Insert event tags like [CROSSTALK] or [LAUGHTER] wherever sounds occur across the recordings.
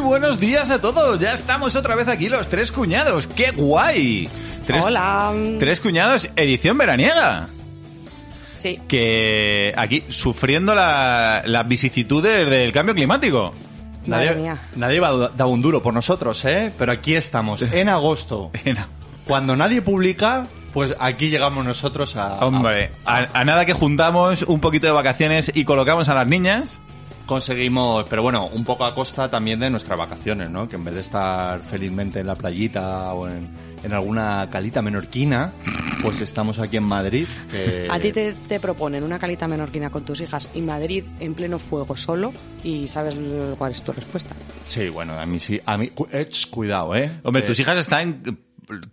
buenos días a todos. Ya estamos otra vez aquí los tres cuñados. ¡Qué guay! Tres, Hola. Tres cuñados, edición veraniega. Sí. Que aquí sufriendo la- las vicisitudes del cambio climático. [LAUGHS] Madre nadie, mía. nadie va a dar un duro por nosotros, ¿eh? Pero aquí estamos, en agosto. Cuando nadie publica, pues aquí llegamos nosotros a... a- Hombre, a, a nada que juntamos un poquito de vacaciones y colocamos a las niñas. conseguimos, pero bueno, un poco a costa también de nuestras vacaciones, ¿no? Que en vez de estar felizmente en la playita o en, en alguna calita menorquina, pues estamos aquí en Madrid. Eh. que- A ti te, te proponen una calita menorquina con tus hijas y Madrid en pleno fuego solo y sabes l- cuál es tu respuesta. Sí, bueno, a mí sí, a mí... cu- ets, cuidado, ¿eh? Hombre, Eh, tus hijas están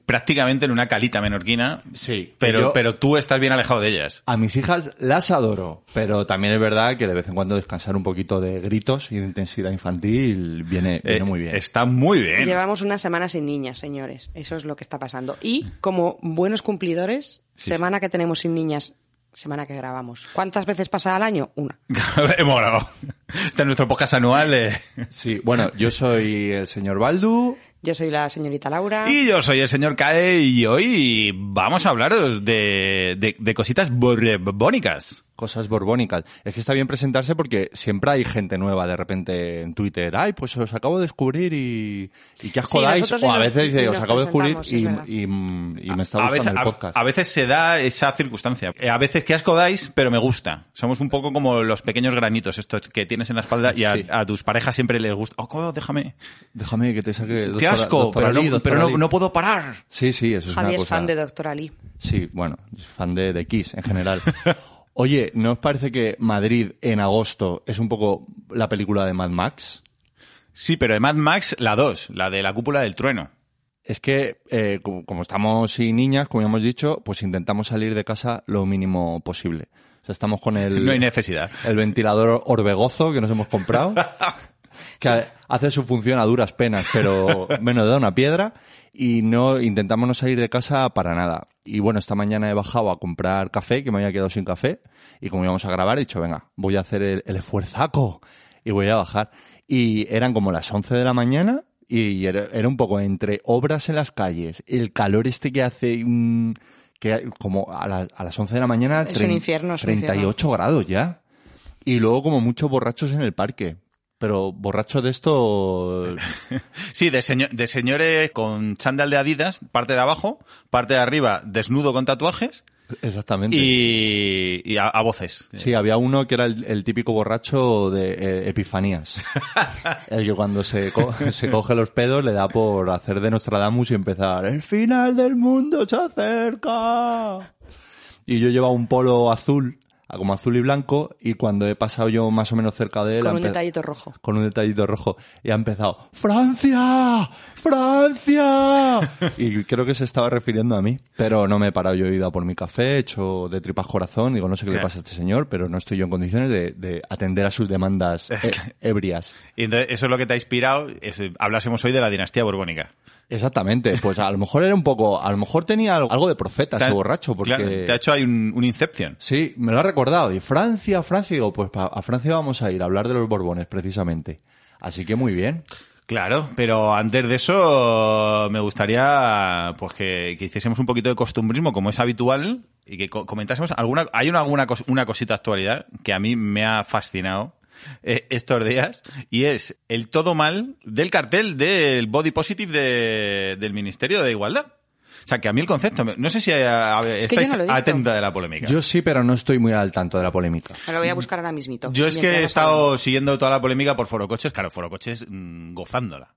prácticamente en una calita menorquina. Sí, Pero, yo- pero tú estás bien alejado de ellas. A mis hijas las adoro, pero también es verdad que de vez en cuando descansar un poquito de gritos y de intensidad infantil viene, viene Eh, muy bien. Está muy bien. Llevamos una semana sin niñas, señores. Eso es lo que está pasando. Y como buenos cumplidores, semana que tenemos sin niñas, semana que grabamos. ¿Cuántas veces pasa al año? Una. [LAUGHS] Hemos grabado. Está en nuestro podcast anual de... Sí, bueno, yo soy el señor Baldu. Yo soy la señorita Laura. Y yo soy el señor Cade y hoy vamos a hablaros de, de, de cositas borbónicas. Cosas borbónicas. Es que está bien presentarse porque siempre hay gente nueva de repente en Twitter. Ay, pues os acabo de descubrir y, y qué asco Sí, dais. nosotros O a nos- veces dice, nos os acabo de descubrir presentamos, es y, verdad. y- mm, y me está a, gustando veces, el podcast. a- a veces se da esa circunstancia. Eh, A veces que asco dais, pero me gusta. Somos un poco como los pequeños granitos estos que tienes en la espalda y a, Sí. a tus parejas siempre les gusta. Oh, co- déjame. Déjame que te saque. Qué Eh, doctora- asco, doctora pero, no, Lee, doctora pero no- Lee. no puedo parar. Sí, sí, eso es una Javi es cosa. fan de Doctor Ali. Sí, bueno, es fan de, de Kiss en [LAUGHS] general. Oye, ¿no os parece que Madrid en agosto es un poco la película de Mad Max? Sí, pero de Mad Max, la 2, la de la cúpula del trueno. Es que, eh, como, como estamos sin niñas, como ya hemos dicho, pues intentamos salir de casa lo mínimo posible. O sea, estamos con el, No hay necesidad. el ventilador orbegozo que nos hemos comprado, [LAUGHS] que ha- hace su función a duras penas, pero menos da una piedra, y no intentamos no salir de casa para nada. Y bueno, esta mañana he bajado a comprar café, que me había quedado sin café, y como íbamos a grabar, he dicho, venga, voy a hacer el, el esfuerzaco y voy a bajar. Y eran como las 11 de la mañana y era, era un poco entre obras en las calles, el calor este que hace... mm, que como a, la- a las 11 de la mañana Es un trein- infierno, es un 38 grados ya. Y luego como muchos borrachos en el parque. Pero borrachos de esto... Sí, de, seño- de señores con chándal de Adidas, parte de abajo, parte de arriba, desnudo con tatuajes Exactamente. y, y a, a voces. Sí, había uno que era el, el típico borracho de eh, Epifanías. el que cuando se, co- se coge los pedos le da por hacer de Nostradamus y empezar ¡El final del mundo se acerca! Y yo llevaba un polo azul, como azul y blanco, y cuando he pasado yo más o menos cerca de él... Con ha un empe- detallito rojo. con un detallito rojo y ha empezado ¡Francia! [LAUGHS] ¡Francia! y creo que se estaba refiriendo a mí, pero no me he parado. Yo he ido a por mi café, he hecho de tripas corazón, digo, no sé qué le Claro. pasa a este señor, pero no estoy yo en condiciones de, de atender a [LAUGHS] sus demandas eh, ebrias. Y entonces eso es lo que te ha inspirado. es- eh, hablásemos hoy de la dinastía borbónica. Exactamente, pues a lo mejor era un poco, a lo mejor tenía algo algo de profeta Te ha- ese borracho, porque... claro, te ha hecho ahí un, un Inception. Sí, me lo ha recordado. Y Francia, Francia, digo, pues pa- a Francia vamos a ir a hablar de los Borbones, precisamente. Así que muy bien. Claro, pero antes de eso me gustaría pues que, que hiciésemos un poquito de costumbrismo como es habitual y que co- comentásemos alguna hay una alguna cos- una cosita de actualidad que a mí me ha fascinado eh, estos días y es el todo mal del cartel del body positive de- del Ministerio de Igualdad. O sea, que a mí el concepto, me- no sé si a- a- que yo estáis no lo he visto. atenta de la polémica. Yo sí, pero no estoy muy al tanto de la polémica. Me lo voy a buscar ahora mismito. Mm. Yo es que Mientras he hablamos. estado siguiendo toda la polémica por Forocoches, claro, Forocoches mm, gozándola.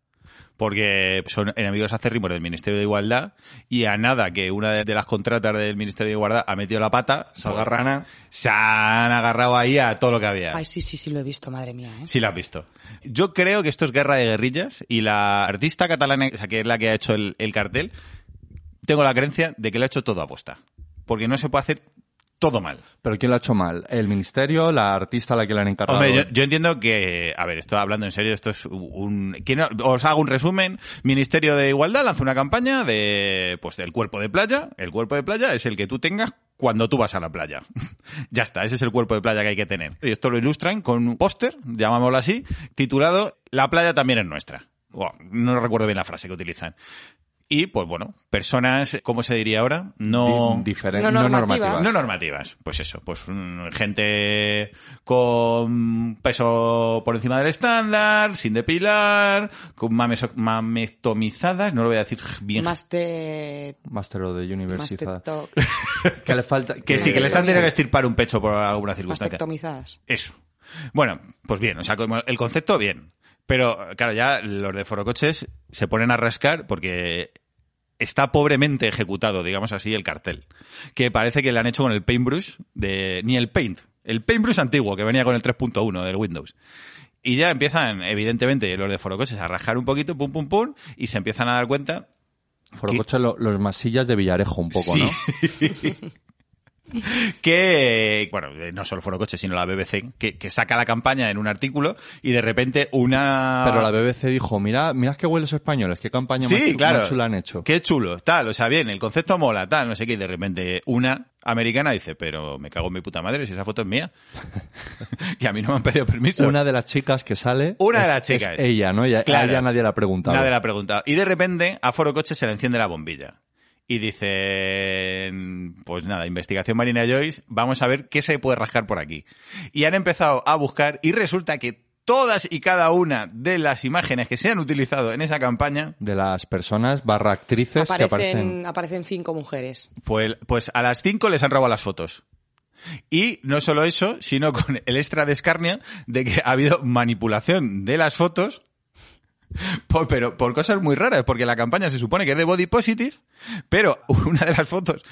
Porque son enemigos acérrimos del Ministerio de Igualdad y a nada que una de, de las contratas del Ministerio de Igualdad ha metido la pata, Salga rana. se han agarrado ahí a todo lo que había. Ay, sí, sí, sí, lo he visto, madre mía. ¿eh? Sí, la has visto. Yo creo que esto es guerra de guerrillas y la artista catalana, o sea, que es la que ha hecho el, el cartel, tengo la creencia de que lo ha hecho todo a posta. Porque no se puede hacer todo mal. ¿Pero quién lo ha hecho mal? ¿El ministerio? ¿La artista a la que le han encargado? Hombre, yo, yo entiendo que, a ver, estoy hablando en serio, esto es un... quiero- os hago un resumen. Ministerio de Igualdad lanza una campaña de, pues, del cuerpo de playa. El cuerpo de playa es el que tú tengas cuando tú vas a la playa. [LAUGHS] ya está, ese es el cuerpo de playa que hay que tener. Y esto lo ilustran con un póster, llamámoslo así, titulado La playa también es nuestra. Buah, no recuerdo bien la frase que utilizan. Y pues bueno, personas, ¿cómo se diría ahora? No. Di- diferen- No normativas. No normativas. Pues eso, pues mm, gente con peso por encima del estándar, sin depilar, con mameso- mamectomizadas, no lo voy a decir bien. Más te... Master of the Más [LAUGHS] University. tecto- Que eh, le falta. que sí, que les han tenido mastectomía. que estirpar un pecho por alguna más circunstancia. tectomizadas. Eso. Bueno, pues bien, o sea, como el concepto bien. Pero claro, ya los de Forocoches se ponen a rascar porque está pobremente ejecutado, digamos así, el cartel. Que parece que le han hecho con el paintbrush de. ni el paint. El paintbrush antiguo que venía con el 3.1 del Windows. Y ya empiezan, evidentemente, los de Forocoches a rascar un poquito, pum, pum, pum, y se empiezan a dar cuenta Forococha lo- los masillas de Villarejo un poco, Sí. ¿no? [LAUGHS] que, bueno, eh, no solo Foro Coche, sino la BBC, que, que saca la campaña en un artículo y de repente una... Pero la BBC dijo, mira, mirad qué hueles españoles, qué campaña más, Ah. Sí, chu- claro. más chula han hecho. Qué chulo, tal, o sea, bien, el concepto mola, tal, no sé qué, y de repente una americana dice, pero me cago en mi puta madre si esa foto es mía. [LAUGHS] y a mí no me han pedido permiso. Una de las chicas que sale. Una de es- las chicas. es ella, ¿no? Ella, Claro. A ella nadie la ha preguntado. Nadie la ha preguntado. Y de repente a Foro Coche se le enciende la bombilla. Y dicen, pues nada, investigación Marina Joyce, vamos a ver qué se puede rascar por aquí. Y han empezado a buscar y resulta que todas y cada una de las imágenes que se han utilizado en esa campaña, De las personas barra actrices que aparecen. Aparecen, aparecen cinco mujeres. pues, pues a las cinco les han robado las fotos. Y no solo eso, sino [LAUGHS] con el extra de escarnio de que ha habido manipulación de las fotos, por- pero por cosas muy raras, porque la campaña se supone que es de body positive, pero [LAUGHS] una de las fotos,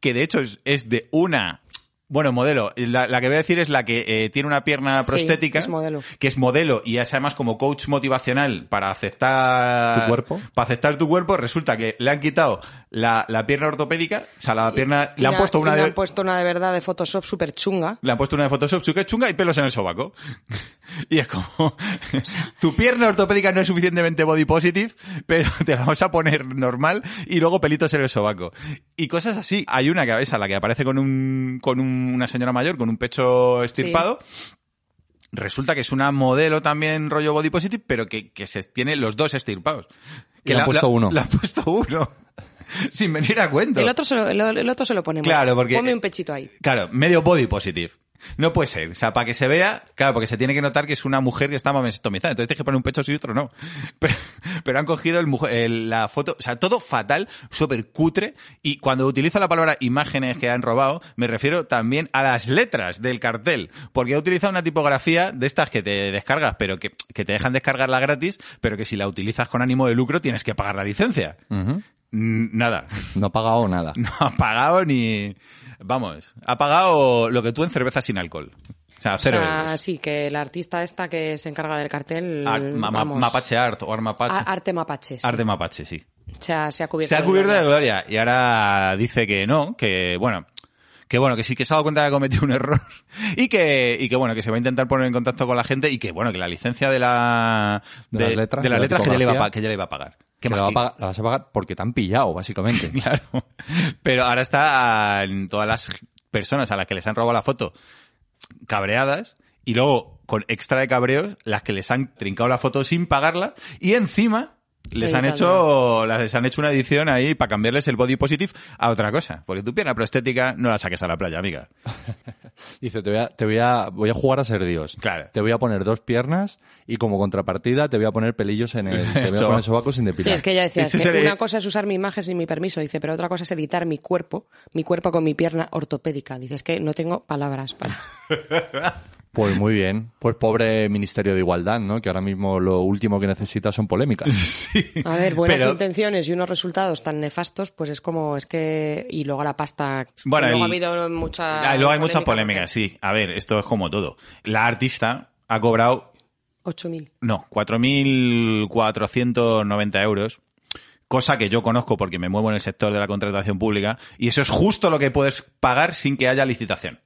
que de hecho es, es de una, bueno, modelo, la, la que voy a decir es la que eh, tiene una pierna Sí, prostética, es modelo. que es modelo y es además como coach motivacional para aceptar ¿Tu cuerpo? Para aceptar tu cuerpo, resulta que le han quitado la, la pierna ortopédica, o sea, la pierna, le han Y puesto y una le de... han puesto una de verdad de Photoshop súper chunga. Le han puesto una de Photoshop chuca chunga y pelos en el sobaco. [LAUGHS] Y es como, [LAUGHS] tu pierna ortopédica no es suficientemente body positive, pero [LAUGHS] te la vamos a poner normal y luego pelitos en el sobaco. Y cosas así. Hay una cabeza, la que aparece con un, con un- una señora mayor, con un pecho estirpado. Resulta que es una modelo también rollo body positive, pero que, que se tiene los dos estirpados. Y le han la- puesto la- uno. Le han puesto uno. [LAUGHS] Sin venir a cuento. El otro, se lo, el, el otro se lo ponemos. Claro, porque- eh, Ponme un pechito ahí. Claro, medio body positive. No puede ser. O sea, para que se vea, claro, porque se tiene que notar que es una mujer que está mamestomizada. Entonces tienes que poner un pecho sí y otro no. [LAUGHS] Pero, pero han cogido el, mujer- el- la foto, o sea, todo fatal, súper cutre. Y cuando utilizo la palabra imágenes que han robado, me refiero también a las letras del cartel. Porque he utilizado una tipografía de estas que te descargas, pero que, que te dejan descargarla gratis, pero que si la utilizas con ánimo de lucro tienes que pagar la licencia. Ujú. Mm, Nada. No ha pagado nada. [LAUGHS] No ha pagado ni. Vamos, ha pagado lo que tú en cerveza sin alcohol. O sea, cero. Ah, euros. sí, que la artista esta que se encarga del cartel. Ar- ma- ma- vamos, mapache Art o Art Mapache. a- arte mapache. sí. Arte Mapache, sí. O sea, se ha cubierto. Se ha de cubierto de gloria. gloria y ahora dice que no, que bueno, que bueno, que sí que se ha dado cuenta de que ha cometido un error [LAUGHS] y que, y que bueno, que se va a intentar poner en contacto con la gente y que bueno, que la licencia de la De las letras, de las de la letras que, ya le iba a, pa- tipografía. que ya le iba a pagar. ¿Qué Que más la, va a qui- pagar- la vas a pagar porque te han pillado, básicamente. [LAUGHS] Claro. Pero ahora están todas las personas a las que les han robado la foto cabreadas y luego con extra de cabreos las que les han trincado la foto sin pagarla y encima les han hecho les han hecho una edición ahí para cambiarles el body positive a otra cosa porque tu pierna prostética no la saques a la playa amiga Dice, te voy a, te voy a, voy a jugar a ser Dios. Claro. Te voy a poner dos piernas y como contrapartida te voy a poner pelillos en [LAUGHS] el, te voy a Eso. poner sobaco sin Sí, depilar. es que ella decía, Ese es que sería- una cosa es usar mi imagen sin mi permiso, dice, pero otra cosa es editar mi cuerpo, mi cuerpo con mi pierna ortopédica. Dice, es que no tengo palabras para... Pues muy bien. Pues pobre Ministerio de Igualdad, ¿no? Que ahora mismo lo último que necesita [LAUGHS] son polémicas. A ver, buenas Pero- intenciones y unos resultados tan nefastos, pues es como, es que... Y luego la pasta... Bueno, luego el- ha habido mucha... Ah, y luego hay muchas polémica polémicas sí a ver esto es como todo la artista ha cobrado porque- 8.000. No, 4.490 euros. Cosa que yo conozco porque me muevo en el sector de la contratación pública. Y eso es justo lo que puedes pagar sin que haya licitación.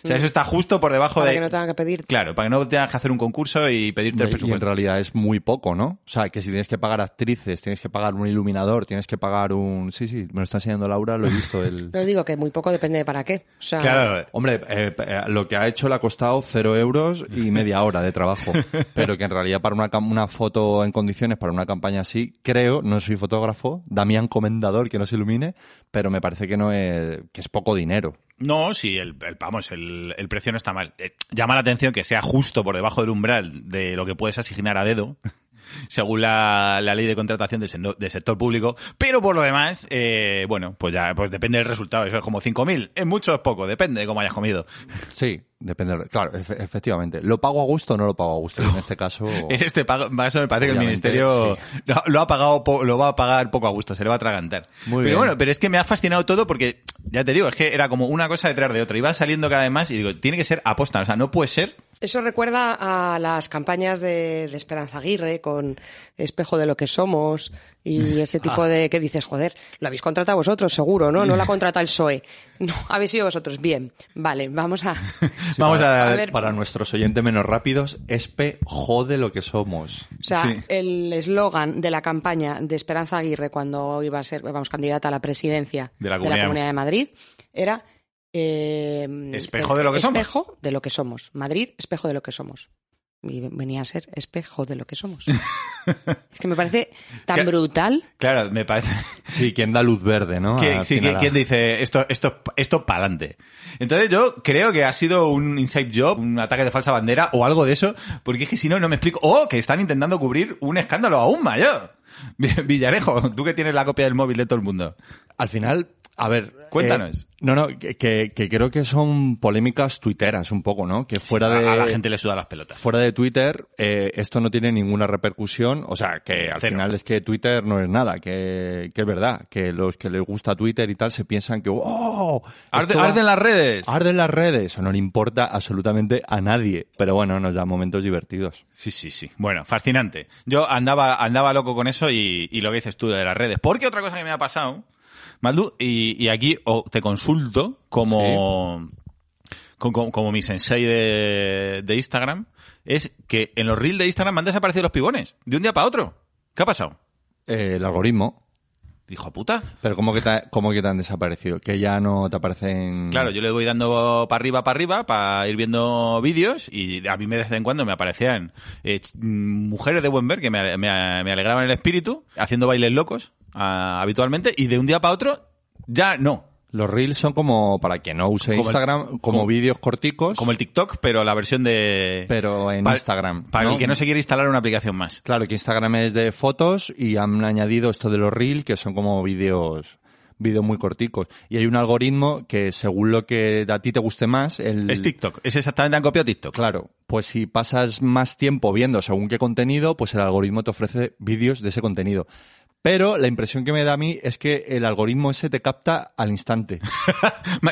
O sea, eso está justo por debajo Mm. Para de... que no tengan que pedir. Claro, para que no tengas que hacer un concurso y pedirte el Y- Y en presupuesto. realidad es muy poco, ¿no? O sea, que si tienes que pagar actrices, tienes que pagar un iluminador, tienes que pagar un... Sí, sí, me lo está enseñando Laura, lo he visto. El... Lo digo que muy poco depende de para qué. O sea, Claro, Hombre, eh, eh, lo que ha hecho le ha costado cero euros y media hora [LAUGHS] de trabajo. Pero que en realidad para una, cam- una foto en condiciones, para una campaña así, creo, no soy fotógrafo, Damián Comendador que nos ilumine, pero me parece que no es, que es poco dinero. No, sí, el, el- vamos, el, el precio no está mal. Eh, llama la atención que sea justo por debajo del umbral de lo que puedes asignar a dedo, [LAUGHS] según la, la ley de contratación del, seno- del sector público, pero por lo demás, eh, bueno, pues ya pues depende del resultado. Eso es como 5.000, es mucho o es poco, depende de cómo hayas comido. Sí, depende. Claro, efe- efectivamente. ¿Lo pago a gusto o no lo pago a gusto? Y en [LAUGHS] este caso... En este pago- eso me parece que el Obviamente, ministerio [LAUGHS] lo, lo ha pagado po- lo va a pagar poco a gusto, se le va a atragantar. Muy pero bien. bueno, pero es que me ha fascinado todo porque ya te digo, es que era como una cosa detrás de otra, iba saliendo cada vez más y digo, tiene que ser aposta, o sea, no puede ser Eso recuerda a las campañas de, de Esperanza Aguirre con Espejo de lo que somos [LAUGHS] Ah. y ese tipo de que dices, joder, lo habéis contratado vosotros, seguro, ¿no? No la contrata el PSOE. E. No, habéis sido vosotros. Bien, vale, vamos a... Sí, Vamos para, a- a ver. para nuestros oyentes menos rápidos, espe jode lo que somos. O sea, Sí. el eslogan de la campaña de Esperanza Aguirre cuando iba a ser, vamos, candidata a la presidencia De la Comunidad. de Madrid era... eh, Espejo de lo que somos. Espejo de lo que somos. Madrid, espejo de lo que somos. Y venía a ser espejo de lo que [LAUGHS] somos. es que me parece tan Que- brutal. Claro, me [LAUGHS] parece Sí, quien da luz verde, ¿no? que Al sí, final que- a- quien dice esto esto esto para adelante. Entonces yo creo que ha sido un inside job, un ataque de falsa bandera o algo de eso, porque es que si no no me explico, oh, que están intentando cubrir un escándalo aún mayor. [LAUGHS] Vi- Villarejo, tú que tienes la copia del móvil de todo el mundo. Al final, a ver. Cuéntanos. eh, no, no, que, que- que creo que son polémicas tuiteras un poco, ¿no? Que fuera de. a, a la gente le suda las pelotas. Fuera de Twitter, eh, esto no tiene ninguna repercusión. O sea, que al Cero. final es que Twitter no es nada, que, que es verdad, que los que les gusta Twitter y tal se piensan que, ¡oh! Arde- esto va- arden las redes. Arden las redes. Eso no le importa absolutamente a nadie. Pero bueno, nos da momentos divertidos. Sí, sí, sí. Bueno, fascinante. Yo andaba, andaba loco con eso y, y lo que dices tú de las redes. Porque otra cosa que me ha pasado, Maldu, y, y aquí o te consulto como, con- como, como mi sensei de, de Instagram, es que en los reels de Instagram me han desaparecido los pibones, de un día para otro. ¿Qué ha pasado? Eh, el algoritmo. Dijo puta. Pero ¿cómo que, te, ha- ¿cómo que te han desaparecido? Que ya no te aparecen... Claro, yo le voy dando para arriba, para arriba, para ir viendo vídeos y a mí de vez en cuando me aparecían eh, ch- mm, mujeres de buen ver que me, ale- me a- me alegraban el espíritu, haciendo bailes locos ah, habitualmente y de un día para otro ya no. Los reels son como, para quien no use Como el- Instagram, como, como- vídeos corticos, Como el TikTok, pero la versión de... pero en pa- Instagram. Para el que no se quiere instalar una aplicación más. Claro, que Instagram es de fotos y han añadido esto de los reels, que son como vídeos vídeos muy corticos. Y hay un algoritmo que según lo que a ti te guste más, el... Es TikTok, es exactamente, han copiado TikTok. Claro, pues si pasas más tiempo viendo según qué contenido, pues el algoritmo te ofrece vídeos de ese contenido. Pero la impresión que me da a mí es que el algoritmo ese te capta al instante.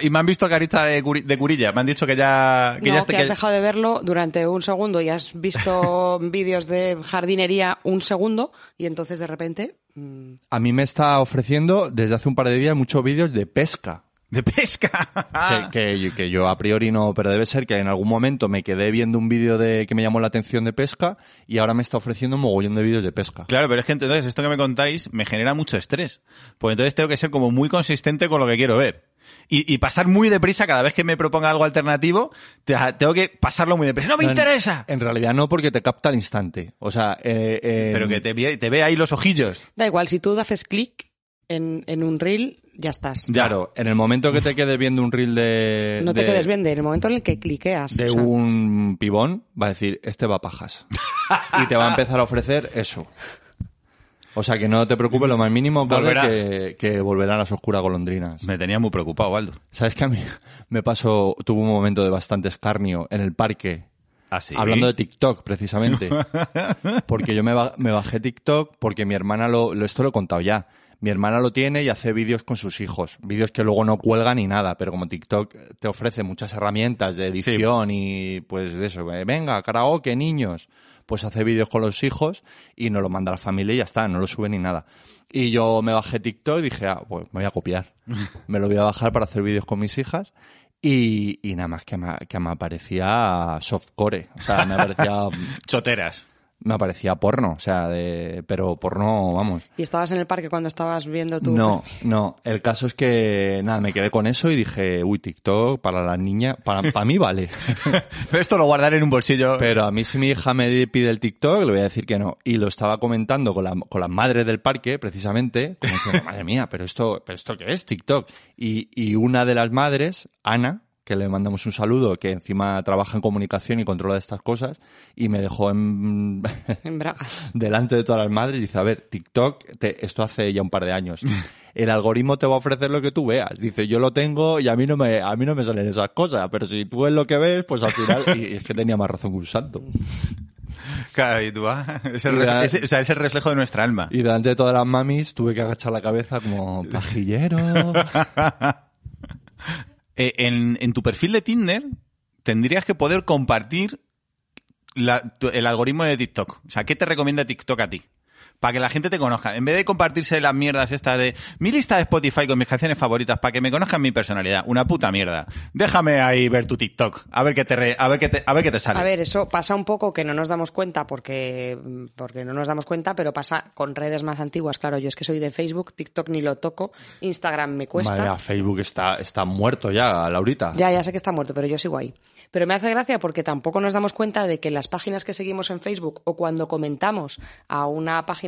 Y me han visto carita de, curi- de curilla, me han dicho que ya... no, ya está- que has dejado de verlo durante un segundo y has visto vídeos de jardinería un segundo y entonces de repente... mm, A mí me está ofreciendo desde hace un par de días muchos vídeos de pesca. [LAUGHS] De pesca. Ah. Que, que yo- que yo a priori no, pero debe ser que en algún momento me quedé viendo un vídeo de que me llamó la atención de pesca y ahora me está ofreciendo un mogollón de vídeos de pesca. Claro, pero es que entonces esto que me contáis me genera mucho estrés. Pues entonces tengo que ser como muy consistente con lo que quiero ver. Y, y pasar muy deprisa cada vez que me proponga algo alternativo, te- tengo que pasarlo muy deprisa. ¡No me No, en- interesa! En, realidad no, porque te capta al instante. O sea, eh, eh, Pero que te, ve- te ve ahí los ojillos. Da igual, si tú haces clic en, en un reel, ya estás. Claro, en el momento que te quedes viendo un reel de... No te Eh, de- quedes bien de en el momento en el que cliqueas. De o sea, un pibón, va a decir, este va a pajas. y te va a empezar a ofrecer eso. O sea, que no te preocupes lo más mínimo, Cole, Volverá. que, que volverán las oscuras golondrinas. Me tenía muy preocupado, Waldo. ¿Sabes que a mí [LAUGHS] me pasó, tuve un momento de bastante escarnio en el parque, Así. hablando de TikTok precisamente, porque yo me, ba- me bajé TikTok porque mi hermana lo, lo- esto lo he contado ya, mi hermana lo tiene y hace vídeos con sus hijos, vídeos que luego no cuelgan ni nada, pero como TikTok te ofrece muchas herramientas de edición y pues de eso, eh, venga, karaoke, niños, pues hace vídeos con los hijos y nos lo manda la familia y ya está, no lo sube ni nada. Y yo me bajé TikTok y dije, ah, pues me voy a copiar. Me lo voy a bajar para hacer vídeos con mis hijas. Y, y nada más que me, que me aparecía softcore. O sea, me aparecía, Choteras. me aparecía porno. O sea, de, pero porno, vamos. ¿Y estabas en el parque cuando estabas viendo tu... No, no. El caso es que, nada, me quedé con eso y dije, uy, TikTok para las niñas, para, para mí vale. Esto lo guardaré en un bolsillo. Pero a mí si mi hija me di- pide el TikTok, le voy a decir que no. Y lo estaba comentando con, la- con las madres del parque, precisamente, como diciendo, madre mía, pero esto, pero esto qué es TikTok. Y, y una de las madres, Ana, que le mandamos un saludo, que encima trabaja en comunicación y controla estas cosas, y me dejó en, [LAUGHS] En bragas. delante de todas las madres y dice, a ver, TikTok, te- esto hace ya un par de años. El algoritmo te va a ofrecer lo que tú veas. Dice, yo lo tengo y a mí no me, a mí no me salen esas cosas, pero si tú ves lo que ves, pues al final, y es que tenía más razón que un santo. Claro, y tú, ah, es, el Y refle- la- es- o sea, es el reflejo de nuestra alma. Y delante de todas las mamis tuve que agachar la cabeza como pajillero. Eh, en, en tu perfil de Tinder tendrías que poder compartir la- tu- el algoritmo de TikTok. O sea, ¿qué te recomienda TikTok a ti? Para que la gente te conozca. En vez de compartirse las mierdas estas de mi lista de Spotify con mis canciones favoritas para que me conozcan mi personalidad. Una puta mierda. Déjame ahí ver tu TikTok. A ver qué te, re- a ver qué te, a ver qué te sale. A ver, eso pasa un poco que no nos damos cuenta porque, porque no nos damos cuenta, pero pasa con redes más antiguas. Claro, yo es que soy de Facebook, TikTok ni lo toco, Instagram me cuesta. Madre mía, Facebook está, está muerto ya, Laurita. Ya, ya sé que está muerto, pero yo sigo ahí. Pero me hace gracia porque tampoco nos damos cuenta de que las páginas que seguimos en Facebook o cuando comentamos a una página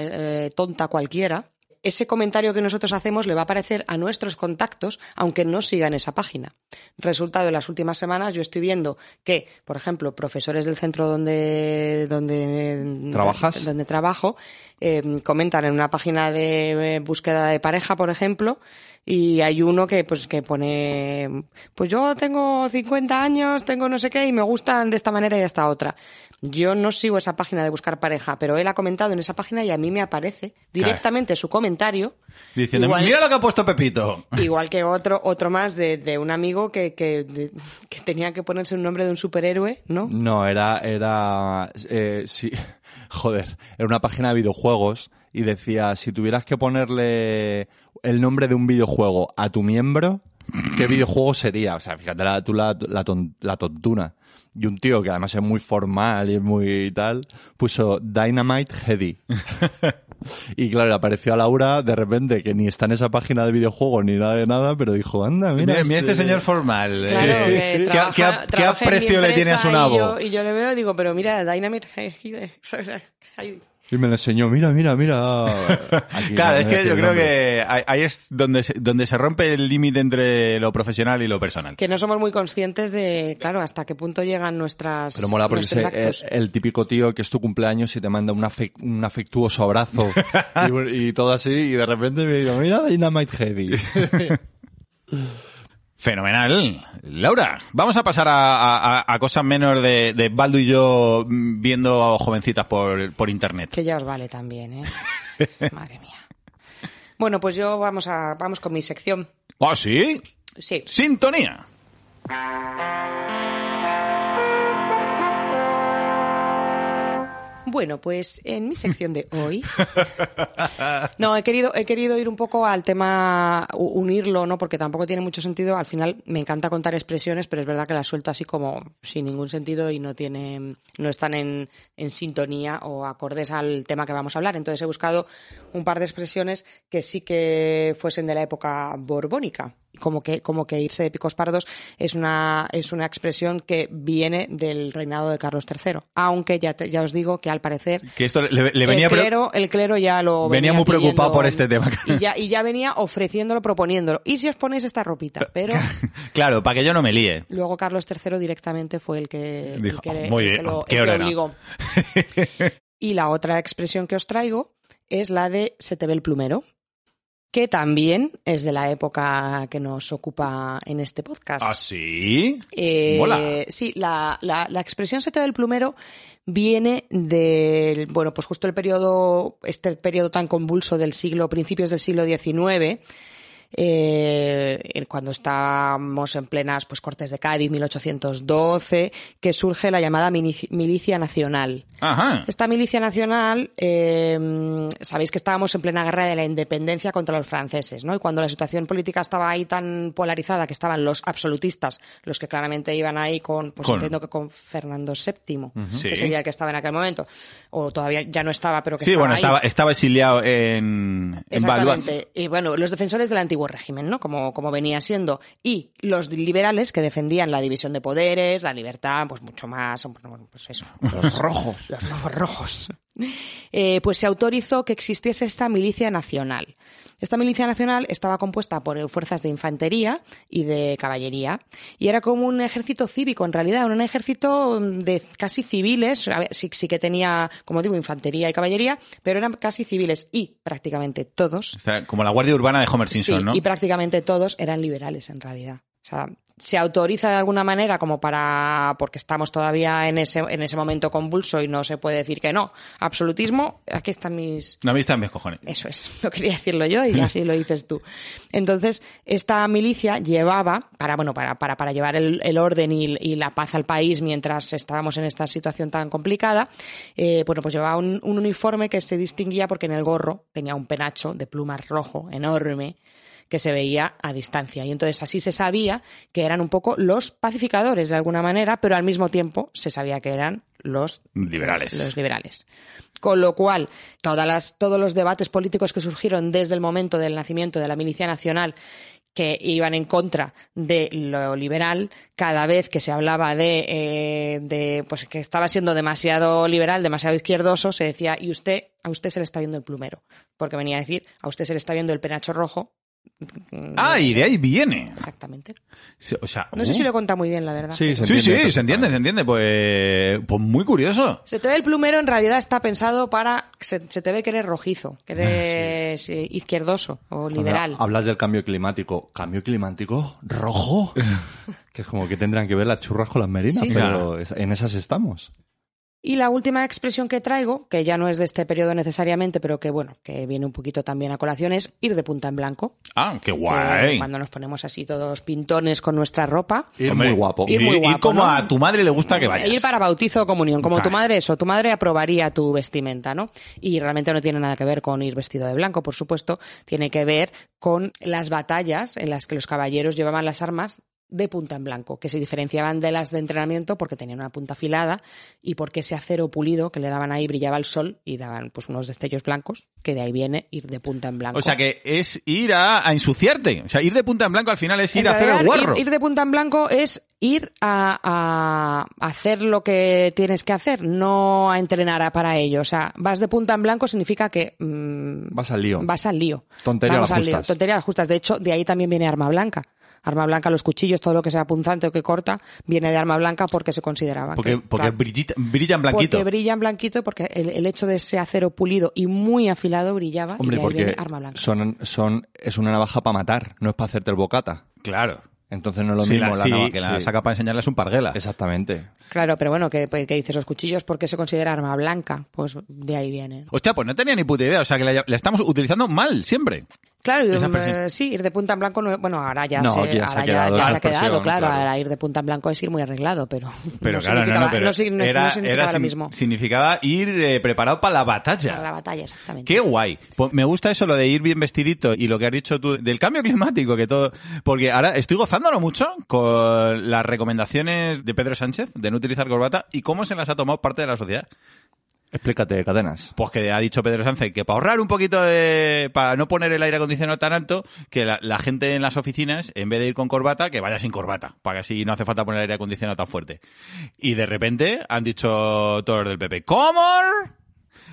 eh, tonta cualquiera, ese comentario que nosotros hacemos le va a aparecer a nuestros contactos, aunque no sigan esa página. Resultado, en las últimas semanas yo estoy viendo que, por ejemplo, profesores del centro donde, donde ¿Trabajas? donde trabajo, eh, comentan en una página de eh, búsqueda de pareja, por ejemplo, y hay uno que pues que pone, pues yo tengo 50 años, tengo no sé qué y me gustan de esta manera y de esta otra. Yo no sigo esa página de buscar pareja, pero él ha comentado en esa página y a mí me aparece directamente su comentario. Diciendo, igual- mira lo que ha puesto Pepito. Igual que otro, otro más de, de un amigo que, que, de- que tenía que ponerse un nombre de un superhéroe, ¿no? No, era, era, eh, sí, [LAUGHS] joder, era una página de videojuegos y decía, si tuvieras que ponerle el nombre de un videojuego a tu miembro, ¿qué videojuego sería? O sea, fíjate la, tú la, la, ton- la tontuna. Y un tío que además es muy formal y es muy tal, puso Dynamite [LAUGHS] Heady. y claro, le apareció a Laura de repente que ni está en esa página de videojuegos ni nada de nada, pero dijo, anda, mira. Mira, mira este señor formal. Claro, Eh, que ¿qué- trabaja- qué a- ¿Qué trabaja en mi aprecio le tiene a su empresa y nabo? yo- Y yo, le veo y digo, pero mira, Dynamite... eh, [LAUGHS] eh, ¿sabes? Ay, Y me lo enseñó, mira, [LAUGHS] mira, mira. Aquí Claro, no es voy a que decir yo el creo nombre. que ahí ahí es donde se, donde se rompe el límite entre lo profesional y lo personal. Que no somos muy conscientes de, claro, hasta qué punto llegan nuestras Pero mola porque nuestros ese- actos. eh, es el típico tío que es tu cumpleaños y te manda un, afe- un afectuoso [LAUGHS] abrazo y, un- y todo así y de repente me digo, mira Dynamite Heavy. Fenomenal. Laura, vamos a pasar a, a- a- a cosas menos de, de Baldu y yo mm, viendo jovencitas por, por internet. Que ya os vale también, [LAUGHS] ¿eh? Madre mía. Bueno, pues yo vamos, a, vamos con mi sección. ¿Ah, sí? Sí. Sintonía. Bueno, pues en mi sección de hoy. No, he querido, he querido ir un poco al tema, u- unirlo, ¿no? Porque tampoco tiene mucho sentido. Al final me encanta contar expresiones, pero es verdad que las suelto así como sin ningún sentido y no tienen, no están en, en sintonía o acordes al tema que vamos a hablar. Entonces he buscado un par de expresiones que sí que fuesen de la época borbónica. Como que, como que irse de picos pardos es una, es una expresión que viene del reinado de Carlos III. Aunque ya, te- ya os digo que al parecer Que esto le, le venía... el, pre- clero, el clero ya lo venía venía, muy preocupado pidiendo, por este tema. Y ya, y ya venía ofreciéndolo, proponiéndolo. ¿Y si os ponéis esta ropita? Pero [LAUGHS] Claro, para que yo no me líe. luego Carlos III directamente fue el que, el Dijo, que le- muy el que bien, lo- qué el que órgano. [LAUGHS] obligó. Y la otra expresión que os traigo es la de se te ve el plumero, que también es de la época que nos ocupa en este podcast. ¿Ah, sí? Eh, Mola. Sí, la, la- la expresión seta del plumero viene del, bueno, pues justo el periodo, este periodo tan convulso del siglo, principios del siglo XIX, eh, cuando estamos en plenas pues Cortes de Cádiz, 1812, que surge la llamada mini- milicia nacional. Ajá. Esta milicia nacional, eh, sabéis que estábamos en plena guerra de la independencia contra los franceses, ¿no? Y cuando la situación política estaba ahí tan polarizada que estaban los absolutistas, los que claramente iban ahí con, pues Con- entiendo que con Fernando VII, Sí. que sería el que estaba en aquel momento, o todavía ya no estaba, pero que Sí, estaba bueno, ahí. estaba, estaba exiliado en, en Balboa. Exactamente. Y bueno, los defensores del antiguo régimen, ¿no? Como, como venía siendo. Y los liberales que defendían la división de poderes, la libertad, pues mucho más. bueno, pues eso. [LAUGHS] Los rojos. Los nuevos rojos. Eh, pues se autorizó que existiese esta milicia nacional. Esta milicia nacional estaba compuesta por eh, fuerzas de infantería y de caballería y era como un ejército cívico, en realidad, era un ejército mm, de casi civiles, a ver, sí, sí que tenía, como digo, infantería y caballería, pero eran casi civiles y prácticamente todos, Está Como la Guardia Urbana de Homer Simpson, sí, ¿no? y prácticamente todos eran liberales en realidad. O sea, se autoriza de alguna manera como para, porque estamos todavía en ese, en ese momento convulso y no se puede decir que no. Absolutismo, aquí están mis, No, a mí están mis cojones. eso es, [LAUGHS] no quería decirlo yo y así lo dices tú. Entonces, esta milicia llevaba, para, bueno, para, para, para llevar el, el orden y, y la paz al país mientras estábamos en esta situación tan complicada, eh, bueno, pues llevaba un, un uniforme que se distinguía porque en el gorro tenía un penacho de plumas rojo enorme que se veía a distancia. Y entonces así se sabía que eran un poco los pacificadores de alguna manera, pero al mismo tiempo se sabía que eran los Liberales. Los liberales. Con lo cual, todas las, todos los debates políticos que surgieron desde el momento del nacimiento de la milicia nacional que iban en contra de lo liberal, cada vez que se hablaba de, eh, de pues que estaba siendo demasiado liberal, demasiado izquierdoso, se decía, y usted, a usted se le está viendo el plumero. Porque venía a decir, a usted se le está viendo el penacho rojo. Mm, Ah, y de ahí viene. Exactamente. Sí, O sea, No sé uh. si lo he contado muy bien, la verdad. Sí, se Sí, sí, se perfectamente. entiende, se entiende. Pues, pues muy curioso. Se te ve el plumero, en realidad está pensado para. Se, se te ve que eres rojizo, que eres eh, izquierdoso o liberal. Ah, Habla- Hablas del cambio climático. ¿Cambio climático? [LAUGHS] ¿Rojo? que es como que tendrán que ver las churras con las merinas, Sí, sí. pero es- en esas estamos. Y la última expresión que traigo, que ya no es de este periodo necesariamente, pero que bueno, que viene un poquito también a colación, es ir de punta en blanco. Ah, qué que guay. Cuando nos ponemos así todos pintones con nuestra ropa. Ir Hombre, muy guapo. ir muy guapo, como ¿no? a tu madre le gusta que vayas. Ir para bautizo o comunión, como Vale. tu madre, eso, tu madre aprobaría tu vestimenta, ¿no? Y realmente no tiene nada que ver con ir vestido de blanco, por supuesto, tiene que ver con las batallas en las que los caballeros llevaban las armas de punta en blanco, que se diferenciaban de las de entrenamiento porque tenían una punta afilada y porque ese acero pulido que le daban ahí brillaba el sol y daban pues unos destellos blancos, que de ahí viene ir de punta en blanco. O sea, que es ir a, a ensuciarte. O sea, ir de punta en blanco al final es ir En a hacer el realidad, guarro. Ir, ir de punta en blanco es ir a, a hacer lo que tienes que hacer, no a entrenar a- para ello. O sea, vas de punta en blanco significa que mm, Vas al lío. vas al lío. Tontería a Vamos las al lío. justas. Tontería a las justas. De hecho, de ahí también viene arma blanca. Arma blanca, los cuchillos, todo lo que sea punzante o que corta, viene de arma blanca porque se consideraba. Porque, que, porque claro, brillita- brilla en blanquito. porque brilla en blanquito y porque el, el hecho de ese acero pulido y muy afilado brillaba y Hombre, de ahí viene porque arma blanca. son, son, es una navaja para matar, no es para hacerte el bocata. Claro. Entonces no es lo Sí, mismo la, la sí, navaja. que la sí. saca para enseñarles un parguela. Exactamente. Claro, pero bueno, que, pues, que dices los cuchillos, ¿por qué se considera arma blanca? Pues de ahí viene. Hostia, pues no tenía ni puta idea. O sea, que la, la estamos utilizando mal siempre. Claro, y, Esa mm, presión. eh, sí, ir de punta en blanco, no- bueno, ahora ya, No, se, ya se ha ahora quedado ya esa se ha quedado, expresión, claro, claro. ahora ir de punta en blanco es ir muy arreglado, pero, Pero no claro, no, significaba- no, pero no signi- no era, significaba era lo sin- mismo. significaba ir eh, preparado para la batalla. Para la batalla, exactamente. Qué guay. Pues me gusta eso, lo de ir bien vestidito y lo que has dicho tú del cambio climático, que todo. Porque ahora estoy gozándolo mucho con las recomendaciones de Pedro Sánchez de no utilizar corbata y cómo se las ha tomado parte de la sociedad. Explícate, cadenas. Pues que ha dicho Pedro Sánchez que para ahorrar un poquito de. para no poner el aire acondicionado tan alto, que la, la gente en las oficinas, en vez de ir con corbata, que vaya sin corbata, para que así no hace falta poner el aire acondicionado tan fuerte. Y de repente han dicho todos los del PP, ¿cómo?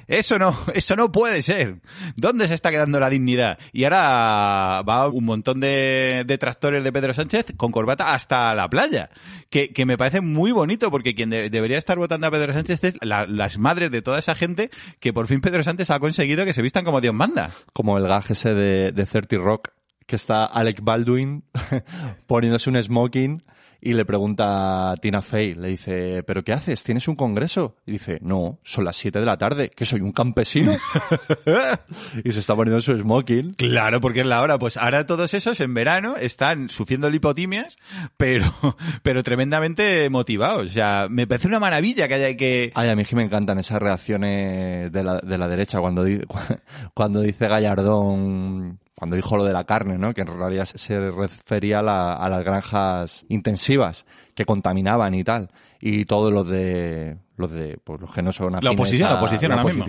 Eso no, [LAUGHS] eso no puede ser. ¿Dónde se está quedando la dignidad? Y ahora va un montón de detractores de Pedro Sánchez con corbata hasta la playa. Que, que me parece muy bonito porque quien de- debería estar votando a Pedro Sánchez es la- las madres de toda esa gente que por fin Pedro Sánchez ha conseguido que se vistan como Dios manda. Como el gag ese [LAUGHS] de, de 30 Rock, que está Alec Baldwin poniéndose un smoking Y le pregunta a Tina Fey, le dice, ¿pero qué haces? ¿Tienes un congreso? Y dice, no, son las 7 de la tarde, que soy un campesino. [LAUGHS] y se está poniendo su smoking. Claro, porque es la hora. Pues ahora todos esos en verano están sufriendo lipotimias, pero, [LAUGHS] pero tremendamente motivados. O sea, me parece una maravilla que haya que... Ay, a mí es que me encantan esas reacciones de la, de la derecha cuando, di- cuando dice Gallardón, cuando dijo lo de la carne, ¿no? Que en realidad se- se refería a, la- a las granjas intensivas que contaminaban y tal. Y todos los de, los de, pues los que no son afines oposición, la a- oposición ahora mismo.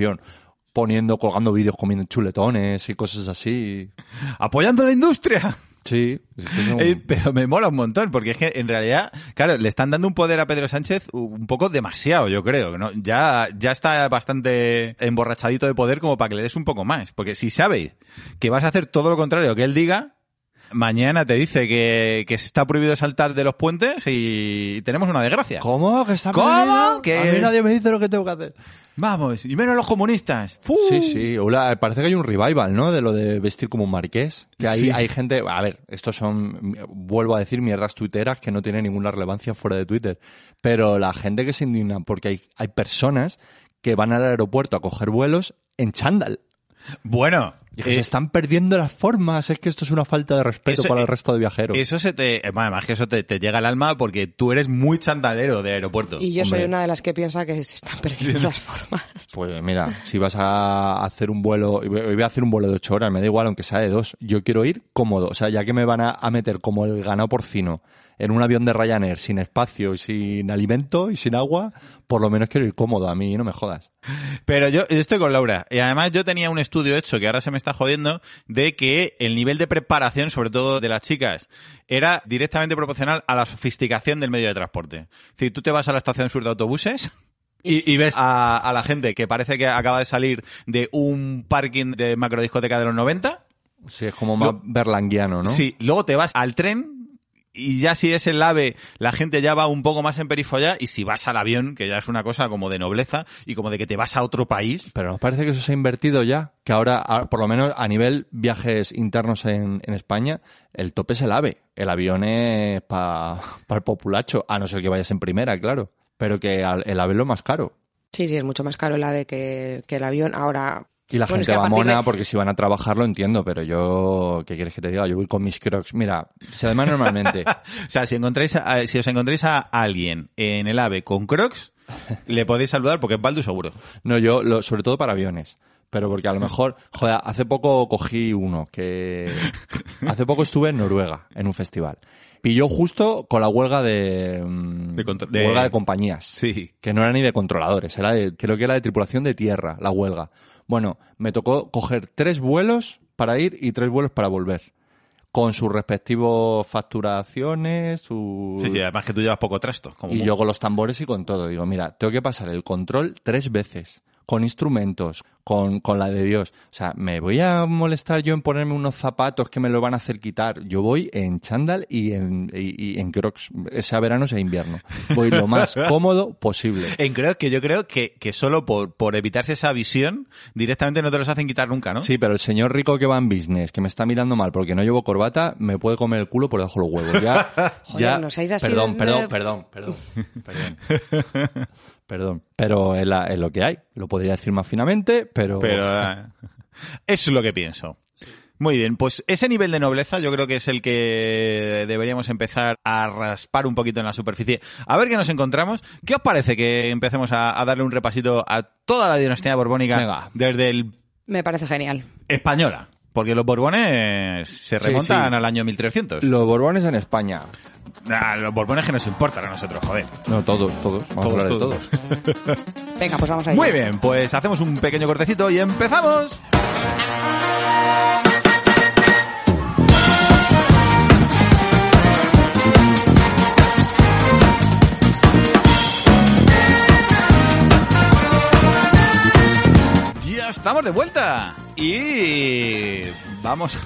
Poniendo, colgando vídeos comiendo chuletones y cosas así. Apoyando la industria. Sí. es que es un- Eh, pero me mola un montón, porque es que en realidad, claro, le están dando un poder a Pedro Sánchez un poco demasiado, yo creo. ¿no? Ya, ya está bastante emborrachadito de poder como para que le des un poco más. Porque si sabes que vas a hacer todo lo contrario que él diga, mañana te dice que, que está prohibido saltar de los puentes y tenemos una desgracia. ¿Cómo? ¿Que está ¿Cómo? prohibido? ¿Que- A mí nadie me dice lo que tengo que hacer. Vamos, y menos los comunistas. ¡Fu! Sí, sí. Hola, parece que hay un revival, ¿no? De lo de vestir como un marqués. Que hay, Sí. hay gente. A ver, estos son. Vuelvo a decir mierdas tuiteras que no tienen ninguna relevancia fuera de Twitter. Pero la gente que se indigna porque hay, hay personas que van al aeropuerto a coger vuelos en chándal. Bueno, Y que eh, se están perdiendo las formas. Es que esto es una falta de respeto Eso- para el eh, resto de viajeros. eso se te. eh, Además, que eso te, te llega al alma porque tú eres muy chandalero de aeropuerto. Y yo soy Hombre. una de las que piensa que se están perdiendo las formas. Pues mira, si vas a hacer un vuelo, y voy voy a hacer un vuelo de ocho horas, me da igual aunque sea de dos. Yo quiero ir cómodo, o sea, ya que me van a, a meter como el ganado porcino en un avión de Ryanair sin espacio y sin alimento y sin agua, por lo menos quiero ir cómodo. A mí no me jodas. Pero yo yo estoy con Laura. Y además yo tenía un estudio hecho que ahora se me está jodiendo de que el nivel de preparación, sobre todo de las chicas, era directamente proporcional a la sofisticación del medio de transporte. Es decir, tú te vas a la estación sur de autobuses y, y ves a, a la gente que parece que acaba de salir de un parking de macrodiscoteca de los 90. Sí, es como más Lo- berlanguiano, ¿no? Sí, luego te vas al tren y ya si es el ave, la gente ya va un poco más en perifolla y si vas al avión, que ya es una cosa como de nobleza y como de que te vas a otro país, Pero nos parece que eso se ha invertido ya, que ahora, a- por lo menos a nivel viajes internos en, en España, el tope es el AVE. El avión es [LAUGHS] para el populacho, a no ser que vayas en primera, claro. Pero que al- el AVE es lo más caro. Sí, sí, es mucho más caro el AVE que, que el avión. Ahora. Y la bueno, es gente que a va partir de- mona porque si van a trabajar lo entiendo, pero yo, ¿qué quieres que te diga? Yo voy con mis crocs. Mira, se además [LAUGHS] normalmente. O sea, si encontráis a- si os encontráis a alguien en el AVE con [LAUGHS] Crocs, le podéis saludar porque es Baldu seguro. No, yo, lo- sobre todo para aviones. Pero porque a lo mejor, joder, hace poco cogí uno [LAUGHS] que... Hace poco estuve en Noruega, en un festival. Pilló justo con la huelga de... mm, De contro- de- Huelga de compañías. Sí. Que no era ni de controladores, era de, creo que era de tripulación de tierra, la huelga. Bueno, me tocó coger tres vuelos para ir y tres vuelos para volver. Con sus respectivos facturaciones, sus... Sí, sí, además que tú llevas poco trasto. Como Y muy- yo con los tambores y con todo. Digo, mira, tengo que pasar el control tres veces. Con instrumentos, con, con la de Dios. O sea, me voy a molestar yo en ponerme unos zapatos que me lo van a hacer quitar. Yo voy en chándal y en, y, y en crocs, sea verano, sea invierno. Voy [LAUGHS] lo más cómodo posible. En Crocs, que yo creo que, que solo por, por evitarse esa visión, directamente no te los hacen quitar nunca, ¿no? Sí, pero el señor rico que va en business, que me está mirando mal porque no llevo corbata, me puede comer el culo por debajo de los [LAUGHS] huevos. Ya, Joder, ya- no seáis así perdón, de- perdón, perdón, perdón, perdón, Perdón. [LAUGHS] Pero es, la- es lo que hay. Lo podría decir más finamente, pero, Pero eh, eso es lo que pienso. Muy bien, pues ese nivel de nobleza yo creo que es el que deberíamos empezar a raspar un poquito en la superficie. A ver qué nos encontramos. ¿Qué os parece que empecemos a, a darle un repasito a toda la dinastía borbónica Venga. desde el Me parece genial. española. Porque los Borbones se Sí, remontan sí. al año 1300. los borbones en España. Ah, los Borbones que nos importan a nosotros, joder. No, todos, todos. Vamos a hablar de todos. Venga, pues vamos a Muy bien, pues hacemos un pequeño cortecito y empezamos. Ya estamos de vuelta. Y Vamos.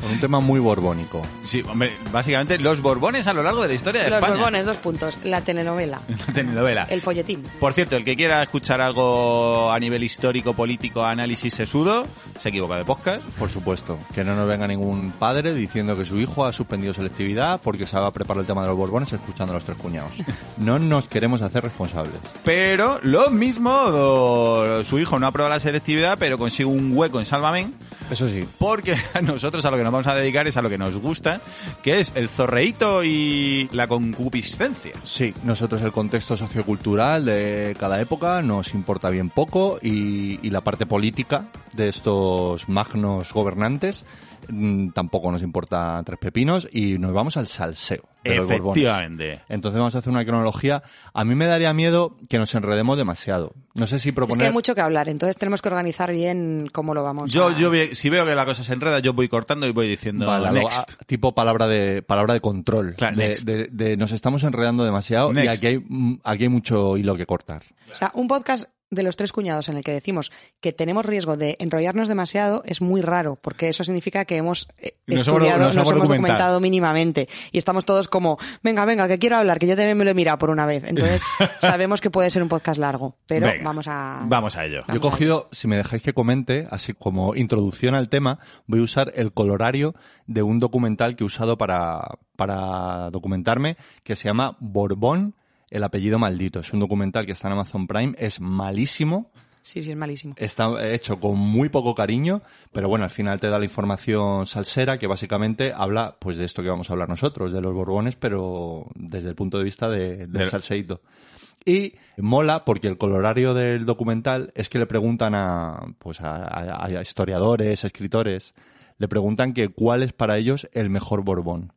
Con un tema muy borbónico. sí, hombre, básicamente los Borbones a lo largo de la historia de Los España. [LAUGHS] Borbones, dos puntos. La telenovela. La telenovela. El folletín. Por cierto, el que quiera escuchar algo a nivel histórico, político, análisis sesudo, se equivoca de podcast. Por supuesto, que no nos venga ningún padre diciendo que su hijo ha suspendido selectividad porque se va a preparar el tema de los borbones escuchando a los tres cuñados. No nos queremos hacer responsables. Pero lo mismo, do- su hijo no aprueba la selectividad, pero consigue un hueco en Salvamen, Eso sí, porque [LAUGHS] nosotros a lo que nos vamos a dedicar es a lo que nos gusta, que es el zorreíto y la concupiscencia. sí, nosotros el contexto sociocultural de cada época nos importa bien poco y, y la parte política de estos magnos gobernantes mm, tampoco nos importa tres pepinos y nos vamos al salseo. De los borbones. Efectivamente. Entonces vamos a hacer una cronología. A mí me daría miedo que nos enredemos demasiado. No sé si Es que proponer... hay mucho que hablar, entonces tenemos que organizar bien cómo lo vamos Yo, a... yo ve- si veo que la cosa se enreda, yo voy cortando y voy diciendo Vale, algo, next. ah, tipo palabra de palabra de control. Claro, de, next. de- de nos estamos enredando demasiado y Next. aquí hay, mm, aquí hay mucho hilo que cortar. O sea, un podcast de los tres cuñados en el que decimos que tenemos riesgo de enrollarnos demasiado es muy raro, porque eso significa que hemos eh, Nos hemos- estudiado, nos hemos nos, hemos documentado. documentado mínimamente y estamos todos como, venga, venga, que quiero hablar, que yo también me lo he mirado por una vez. [LAUGHS] Entonces sabemos que puede ser un podcast largo, pero Venga, vamos a... Vamos a ello. Yo he cogido, si me dejáis que comente, así como introducción al tema, voy a usar el colorario de un documental que he usado para, para documentarme, que se llama Borbón, el apellido maldito. Es un documental que está en Amazon Prime, es malísimo, Sí, sí, es malísimo. Está hecho con muy poco cariño, pero bueno, al final te da la información salsera que básicamente habla pues de esto que vamos a hablar nosotros, de los borbones, pero desde el punto de vista de, del Del- salseíto. Y mola porque el colorario del documental es que le preguntan a, pues a, a- a historiadores, escritores, le preguntan que cuál es para ellos el mejor borbón.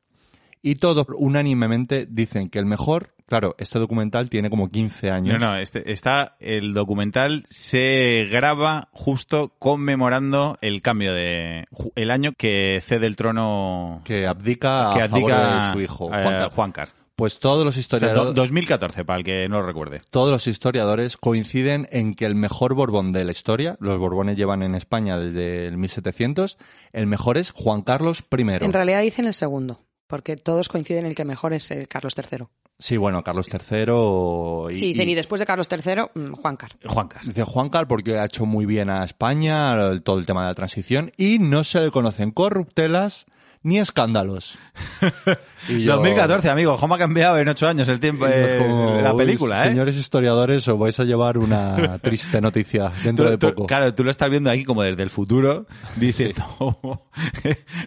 Y todos unánimemente dicen que el mejor, claro, este documental tiene como 15 años. No, no, este, está el documental se graba justo conmemorando el cambio de ju- el año que cede el trono Que abdica a que favor abdica de su hijo, eh, Juan Carlos. Juan Carlos. Pues todos los O sea, do- historiadores, 2014 para el que no lo recuerde. todos los historiadores coinciden en que el mejor Borbón de la historia, los Borbones llevan en España desde el 1700, el mejor es Juan Carlos I. En realidad dicen el segundo, porque todos coinciden en el que mejor es el Carlos III. Sí, bueno, Carlos III Y, y, dicen, y y- después de Carlos III, mm, Juan Carlos. Juan Carlos. dice Juan Carlos porque ha hecho muy bien a España el- todo el tema de la transición y no se le conocen corruptelas [LAUGHS] ni escándalos. Y yo- 2014, amigo, ¿cómo ha cambiado en ocho años el tiempo y yo eh, como, la "Uy, película, eh? Señores historiadores, os vais a llevar una triste noticia dentro Tú- de tú- poco. claro, tú lo estás viendo aquí como desde el futuro, [LAUGHS] diciendo,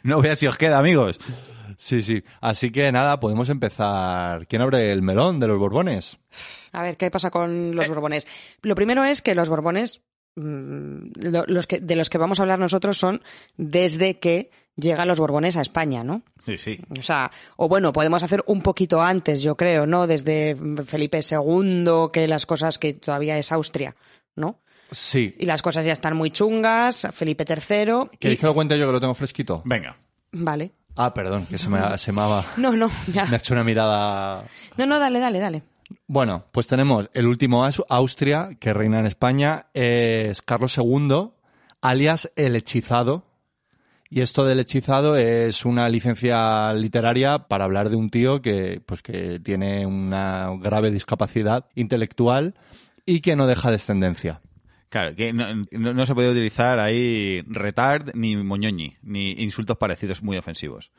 no veas si os queda, amigos. Sí, sí. Así que nada, podemos empezar. ¿Quién abre el melón de los Borbones? A ver, ¿qué pasa con los Borbones? Lo primero es que los Borbones, mm, lo- los que, de los que vamos a hablar nosotros, son desde que llegan los Borbones a España, ¿no? Sí, sí. O sea, o bueno, podemos hacer un poquito antes, yo creo, ¿no? Desde Felipe II, que las cosas que todavía es Austria, ¿no? Sí. Y las cosas ya están muy chungas, Felipe III. y- ¿Queréis que lo cuente yo que lo tengo fresquito? Venga. Vale. Ah, perdón, que se me, se me ha, No, no, me ha [LAUGHS] ya. hecho una mirada. No, no, dale, dale, dale. Bueno, pues tenemos el último as- Austria que reina en España, es Carlos II, alias el hechizado. Y esto del hechizado es una licencia literaria para hablar de un tío que, pues que tiene una grave discapacidad intelectual y que no deja descendencia. Claro, que no, no- no se puede utilizar ahí retard ni moñoñi, ni insultos parecidos muy ofensivos.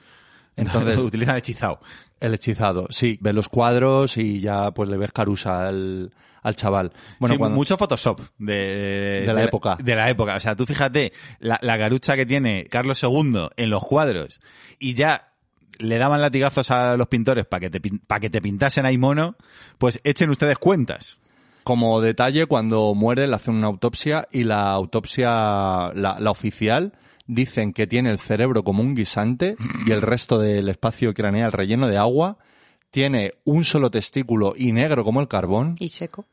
Entonces Entonces- utilizan hechizado. El hechizado, sí. Ves los cuadros y ya pues le ves carusa al, al chaval. Bueno, Sí, cuando- mucho Photoshop de, de- De la época. De la época. O sea, tú fíjate la, la garucha que tiene Carlos II en los cuadros y ya le daban latigazos a los pintores para que, te pin- pa' que te pintasen ahí mono, pues echen ustedes cuentas. como detalle, cuando muere le hacen una autopsia y la autopsia, la, la oficial, dicen que tiene el cerebro como un guisante y el resto del espacio craneal relleno de agua. Tiene un solo testículo y negro como el carbón, Y Checo.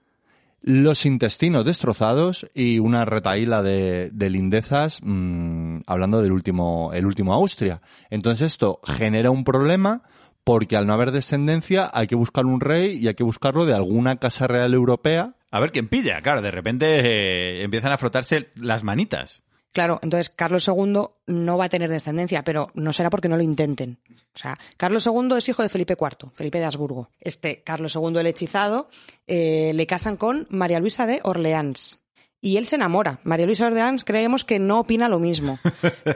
los intestinos destrozados y una retaíla de, de lindezas, mm, hablando del último, el último Austria. Entonces esto genera un problema porque al no haber descendencia hay que buscar un rey y hay que buscarlo de alguna casa real europea A ver quién pilla. Claro, de repente eh, empiezan a frotarse las manitas. Claro, entonces Carlos II no va a tener descendencia, pero no será porque no lo intenten. O sea, Carlos II es hijo de Felipe IV, Felipe de Habsburgo. Este Carlos II el hechizado eh, le casan con María Luisa de Orleans. Y él se enamora. María Luisa de Orleans creemos que no opina lo mismo,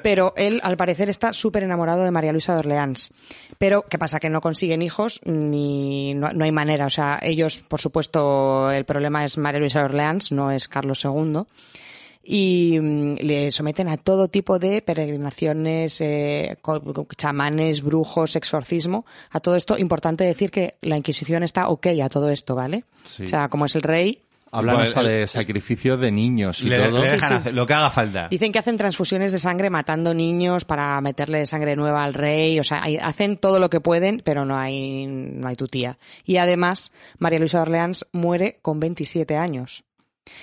pero él al parecer está súper enamorado de María Luisa de Orleans. Pero, ¿qué pasa? Que no consiguen hijos ni no, no hay manera. O sea, ellos, por supuesto, el problema es María Luisa de Orleans, no es Carlos II y mm, le someten a todo tipo de peregrinaciones, eh, co- co- chamanes, brujos, exorcismo, a todo esto. Importante decir que la Inquisición está ok a todo esto, ¿vale? Sí. O sea, como es el rey, Hablan Igual, hasta el- de sacrificios de niños y Le, le todo. dejan sí. hacer lo que haga falta. dicen que hacen transfusiones de sangre matando niños para meterle sangre nueva al rey, o sea, hay- hacen todo lo que pueden, pero no hay, no hay tutía. Y además, María Luisa de Orleans muere con 27 años.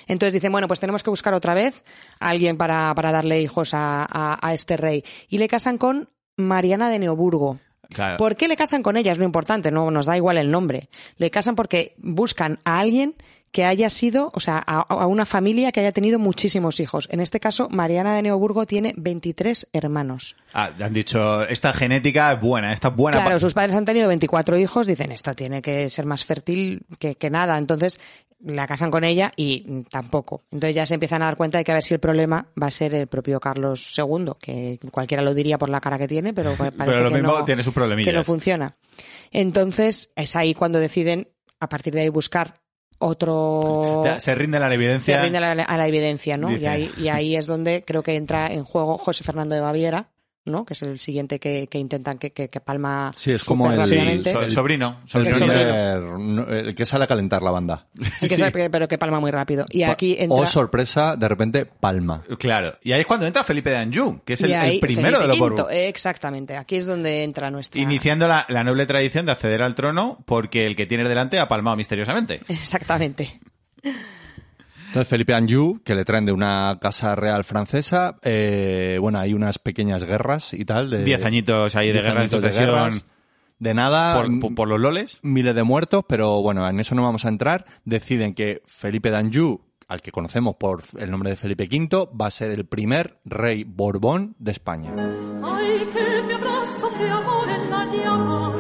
Entonces dicen, bueno, pues tenemos que buscar otra vez a alguien para, para darle hijos a, a- a este rey. Y le casan con Mariana de Neoburgo. Claro. ¿Por qué le casan con ella? Es lo importante, no nos da igual el nombre. Le casan porque buscan a alguien que haya sido, o sea, a, a una familia que haya tenido muchísimos hijos. En este caso, Mariana de Neoburgo tiene 23 hermanos. Ah, han dicho, esta genética es buena, esta es buena. Claro, pa- sus padres han tenido 24 hijos, dicen, esta tiene que ser más fértil que, que nada. Entonces, la casan con ella y mm, tampoco. Entonces ya se empiezan a dar cuenta de que a ver si el problema va a ser el propio Carlos II, que cualquiera lo diría por la cara que tiene, pero [LAUGHS] pa- parece Pero lo que mismo no- tiene sus problemillas. Que no funciona. Entonces, es ahí cuando deciden, a partir de ahí, buscar otro... O sea, se rinde la evidencia. Se rinde a la, a la evidencia, ¿no? Y Dice. ahí, y ahí es donde creo que entra en juego José Fernando de Baviera, ¿no? Que es el siguiente que, que intentan que, que, que palma Sí, es como el- superrápidamente. so- el- sobrino. El, sobrino. sobrino. primer- no, el que sale a calentar la banda. Y que sí. sabe- pero que palma muy rápido. Y aquí Pa- entra... O sorpresa, de repente, palma. Claro. Y ahí es cuando entra Felipe de Anjou, que es el, y el ahí primero Felipe de los V, Borbón. Exactamente, aquí es donde entra nuestra... Iniciando la, la noble tradición de acceder al trono porque el que tienes delante ha palmado misteriosamente. [LAUGHS] Eh, Exactamente. Entonces, Felipe Anjou, que le traen de una casa real francesa, eh, bueno, hay unas pequeñas guerras y tal. De, Diez añitos ahí de diez guerra de añitos de sucesión guerras. Ah, De nada, por, por- por los loles. miles de muertos, pero bueno, en eso no vamos a entrar. Deciden que Felipe de Anjou, al que conocemos por el nombre de Felipe V, va a ser el primer rey Borbón de España. Ay, que mi abrazo de amor en la llama.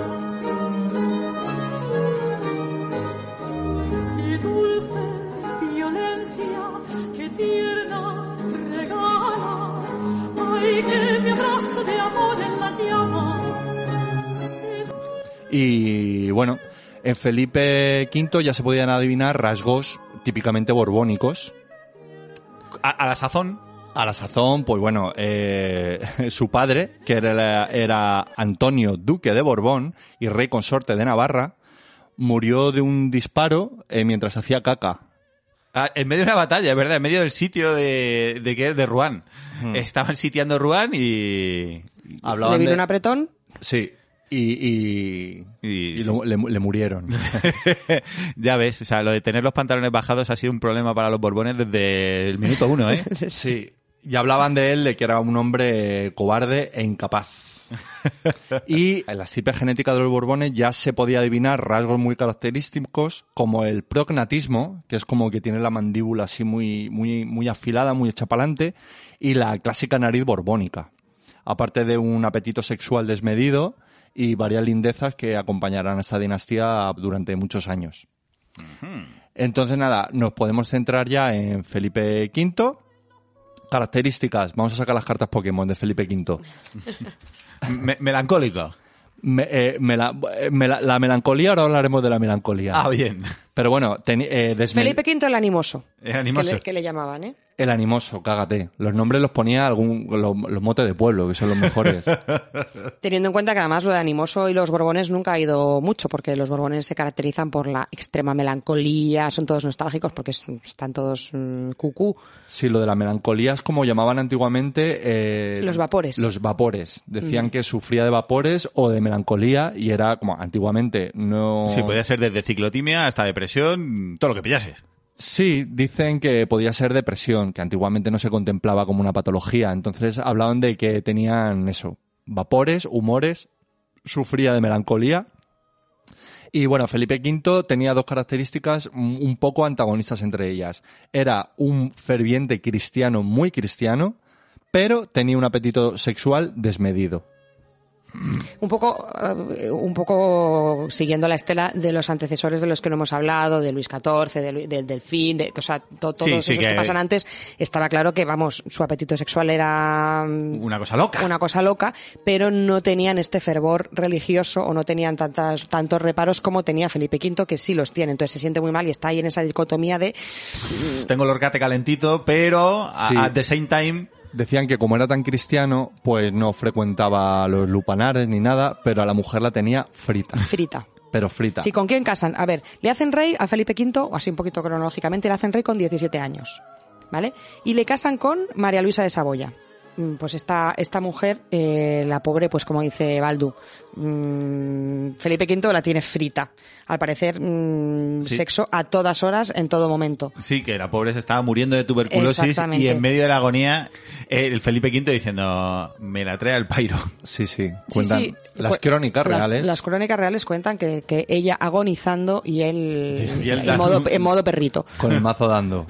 Qué dulce violencia, qué tierna regala. Ay, que mi abrazo de amor en la llama. Y bueno, en Felipe V ya se podían adivinar rasgos típicamente borbónicos. A, a la sazón. A la sazón, pues bueno, eh, [LAUGHS] su padre, que era, era Antonio, duque de Borbón y rey consorte de Navarra, murió de un disparo eh, mientras hacía caca. Ah, en medio de una batalla, es verdad, en medio del sitio de, de que es de Ruán. Hmm. Estaban sitiando Ruán y. Le Hablaban vino de- un apretón. Sí. Y, y, Y- y lo- le, [LAUGHS] le murieron. ya ves, o sea, lo de tener los pantalones bajados ha sido un problema para los Borbones desde el minuto uno, ¿eh? sí. Y hablaban de él de que era un hombre cobarde e incapaz. Y en las tipes genéticas de los Borbones ya se podía adivinar rasgos muy característicos como el prognatismo, que es como que tiene la mandíbula así muy, muy, muy afilada, muy hecha pa'lante, y la clásica nariz borbónica. Aparte de un apetito sexual desmedido y varias lindezas que acompañarán a esta dinastía durante muchos años. Entonces, nada, nos podemos centrar ya en Felipe V. Características, vamos a sacar las cartas Pokémon de Felipe V. [LAUGHS] Me- melancólico. Me- eh, me la, eh, me la- la melancolía, ahora hablaremos de la melancolía. Ah, bien. Pero bueno, teni- eh, desmel- Felipe V el animoso. Es Que animoso. le, que le llamaban, ¿eh? el animoso, cágate. Los nombres los ponía algún, los, los motes de pueblo, que son [LAUGHS] los mejores. Teniendo en cuenta que además lo de animoso y los borbones nunca ha ido mucho, porque los borbones se caracterizan por la extrema melancolía, son todos nostálgicos porque es- están todos mm, cucú. Sí, lo de la melancolía es como llamaban antiguamente... eh, Los vapores. Mm. Los vapores. Decían que sufría de vapores o de melancolía y era como antiguamente no... Sí, podía ser desde ciclotimia hasta depresión, todo lo que pillases. Sí, dicen que podía ser depresión, que antiguamente no se contemplaba como una patología. Entonces hablaban de que tenían eso, vapores, humores, sufría de melancolía. Y bueno, Felipe V tenía dos características un un poco antagonistas entre ellas. Era un ferviente cristiano, muy cristiano, pero tenía un apetito sexual desmedido. Un poco, eh, un poco siguiendo la estela de los antecesores de los que no hemos hablado, de Luis XIV, de, Lu- del Delfín, de, o sea, to- todos Sí, sí esos que... que- pasan antes, estaba claro que, vamos, su apetito sexual era mm, Una cosa loca. [LAUGHS] una cosa loca, pero no tenían este fervor religioso o no tenían tantas, tantos reparos como tenía Felipe V, que sí los tiene. Entonces se siente muy mal y está ahí en esa dicotomía de Tengo el orcate calentito, pero a- Sí. at the same time Decían que como era tan cristiano, pues no frecuentaba los lupanares ni nada, pero a la mujer la tenía frita. frita. Pero frita. Sí, ¿con quién casan? A ver, le hacen rey a Felipe V, o así un poquito cronológicamente, le hacen rey con 17 años, ¿vale? Y le casan con María Luisa de Saboya. Mm, Pues esta, esta mujer, eh, la pobre, pues como dice Baldu, mm, Felipe V la tiene frita. Al parecer, mm, Sí. sexo a todas horas, en todo momento. Sí, que la pobre se estaba muriendo de tuberculosis Exactamente. y en medio de la agonía eh, el Felipe V diciendo me la trae al pairo. Sí, sí. Sí, Cuentan sí. las Cu- crónicas las- reales. Las, crónicas reales cuentan que, que ella agonizando y él, Y él en, da- modo, en modo perrito. Con el [LAUGHS] mazo dando.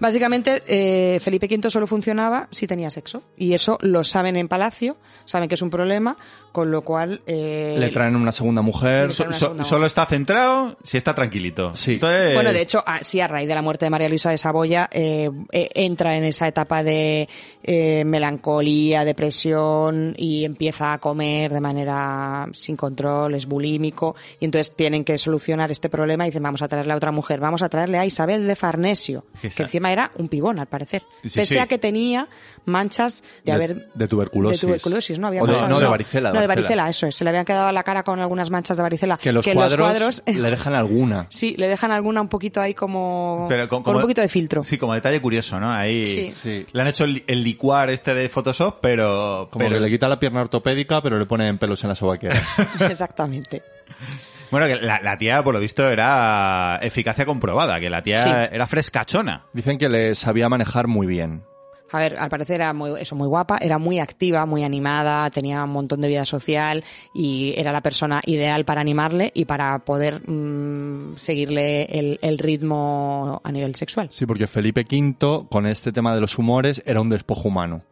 Básicamente, eh, Felipe V solo funcionaba si tenía sexo. Y eso lo saben en Palacio, saben que es un problema, con lo cual... eh, Le traen una segunda mujer. Pero So- no es so- una- solo está centrado si está tranquilito. Sí. Entonces- Bueno, Eh, de hecho, a- sí, a raíz de la muerte de María Luisa de Saboya, eh, eh, entra en esa etapa de eh, melancolía, depresión y empieza a comer de manera sin control, es bulímico. Y entonces tienen que solucionar este problema y dicen, vamos a traerle a otra mujer, vamos a traerle a Isabel de Farnesio, Que está- que encima era un pibón, al parecer. Sí, Pese sí. a que tenía manchas de, De- haber... de tuberculosis. De tuberculosis, no había O de- pasado, no, de varicela, de No, de varicela. varicela, eso es. Se le habían quedado la cara con algunas manchas de varicela. Que los, cuadros, [LAUGHS] le dejan alguna. Sí, le dejan alguna un poquito ahí como, Pero con, un poquito de filtro. Sí, como detalle curioso, ¿no? Ahí Sí. Sí. le han hecho el, el licuar este de Photoshop, pero... Como pero- que le quita la pierna ortopédica, pero le ponen pelos en la [LAUGHS] sobaquera. [LAUGHS] Exactamente. Bueno, que la, la tía, por lo visto, era eficacia comprobada, que la tía Sí. era frescachona. Dicen que le sabía manejar muy bien. A ver, al parecer era muy, eso, muy guapa, era muy activa, muy animada, tenía un montón de vida social y era la persona ideal para animarle y para poder mm, seguirle el, el ritmo a nivel sexual. Sí, porque Felipe V, con este tema de los humores, era un despojo humano.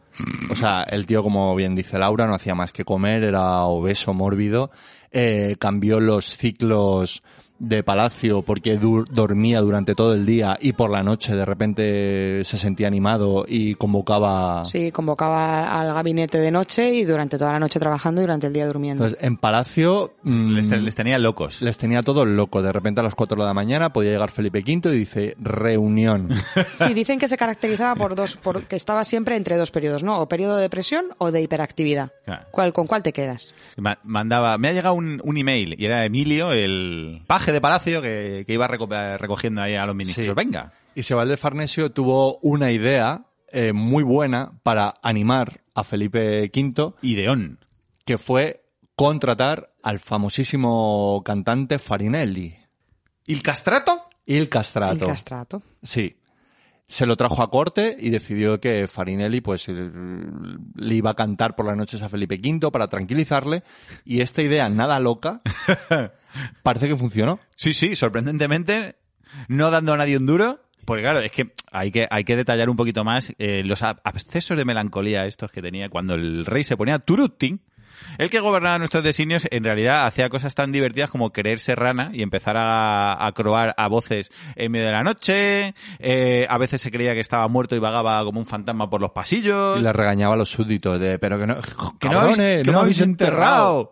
O sea, el tío, como bien dice Laura, no hacía más que comer, era obeso, mórbido. Eh, cambió los ciclos de palacio porque du- dormía durante todo el día y por la noche de repente se sentía animado y convocaba... Sí, convocaba al gabinete de noche y durante toda la noche trabajando y durante el día durmiendo. Entonces, en palacio... mm, Les, te- les tenía locos. les tenía todo loco. De repente a las 4 de la mañana podía llegar Felipe V y dice reunión. [LAUGHS] Sí, dicen que se caracterizaba por dos, por, que estaba siempre entre dos periodos, ¿no? O periodo de depresión o de hiperactividad. Claro. ¿Cuál, ¿Con cuál te quedas? Ma- Mandaba, me ha llegado un, un email y era Emilio, el paje de Palacio, que, que iba reco- recogiendo ahí a los ministros. Sí. Venga. Isabel de Farnesio tuvo una idea eh, muy buena para animar a Felipe V, Ideón. que fue contratar al famosísimo cantante Farinelli, ¿Y el castrato? Il Castrato. El castrato. Sí. Se lo trajo a corte y decidió que Farinelli pues el- le iba a cantar por las noches a Felipe V para tranquilizarle y esta idea nada [LAUGHS] loca parece que funcionó. Sí, sí, sorprendentemente, no dando a nadie un duro. Porque claro, es que hay que, hay que detallar un poquito más eh, los ab- abscesos de melancolía estos que tenía cuando el rey se ponía turutín. El que gobernaba nuestros designios en realidad hacía cosas tan divertidas como creerse rana y empezar a, a croar a voces en medio de la noche. eh, a veces se creía que estaba muerto y vagaba como un fantasma por los pasillos. Y le regañaba a los súbditos de, pero que no, Que no habéis, cabrones, que no habéis enterrado.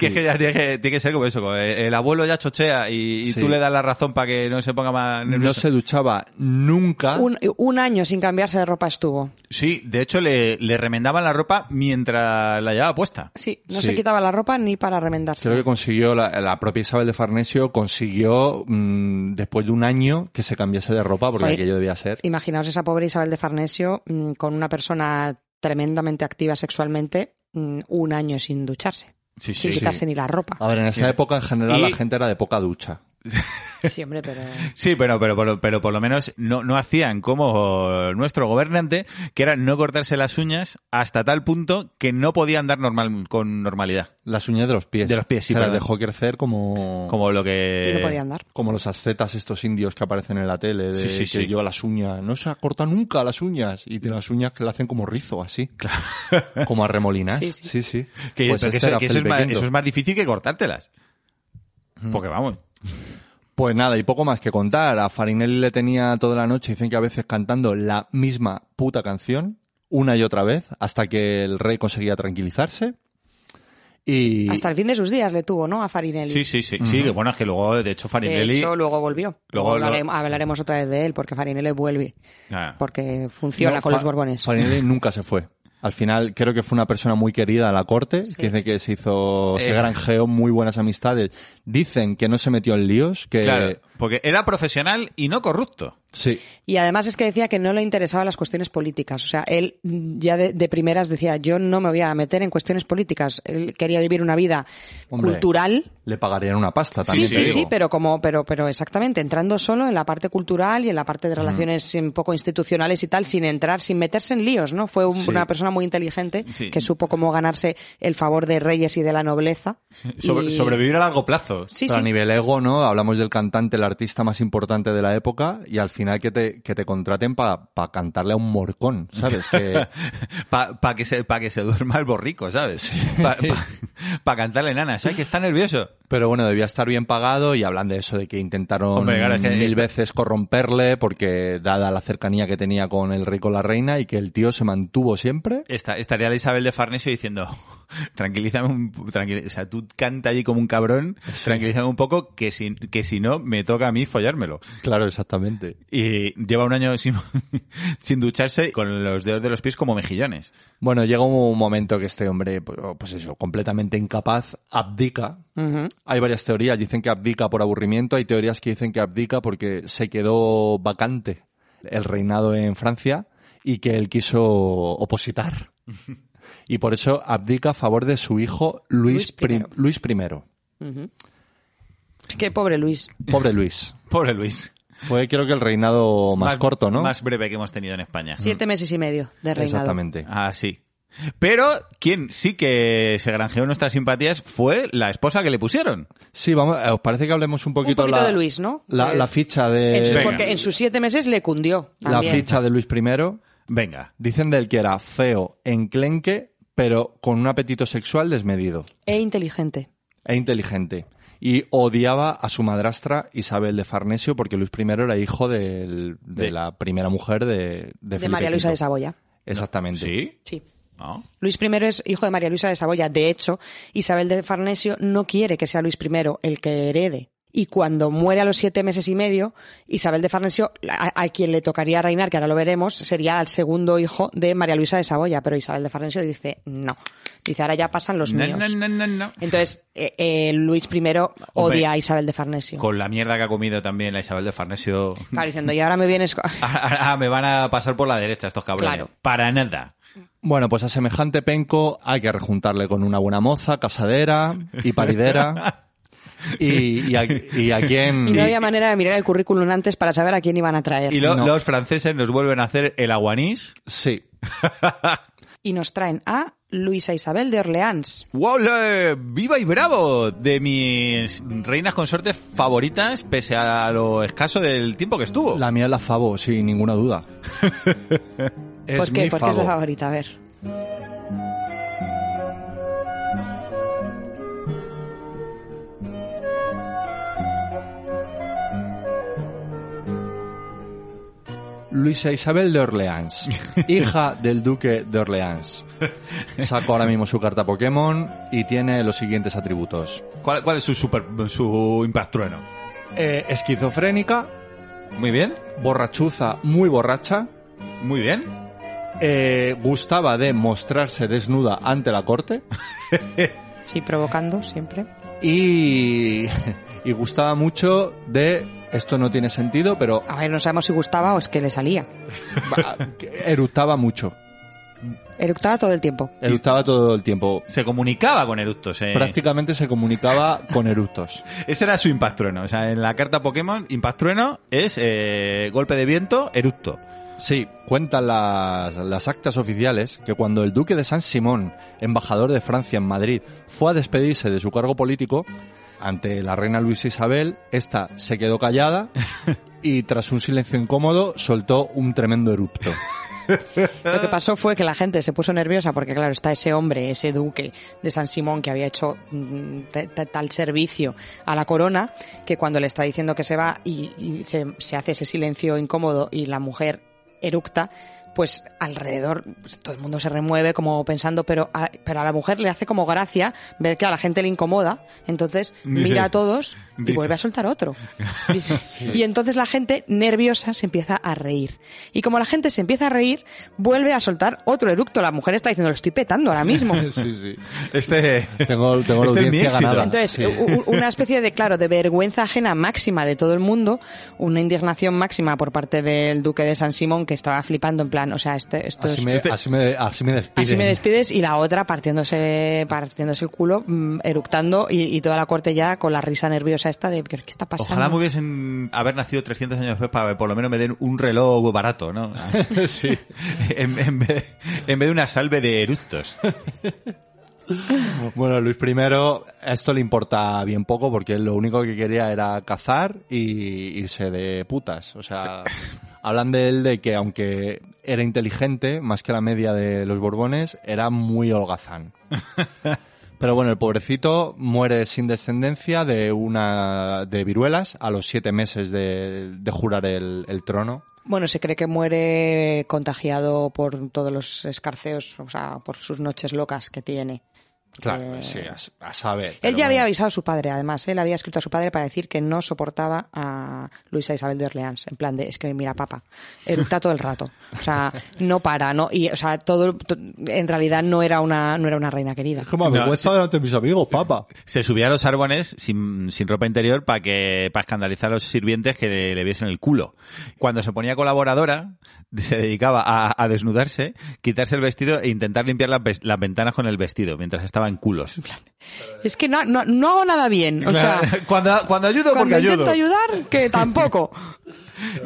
[LAUGHS] que es que ya tiene que, tiene que ser como eso. como el, el abuelo ya chochea y, y Sí. tú le das la razón para que no se ponga más No nervioso. se duchaba Ah. nunca. Un, un año sin cambiarse de ropa estuvo. Sí, de hecho le, le remendaban la ropa mientras la llevaba puesta. Sí, no Sí. se quitaba la ropa ni para remendarse. Creo que consiguió, la, la propia Isabel de Farnesio consiguió, mm, después de un año, que se cambiase de ropa, porque Joder. aquello debía ser. Imaginaos esa pobre Isabel de Farnesio mm, con una persona tremendamente activa sexualmente mm, un año sin ducharse, Sí, Ah. sí. sin quitarse ni la ropa. A ver, en esa época en general Y- la gente era de poca ducha. Sí, hombre, pero... Sí, pero, pero, pero, pero por lo menos no, no hacían como nuestro gobernante, que era no cortarse las uñas hasta tal punto que no podía andar normal, con normalidad. Las uñas de los pies. De los pies, sí, Se las perdón. dejó crecer como, como, Como lo que... Y no podía andar. los ascetas estos indios que aparecen en la tele, de Sí, sí, que sí. lleva las uñas. No se corta nunca las uñas. Y tiene las uñas que le hacen como rizo, así. Como a remolinar. Sí, Sí, sí. sí. Que, Pues pero que este eso, era que eso es más, Felipe eso es Quinto. más difícil que cortártelas. Porque vamos. Pues nada, y poco más que contar. A Farinelli le tenía toda la noche, dicen que a veces cantando la misma puta canción, una y otra vez, hasta que el rey conseguía tranquilizarse. Y Hasta el fin de sus días le tuvo, ¿no? A Farinelli. Sí, sí, sí. Sí, que bueno, es que luego, de hecho, De Farinelli. hecho, luego volvió. Luego- hablaremos, hablaremos otra vez de él, porque Farinelli vuelve. Ah. Porque funciona No, con Fa- los Borbones. [LAUGHS] Farinelli nunca se fue. Al final creo que fue una persona muy querida a la corte, que dice que se hizo, se Eh. granjeó muy buenas amistades. Dicen que no se metió en líos, que Claro, porque era profesional y no corrupto. sí, Y además es que decía que no le interesaban las cuestiones políticas. O sea, él mm, ya de, de primeras decía, yo no me voy a meter en cuestiones políticas. Él quería vivir una vida Hombre, cultural. le pagarían una pasta Sí, también. te sí, digo. sí, pero como, pero, pero exactamente, entrando solo en la parte cultural y en la parte de relaciones un poco institucionales y tal, sin entrar, sin meterse en líos, ¿no? Fue un- Sí. una persona muy inteligente Sí. que supo cómo ganarse el favor de reyes y de la nobleza. Sobre- Y- Sobrevivir a largo plazo. Sí, Pero sí. a nivel ego, ¿no? Hablamos del cantante, el artista más importante de la época, y al final que te, que te contraten para cantarle a un morcón, ¿sabes? [LAUGHS] Que, Para que, se- pa que se duerma el borrico, ¿sabes? Para cantarle nana. ¿Sabes que está nervioso? pero bueno, debía estar bien pagado y hablan de eso, de que intentaron Hombre, claro, es que mil esta- veces corromperle porque dada la cercanía que tenía con el rey con la reina y que el tío se mantuvo siempre. Esta- estaría la Isabel de Farnesio diciendo, tranquilízame un tranquil- o sea, tú canta allí como un cabrón, tranquilízame un poco, que si, que si no, me toca a mí follármelo. Claro, exactamente. Y lleva un año sin, [LAUGHS] sin ducharse con los dedos de los pies como mejillones. Bueno, llega un momento que este hombre, pues pues eso, completamente incapaz, abdica. Hay varias teorías, dicen que abdica por aburrimiento, hay teorías que dicen que abdica porque se quedó vacante el reinado en Francia y que él quiso opositar. Y por eso abdica a favor de su hijo Luis, Luis I. I- Luis I. Es que pobre Luis. Pobre Luis. Pobre Luis. Fue creo que el reinado más, corto, ¿no? Más breve que hemos tenido en España. Siete meses y medio de reinado. Exactamente. Ah, sí. Pero quien sí que se granjeó nuestras simpatías fue la esposa que le pusieron. Sí, vamos, eh, ¿os parece que hablemos un poquito, poquito la, de Luis, ¿no? La, Eh, la ficha de... En su- venga. porque en sus siete meses le cundió. Eh, la también. ficha de Luis I. Venga. Dicen de él que era feo, enclenque, pero con un apetito sexual desmedido E inteligente. e inteligente. Y odiaba a su madrastra Isabel de Farnesio porque Luis I era hijo del- de, De- la primera mujer de, de De Felipe María Luisa V. de Saboya. Exactamente. ¿Sí? Sí. ¿No? Luis I es hijo de María Luisa de Saboya. De hecho, Isabel de Farnesio no quiere que sea Luis I el que herede. Y cuando muere a los siete meses y medio, Isabel de Farnesio, a, a quien le tocaría reinar, que ahora lo veremos, sería al segundo hijo de María Luisa de Saboya. Pero Isabel de Farnesio dice no. Dice, ahora ya pasan los No, míos. no, no, no, no. Entonces, eh, eh, Luis I odia Hombre, a Isabel de Farnesio. Con la mierda que ha comido también la Isabel de Farnesio. [LAUGHS] Claro, diciendo, y ahora me vienes... con- Ah, me van a pasar por la derecha estos cabrones. Claro. Para nada. Bueno, pues a semejante penco hay que rejuntarle con una buena moza, casadera y paridera. y, y a, y a quién... Y no había y- manera de mirar el currículum antes para saber a quién iban a traer. Y lo- No. los franceses nos vuelven a hacer el aguanís. sí. Y nos traen a Luisa Isabel de Orleans. ¡Wow! ¡Viva y bravo! De mis reinas consortes favoritas, pese a lo escaso del tiempo que estuvo. La mía es la favo, sin ninguna duda. es ¿Por qué? mi ¿Por qué es favo. la favorita? A ver. Luisa Isabel de Orleans, hija del duque de Orleans. Sacó ahora mismo su carta Pokémon y tiene los siguientes atributos. ¿Cuál, cuál es su, super, su impactrueno? Eh, esquizofrénica, Muy bien, borrachuza, muy borracha, muy bien. eh, gustaba de mostrarse desnuda ante la corte Sí, provocando siempre. y, y gustaba mucho de... Esto no tiene sentido, pero ah, A ver, no sabemos si gustaba o es que le salía. ah, que eructaba mucho. Eructaba todo el tiempo. Eructaba todo el tiempo. Se comunicaba con eructos. eh. Prácticamente se comunicaba con eructos. Ese era su impactrueno. O sea, en la carta Pokémon, impactrueno es eh, golpe de viento, eructo. Sí, cuentan las, las actas oficiales que cuando el duque de San Simón, embajador de Francia en Madrid, fue a despedirse de su cargo político ante la reina Luisa Isabel, esta se quedó [LAUGHS] callada y tras un silencio incómodo soltó un [LAUGHS] tremendo erupto. Lo que pasó fue que la gente se puso nerviosa porque, claro, está ese hombre, ese duque de San Simón que había hecho mm, ta- ta- tal servicio a la corona, que cuando le está diciendo que se va y, y se, se hace ese silencio incómodo y la mujer eructa, pues alrededor pues, todo el mundo se remueve como pensando, pero a, pero a la mujer le hace como gracia ver que a la gente le incomoda, entonces mira a todos y dice- vuelve a soltar otro. Dice- [LAUGHS] Y entonces la gente nerviosa se empieza a reír. Y como la gente se empieza a reír, vuelve a soltar otro eructo. La mujer está diciendo, lo estoy petando ahora [LAUGHS] mismo. Sí, sí. [LAUGHS] Este. Tengo, tengo la Este es mi audiencia éxito. ganada. Entonces, Sí. u- u- una especie de, claro, de vergüenza ajena máxima de todo el mundo, una indignación máxima por parte del duque de San Simón que estaba flipando en plan, o sea, este, esto Así es- me, así me, así me despiden. Así me despides y la otra partiéndose, partiéndose el culo, mm, eructando y, y toda la corte ya con la risa nerviosa esta de ¿qué está pasando? Ojalá me hubiesen haber nacido 300 años después para que por lo menos me den un reloj barato, ¿no? [LAUGHS] sí. [LAUGHS] en, en vez, en vez de una salve de eructos. Bueno, Luis I, a esto le importa bien poco porque él lo único que quería era cazar y irse de putas. O sea, hablan de él de que aunque era inteligente, más que la media de los Borbones, era [LAUGHS] muy holgazán. Pero bueno, el pobrecito muere sin descendencia de una de viruelas a los siete meses de, de jurar el, el trono. Bueno, se cree que muere contagiado por todos los escarceos, o sea, por sus noches locas que tiene. Porque- Claro, sí, a, a saber. Él pero ya había bueno. avisado a su padre, además, ¿eh? él había escrito a su padre para decir que no soportaba a Luisa Isabel de Orleans, en plan de, es que mira, papá, eructa todo el rato, o sea, no para, no, y, o sea, todo, to- en realidad no era una, no era una reina querida. Es como avergüenza delante de mis amigos, papá. Se subía a los árboles sin, sin ropa interior para que para escandalizar a los sirvientes que le, le viesen el culo. Cuando se ponía colaboradora, se dedicaba a, a desnudarse, quitarse el vestido e intentar limpiar las, ves- las ventanas con el vestido mientras estaba en [LAUGHS] culos. Es que no, no, no hago nada bien, o sea, [LAUGHS] cuando, cuando ayudo, porque cuando intento ayudo. ayudar, que tampoco.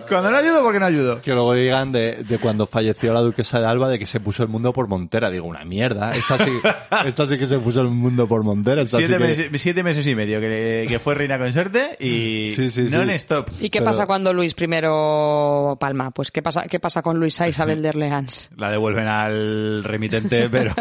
Cuando no ayudo, porque no ayudo. Que luego digan de, de cuando falleció la duquesa de Alba de que se puso el mundo por Montera. Digo, una mierda. Esta [LAUGHS] sí, esta sí que se puso el mundo por Montera. Esta sí Siete, que- meses, siete meses y medio que, que fue reina consorte [LAUGHS] y Sí, sí, sí. non-stop. ¿Y qué Pero- pasa cuando Luis I palma? Pues ¿qué pasa, qué pasa con Luisa Isabel de Orleans? La devuelven al remitente, [LAUGHS] pero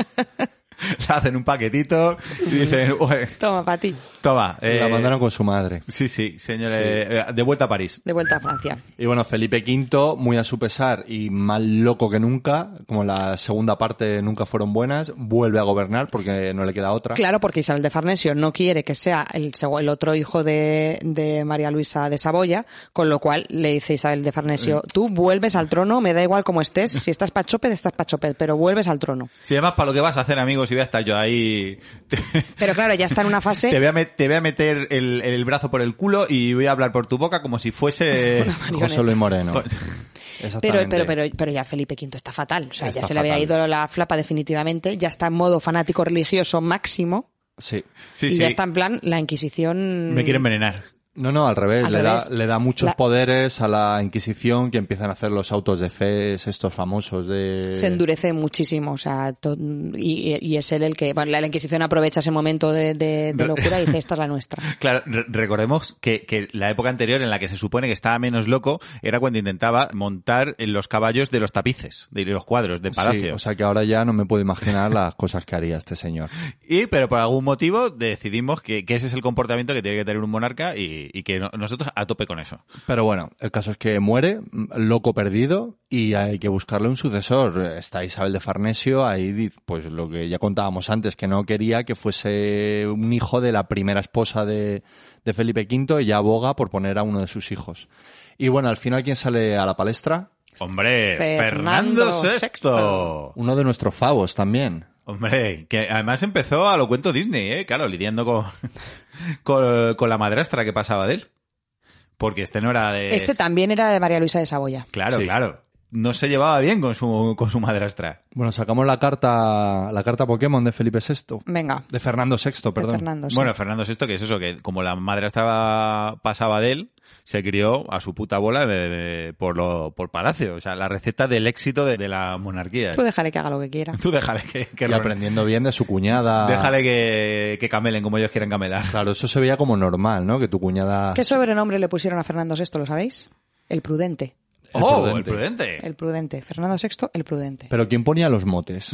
[LAUGHS] la hacen un paquetito y dicen, "Ue, Toma, para ti, toma. La eh, mandaron con su madre. Sí, sí, señores, eh, de vuelta a París. de vuelta a Francia. Y bueno, Felipe V, muy a su pesar y más loco que nunca, como la segunda parte nunca fueron buenas, vuelve a gobernar porque no le queda otra. Claro, porque Isabel de Farnesio no quiere que sea el, seg- el otro hijo de, de María Luisa de Saboya, con lo cual le dice Isabel de Farnesio, tú vuelves al trono, me da igual cómo [LAUGHS] estés, si estás pachoped, estás pachoped, pero vuelves al trono. Si además para lo que vas a hacer, amigos, si voy a estar yo ahí, [LAUGHS] te, Pero claro, ya está en [LAUGHS] una te fase... voy, a met- te voy a meter el, el brazo por el culo y voy a hablar por tu boca como si fuese... [LAUGHS] José Luis Moreno. Joder. Pero, Exactamente. pero, pero, pero ya Felipe V está fatal, o sea, ya Está se le había fatal. ido la flapa definitivamente, ya está en modo fanático religioso máximo, Sí. Sí, y sí, ya está en plan la Inquisición... me quieren envenenar. No, no, al revés. Al le, revés. Da, le da muchos La- poderes a la Inquisición que empiezan a hacer los autos de fe, estos famosos de... Eh, se endurece muchísimo, o sea, to- y, y es él el que, bueno, la la Inquisición aprovecha ese momento de, de- de locura y dice, esta es la nuestra. [LAUGHS] Claro, re- recordemos que, que la época anterior en la que se supone que estaba menos loco era cuando intentaba montar en los caballos de los tapices, de los cuadros, de palacio. Sí, o sea que ahora ya no me puedo imaginar las cosas que haría este señor. Y, pero por algún motivo decidimos que, que ese es el comportamiento que tiene que tener un monarca y, y que no- nosotros a tope con eso. Pero bueno, el caso es que muere, m- loco perdido, y hay que buscarle un sucesor. Está Isabel de Farnesio, ahí di- pues lo que ya contábamos antes, que no quería que fuese un hijo de la primera esposa de, de Felipe V y ya aboga por poner a uno de sus hijos. Y bueno, al final, ¿quién sale a la palestra? Hombre, Fernando, Fernando VI. Uno de nuestros favos también. Hombre, que además empezó a lo cuento Disney, ¿eh? claro, lidiando con, [LAUGHS] con, con la madrastra que pasaba de él. Porque este no era de... Este también era de María Luisa de Saboya. Claro, Sí. claro. no se llevaba bien con su, con su madrastra. Bueno, sacamos la carta, la carta Pokémon de Felipe VI. Venga. De Fernando VI, perdón. De Fernando, sí. Bueno, Fernando VI, que es eso, que como la madrastra pasaba de él, se crió a su puta bola de- de- por, lo, por palacio. O sea, la receta del éxito de, de la monarquía. Tú déjale que haga lo que quiera. Tú déjale que, que y aprendiendo bien de su cuñada. Déjale que, que camelen como ellos quieran camelar. Claro, eso se veía como normal, ¿no? Que tu cuñada... ah, ¿Qué sobrenombre le pusieron a Fernando VI, lo sabéis? El prudente. El ¡Oh, prudente. el prudente! El prudente. Fernando VI, el prudente. Pero ¿quién ponía los [LAUGHS] motes?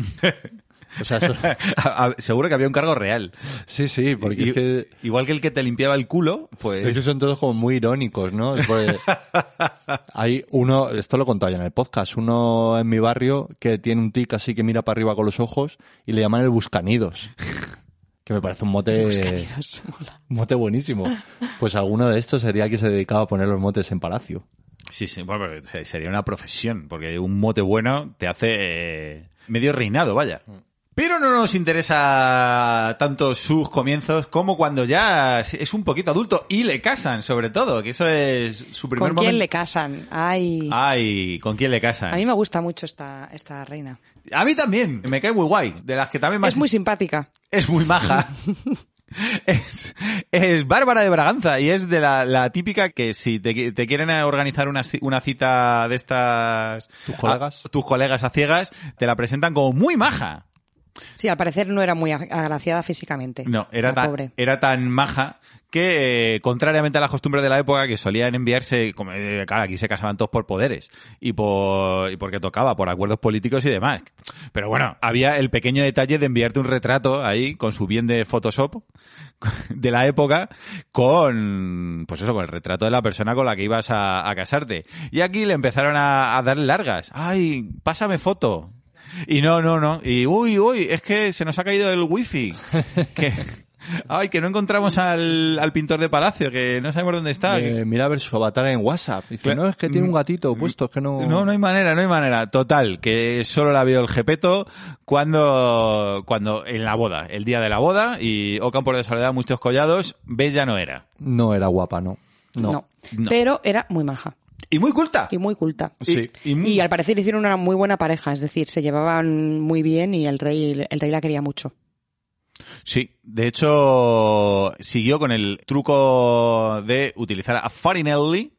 o sea, eso- [LAUGHS] A- a- Seguro que había un cargo real. sí, sí, porque Y- es que... Igual que el que te limpiaba el culo, Es que pues... son todos como muy irónicos, ¿no? Es [LAUGHS] porque hay uno, esto lo he contado ya en el podcast, uno en mi barrio que tiene un tic así que mira para arriba con los ojos y le llaman el buscanidos. Que me parece un mote, Buscaminos, mola. mote buenísimo. Pues alguno de estos sería el que se dedicaba a poner los motes en palacio. Sí, sí, bueno, pero se- sería una profesión, porque un mote bueno te hace eh, medio reinado, vaya. Pero no nos interesa tanto sus comienzos como cuando ya es un poquito adulto y le casan, sobre todo, que eso es su primer ¿Con quién le momento. Ah. casan? Ay. Ay, ¿con quién le casan? A mí me gusta mucho esta, esta reina. A mí también, me cae muy guay, de las que también más... Es muy simpática. es muy [LAUGHS] maja. Es, es Bárbara de Braganza y es de la, la típica que si te, qui- te quieren organizar una, ci- una cita de estas... ¿Tus colegas? a- tus colegas a ciegas, te la presentan como muy maja. Sí, al parecer no era muy ag- agraciada físicamente. No, era, La tan, eh, pobre. era tan maja que, eh, contrariamente a las costumbres de la época, que solían enviarse, como, eh, claro, aquí se casaban todos por poderes y, por, y porque tocaba, por acuerdos políticos y demás. Pero bueno, había el pequeño detalle de enviarte un retrato ahí con su bien de Photoshop de la época con, pues eso, con el retrato de la persona con la que ibas a, a casarte. Y aquí le empezaron a, a dar largas. Ay, pásame foto. Y no, no, no. Y uy, uy, es que se nos ha caído el [LAUGHS] wifi. Que, ay, que no encontramos al, al pintor de palacio, que no sabemos dónde está. que- Eh, mira a ver su avatar en WhatsApp. Dice, Claro. no, es que tiene un gatito puesto, es que Mm, no... No, no hay manera, no hay manera. Total, que solo la vio el jepeto cuando, cuando en la boda, el día de la boda, y Ocan por de soledad, muchos collados, Bella no era. No era guapa, no. No. no. Pero era muy maja Y muy culta. y muy culta. Sí. Y, y muy- Y al parecer hicieron una muy buena pareja, es decir, se llevaban muy bien y el rey, el rey la quería mucho. Sí, de hecho, siguió con el truco de utilizar a [LAUGHS] Farinelli,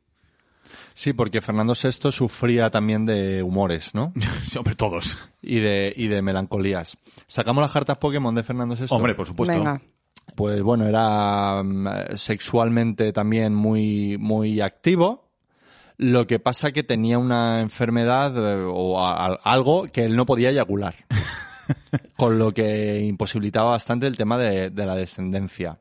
Sí, porque Fernando VI sufría también de humores, ¿no? hombre, todos. Y de, y de melancolías. Sacamos las cartas Pokémon de Fernando VI. Hombre, por supuesto. Venga. Pues bueno, era mm, sexualmente también muy, muy activo. Lo que pasa que tenía una enfermedad eh, o a- a- algo que él no podía eyacular. con lo que imposibilitaba bastante el tema de, de la descendencia.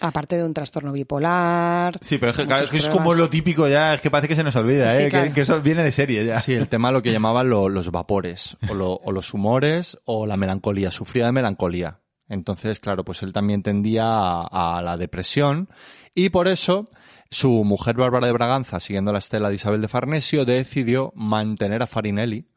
Aparte de un trastorno bipolar. Sí, pero es que, muchos claro, es, que es problemas. como lo típico ya, es que parece que se nos olvida, Sí, ¿eh? Que- claro. que, eso viene de serie ya. [LAUGHS] Sí, el tema lo que llamaban lo- los vapores, o, lo- o los humores, o la melancolía. Sufría de melancolía. Entonces, claro, pues él también tendía a, a la depresión. Y por eso, su mujer Bárbara de Braganza, siguiendo la estela de Isabel de Farnesio, decidió mantener a Farinelli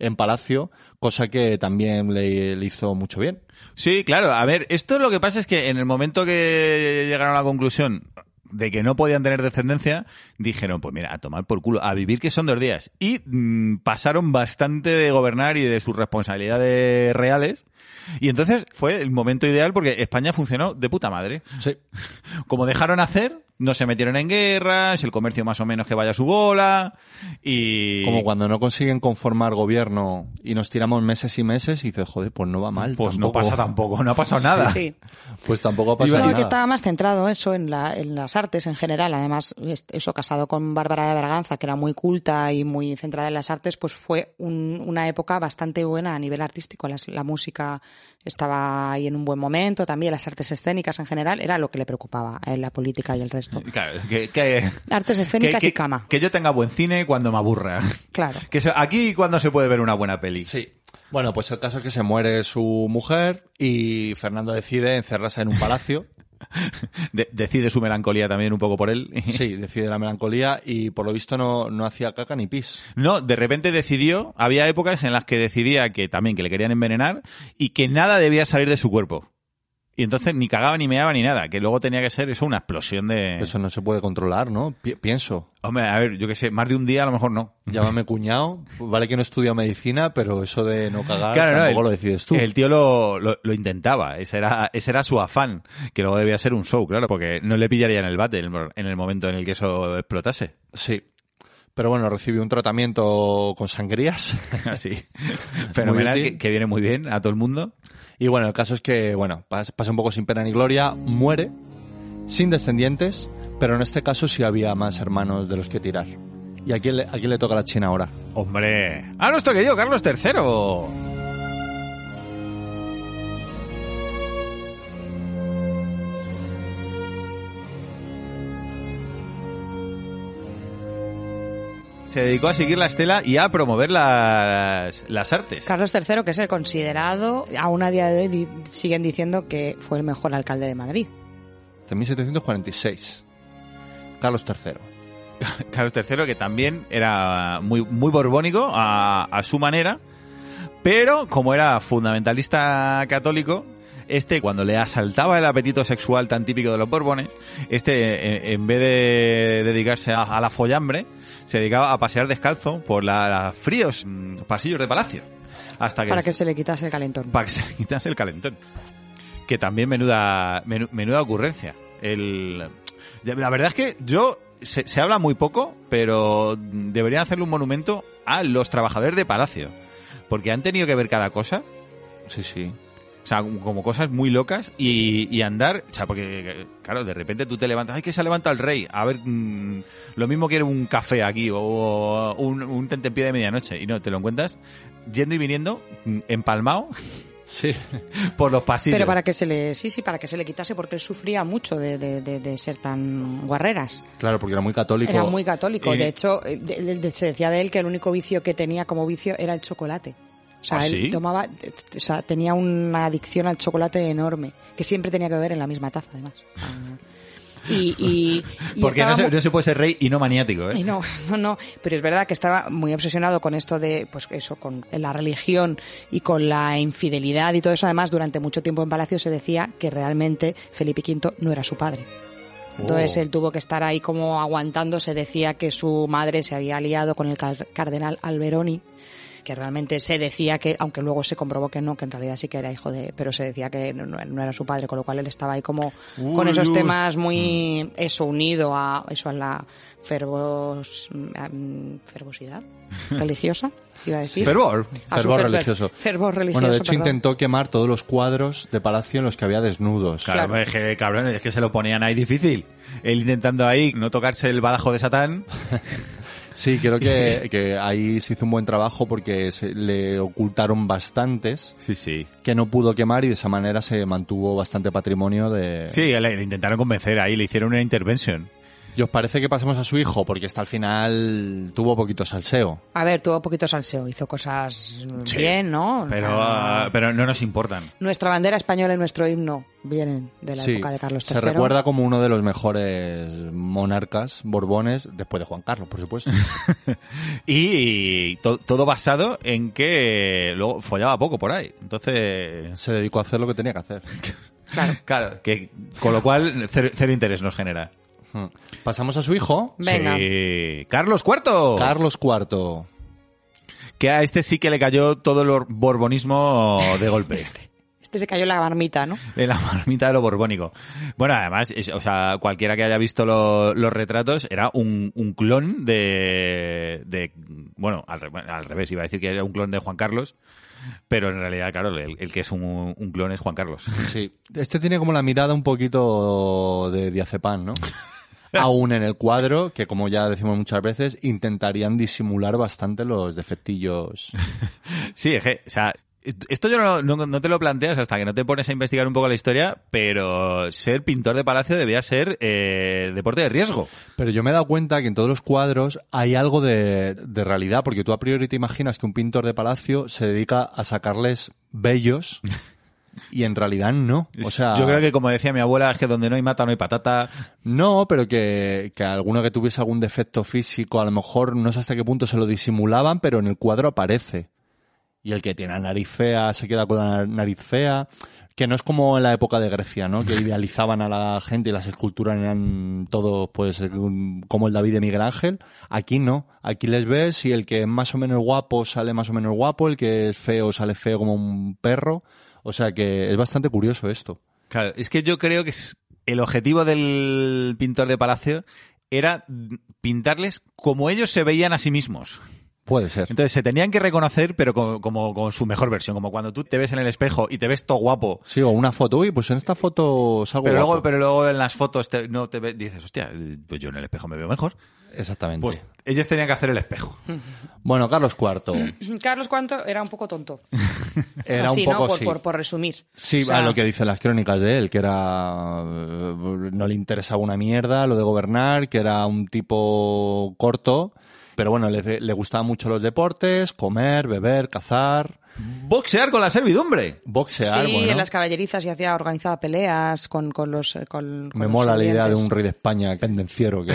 en palacio, cosa que también le, le hizo mucho bien. Sí, claro. A ver, esto lo que pasa es que en el momento que llegaron a la conclusión de que no podían tener descendencia, dijeron, pues mira, a tomar por culo, a vivir que son dos días. Y mm, pasaron bastante de gobernar y de sus responsabilidades reales. Y entonces fue el momento ideal porque España funcionó de puta madre. Sí. Como dejaron hacer, no se metieron en guerras, el comercio más o menos que vaya a su bola. Y... Como cuando no consiguen conformar gobierno y nos tiramos meses y meses y dices, joder, pues no va mal. Pues no tampoco- [LAUGHS] pasa tampoco, no ha pasado nada. [LAUGHS] Sí. Pues tampoco pasa No, nada. que estaba más centrado eso en, la- en las artes en general. Además, es- eso casado con Bárbara de Braganza, que era muy culta y muy centrada en las artes, pues fue un- una época bastante buena a nivel artístico. Las- la música estaba ahí en un buen momento, también las artes escénicas en general, era lo que le preocupaba en la política y el resto. Claro, que- que- Artes escénicas que- y cama. Que yo tenga buen cine cuando me aburra. [LAUGHS] Claro. Que se- aquí cuando se puede ver una buena peli. Sí. Bueno, pues el caso es que se muere su mujer y Fernando decide encerrarse en [LAUGHS] un palacio. De- decide su melancolía también un poco por él. [LAUGHS] Sí, decide la melancolía y por lo visto no, no hacía caca ni pis. No, de repente decidió, había épocas en las que decidía que también que le querían envenenar y que nada debía salir de su cuerpo. Y entonces ni cagaba, ni meaba, ni nada. Que luego tenía que ser eso una explosión de... Eso no se puede controlar, ¿no? Pi- pienso. Hombre, a ver, yo qué sé, más de un día a lo mejor no. [LAUGHS] Llámame cuñado. Vale que no estudia medicina, pero eso de no cagar no, tampoco el- lo decides tú. El tío lo, lo- lo intentaba, ese era, ese era su afán, que luego debía ser un show, claro, porque no le pillaría en el bate en el, mo- en el momento en el que eso explotase. Sí. Pero bueno, recibió un tratamiento con sangrías. [LAUGHS] Así. Fenomenal, útil. que, que viene muy bien a todo el mundo. Y bueno, el caso es que, bueno, pas- pasa un poco sin pena ni gloria, muere, sin descendientes, pero en este caso sí había más hermanos de los que tirar. ¿Y a quién le, a quién le toca la China ahora? Hombre, a nuestro querido Carlos III. Se dedicó a seguir la estela y a promover las, las artes. Carlos III, que es el considerado, aún a día de hoy di- siguen diciendo que fue el mejor alcalde de Madrid. De 1746. Carlos III. [LAUGHS] Carlos III, que también era muy, muy borbónico a, a su manera, pero como era fundamentalista católico, este cuando le asaltaba el apetito sexual tan típico de los borbones, este eh, en vez de dedicarse a, a la follambre, se dedicaba a pasear descalzo por la- los fríos mm, pasillos de palacio. Hasta que Para que se le quitase el calentón. para que se le quitase el calentón. Que también menuda, menu- menuda ocurrencia. El, la verdad es que yo se, se habla muy poco, pero deberían hacerle un monumento a los trabajadores de Palacio. Porque han tenido que ver cada cosa, Sí, sí. o sea, como cosas muy locas y, y andar, o sea, porque claro, de repente tú te levantas, ay, que se ha levantado el rey, a ver, mm, lo mismo quiere un café aquí o un, un tentempié de medianoche y no, te lo encuentras yendo y viniendo mm, empalmado [LAUGHS] Sí. por los pasillos. Pero para que se le, sí, sí, para que se le quitase, porque él sufría mucho de, de- de- de ser tan guarreras. Claro, porque era muy católico. Era muy católico. Y- De hecho, eh, de- de- de- se decía de él que el único vicio que tenía como vicio era el chocolate. O sea, ¿Ah, él sí? tomaba, eh, o sea, tenía una adicción al chocolate enorme, que siempre tenía que beber en la misma taza, además. Y, y- y Ah. [LAUGHS] Porque no estaba se, mu- no se puede ser rey y no maniático, Ay, ¿eh? no, no, no. Pero es verdad que estaba muy obsesionado con esto de, pues eso, con la religión y con la infidelidad y todo eso. Además, durante mucho tiempo en Palacio se decía que realmente Felipe V no era su padre. Entonces Oh. él tuvo que estar ahí como aguantando. Se decía que su madre se había aliado con el car- cardenal Alberoni, que realmente se decía que, aunque luego se comprobó que no, que en realidad sí que era hijo de, pero se decía que no, no- no era su padre, con lo cual él estaba ahí como con Uy, esos uy. temas Mm. muy eso unido a eso a la fervos, a, mm, [LAUGHS] fervosidad religiosa, iba a decir. Fervor. A su Fervor religioso. Fervor religioso. bueno, de hecho perdón. intentó quemar todos los cuadros de palacio en los que había desnudos. Claro, Claro. Es que, cabrón, es que se lo ponían ahí difícil. Él intentando ahí no tocarse el badajo de Satán. Sí, [LAUGHS] creo que, que ahí se hizo un buen trabajo porque se le ocultaron bastantes Sí, sí. que no pudo quemar y de esa manera se mantuvo bastante patrimonio de... Sí, le, le intentaron convencer ahí, le hicieron una intervención. ¿Y os parece que pasemos a su hijo? Porque hasta el final tuvo poquito salseo. A ver, tuvo un poquito salseo, hizo cosas mm, Sí. bien, ¿no? O Pero, sea, ah, pero no nos importan. Nuestra bandera española y nuestro himno vienen de la Sí, época de Carlos III. Se recuerda como uno de los mejores monarcas borbones, después de Juan Carlos, por [LAUGHS] supuesto. Y to- todo basado en que luego follaba poco por ahí. Entonces, se dedicó a hacer lo que tenía que hacer. claro, que con lo cual cero, cero interés nos genera. Hmm. [LAUGHS] Pasamos a su hijo, Venga. Sí. Carlos IV. Carlos IV. que a este sí que le cayó todo el borbonismo de golpe. Este se cayó la barmita, [LAUGHS] ¿no? De la [LAUGHS] marmita de lo borbónico. Bueno, además, es- o sea, cualquiera que haya visto lo- los retratos era un, un clon de, de- Bueno, al, re- al revés, iba a decir que era un clon de Juan Carlos, pero en realidad, claro, el, el que es un, un clon es Juan Carlos. [LAUGHS] [LAUGHS] Sí. Este tiene como la mirada un poquito de diazepam, [LAUGHS] ¿no? Aún en el cuadro, que como ya decimos muchas veces, intentarían disimular bastante los defectillos. Sí, es que, o sea, esto yo no, no- no te lo planteas hasta que no te pones a investigar un poco la historia, pero ser pintor de palacio debía ser eh, deporte de riesgo. Pero yo me he dado cuenta que en todos los cuadros hay algo de, de realidad, porque tú a priori te imaginas que un pintor de palacio se dedica a sacarles [LAUGHS] bellos y en realidad no. O sea, yo creo que como decía mi abuela, es que donde no hay mata no hay patata. No, pero que, que alguno que tuviese algún defecto físico, a lo mejor no sé hasta qué punto se lo disimulaban, pero en el cuadro aparece. Y el que tiene la nariz fea se queda con la nariz fea. Que no es como en la época de Grecia, ¿no? Que idealizaban a la gente y las esculturas eran todo, pues, un- como el David de Miguel Ángel. Aquí no. Aquí les ves y el que es más o menos guapo sale más o menos guapo, el que es feo sale feo como un perro. O sea que es bastante curioso esto. Claro, es que yo creo que es- el objetivo del pintor de palacio era pintarles como ellos se veían a sí mismos. Puede ser. Entonces se tenían que reconocer, pero como, como, con su mejor versión, como cuando tú te ves en el espejo y te ves todo guapo. Sí, o una foto. Uy, pues en esta foto salgo Pero luego, guapo. pero luego en las fotos te- no te ve- dices, hostia, pues yo en el espejo me veo mejor. Exactamente. Pues ellos tenían que hacer el espejo. Bueno, Carlos IV. Carlos Cuanto era un poco tonto. Era Así, un poco ¿no? Por, sí. por- por resumir. Sí, O sea, a lo que dicen las crónicas de él, que era eh, no le interesaba una mierda lo de gobernar, que era un tipo corto, pero bueno, le, le gustaban mucho los deportes, comer, beber, cazar, Boxear con la servidumbre. boxear, sí, bueno. en las caballerizas y hacía organizaba peleas con, con los eh, con- con Me los mola la idea de sirvientes. un rey de España pendenciero que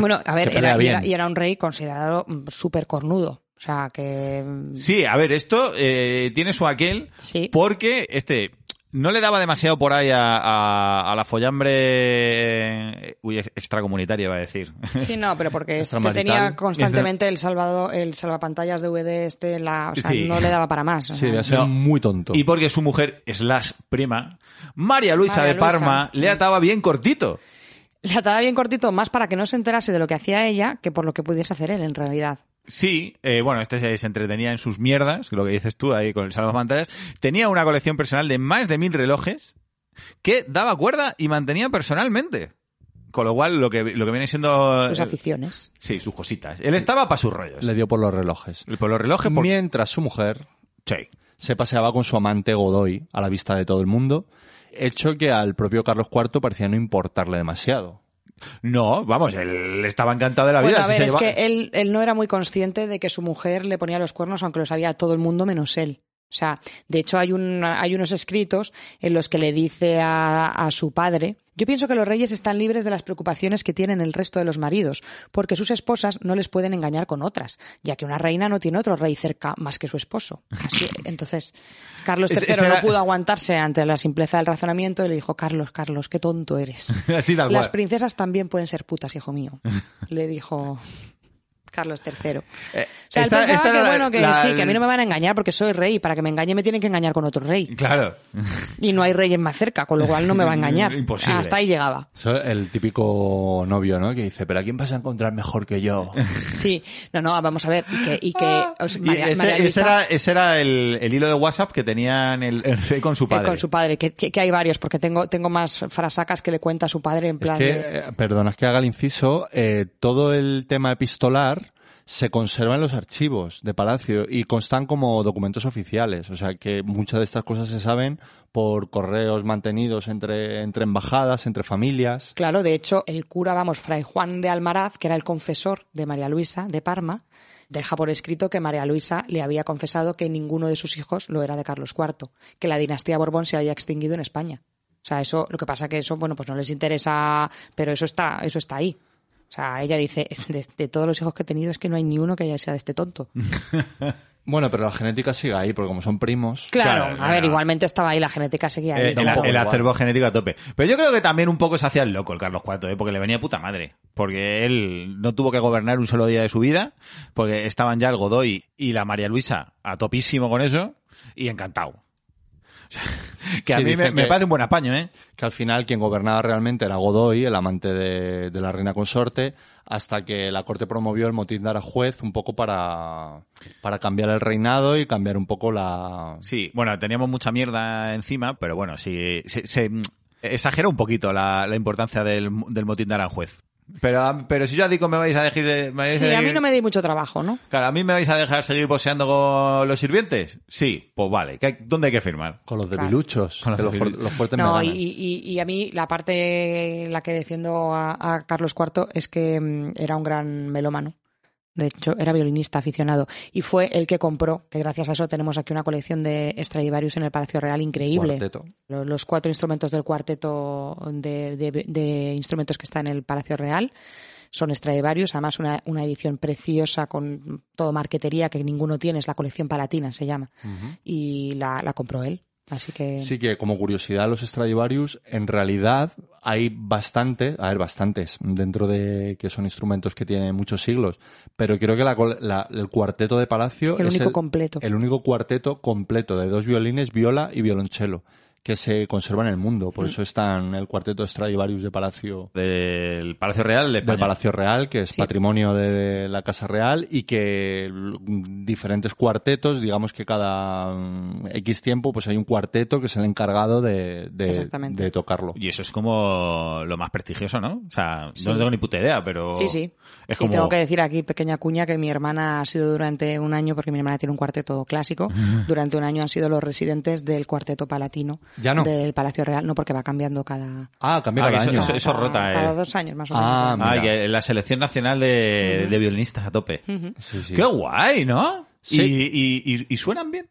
Bueno, a ver, Que pelea era, y, era, bien. y era un rey considerado súper cornudo. O sea, que... mm, Sí, a ver, esto eh, tiene su aquel Sí. porque este no le daba demasiado por ahí a, a- a la follambre eh, uy, ex- extracomunitaria, iba a decir. Sí, no, pero [LAUGHS] porque este Extramarital. tenía constantemente el salvado, el salvapantallas DVD este, en la, o sea, Sí. no le daba para más. o sí, sea. debe ser No. muy tonto. Y porque su mujer, slash prima, María Luisa María de Parma, Luisa. Mm. le ataba bien cortito. Le ataba bien cortito, más para que no se enterase de lo que hacía ella que por lo que pudiese hacer él en realidad. Sí, eh, bueno, este se, se entretenía en sus mierdas, lo que dices tú ahí con el salvapantallas. Tenía una colección personal de más de mil relojes que daba cuerda y mantenía personalmente. Con lo cual, lo que, lo que viene siendo... Sus eh, aficiones. sí, sus cositas. Él estaba para sus rollos. Le dio por los relojes. Por los relojes, por... Mientras su mujer Sí. se paseaba con su amante Godoy a la vista de todo el mundo, hecho que al propio Carlos IV parecía no importarle demasiado. No, vamos, él estaba encantado de la vida. Bueno, Pues a si ver, se es lleva- que él, él no era muy consciente de que su mujer le ponía los cuernos, aunque lo sabía todo el mundo menos él. O sea, de hecho hay, un, hay unos escritos en los que le dice a, a su padre, yo pienso que los reyes están libres de las preocupaciones que tienen el resto de los maridos, porque sus esposas no les pueden engañar con otras, ya que una reina no tiene otro rey cerca más que su esposo. Así- entonces, Carlos Es- III esa era- no pudo aguantarse ante la simpleza del razonamiento y le dijo, Carlos, Carlos, qué tonto eres. [LAUGHS] Así tal eh, Las cual. princesas también pueden ser putas, [LAUGHS] hijo mío, le dijo Carlos III. Eh, O sea, él esta- pensaba esta que, era la- bueno, que la- sí, que a mí no me van a engañar porque soy rey y para que me engañe me tienen que engañar con otro rey. Claro. Y no hay reyes más cerca, con lo cual no me va a engañar. [LAUGHS] Imposible. Hasta ahí llegaba. Eso es el típico novio, ¿no? Que dice, pero ¿a quién vas a encontrar mejor que [LAUGHS] yo? Sí, no, no, vamos a ver. Y que, y que o Ah. Y sea, María- ese, María ese Luisa, eh, era, ese era el, el hilo de WhatsApp que tenían el, el rey con su eh, padre. con su padre, que, que- que hay varios, porque tengo, tengo más frasacas que le cuenta a su padre en Es plan que, de- eh, perdona, es que haga el inciso, eh, todo el tema epistolar se conserva en los archivos de Palacio y constan como documentos oficiales. O sea que muchas de estas cosas se saben por correos mantenidos entre, entre embajadas, entre familias. Claro, de hecho, el cura, vamos, Fray Juan de Almaraz, que era el confesor de María Luisa de Parma, deja por escrito que María Luisa le había confesado que ninguno de sus hijos lo era de Carlos IV, que la dinastía Borbón se había extinguido en España. O sea, eso, lo que pasa que eso, bueno, pues no les interesa, pero eso está, eso está ahí. O sea, ella dice, [LAUGHS] de, de todos los hijos que he tenido es que no hay ni uno que haya sido de este tonto. Bueno, pero la genética sigue ahí, porque como son primos. [LAUGHS] Claro, Claro, a ver, claro. igualmente estaba ahí, la genética seguía ahí. Eh, el, tampoco el igual. acervo genético a tope. Pero yo creo que también un poco se hacía el loco el Carlos IV, ¿eh? porque le venía puta madre. Porque él no tuvo que gobernar un solo día de su vida, porque estaban ya el Godoy y la María Luisa a topísimo con eso, y encantado. [LAUGHS] O sea, que a Sí, mí me, dicen me que- parece un buen apaño, ¿eh? que al final quien gobernaba realmente era Godoy, el amante de, de la reina consorte, hasta que la corte promovió el motín de Arajuez un poco para, para cambiar el reinado y cambiar un poco la... Sí, bueno, teníamos mucha mierda encima, pero bueno, sí, se, se, mm, exagera un poquito la, la importancia del, del motín de Aranjuez. Pero, pero si yo a Dico me vais a dejar... me vais Sí, a mí dejar- no me di mucho trabajo, ¿no? Claro, ¿a mí me vais a dejar seguir boseando con los sirvientes? Sí, pues vale. ¿Qué hay- ¿Dónde hay que firmar? Con los Claro. debiluchos, Con los que los, debiluchos. fuer- los fuertes me No, y, ganan. y- y a mí la parte en la que defiendo a, a Carlos IV es que mm, era un gran melómano. De hecho, era violinista aficionado. Y fue el que compró, que gracias a eso tenemos aquí una colección de Stradivarius en el Palacio Real increíble. Cuarteto. Lo- Los cuatro instrumentos del cuarteto de, de- de instrumentos que está en el Palacio Real son Stradivarius. Además, una, una edición preciosa con todo marquetería que ninguno tiene. Es la colección palatina, se llama. Y la, la compró él. Así que Sí que como curiosidad los Stradivarius en realidad hay bastante, a ver, bastantes dentro de que son instrumentos que tienen muchos siglos, pero creo que la col- la- el cuarteto de Palacio El es único completo. el único cuarteto completo de dos violines, viola y violonchelo que se conserva en el mundo, Mm. por eso están el cuarteto Stradivarius de Palacio Del Palacio Real de del España. Palacio Real, que es patrimonio de la Casa Real y que l- diferentes cuartetos, digamos que cada mm, X tiempo, pues hay un cuarteto que es el encargado de, de- Exactamente. de tocarlo. Y eso es como lo más prestigioso, ¿no? O sea, no tengo ni puta idea, pero. Sí, sí. Es sí, como. tengo que decir aquí, pequeña cuña, que mi hermana ha sido durante un año, porque mi hermana tiene un [LAUGHS] cuarteto clásico, durante un año han sido los residentes del cuarteto palatino Ya no. del Palacio Real, no porque va cambiando cada, Ah, cambia Ah, cada que año. Eso- eso cada- rota, eh. cada dos años más o Ah, menos. Ah, Mira. que la selección nacional de, de violinistas a tope. Sí, sí. Qué guay, ¿no? Sí. Y, y- y- y suenan bien.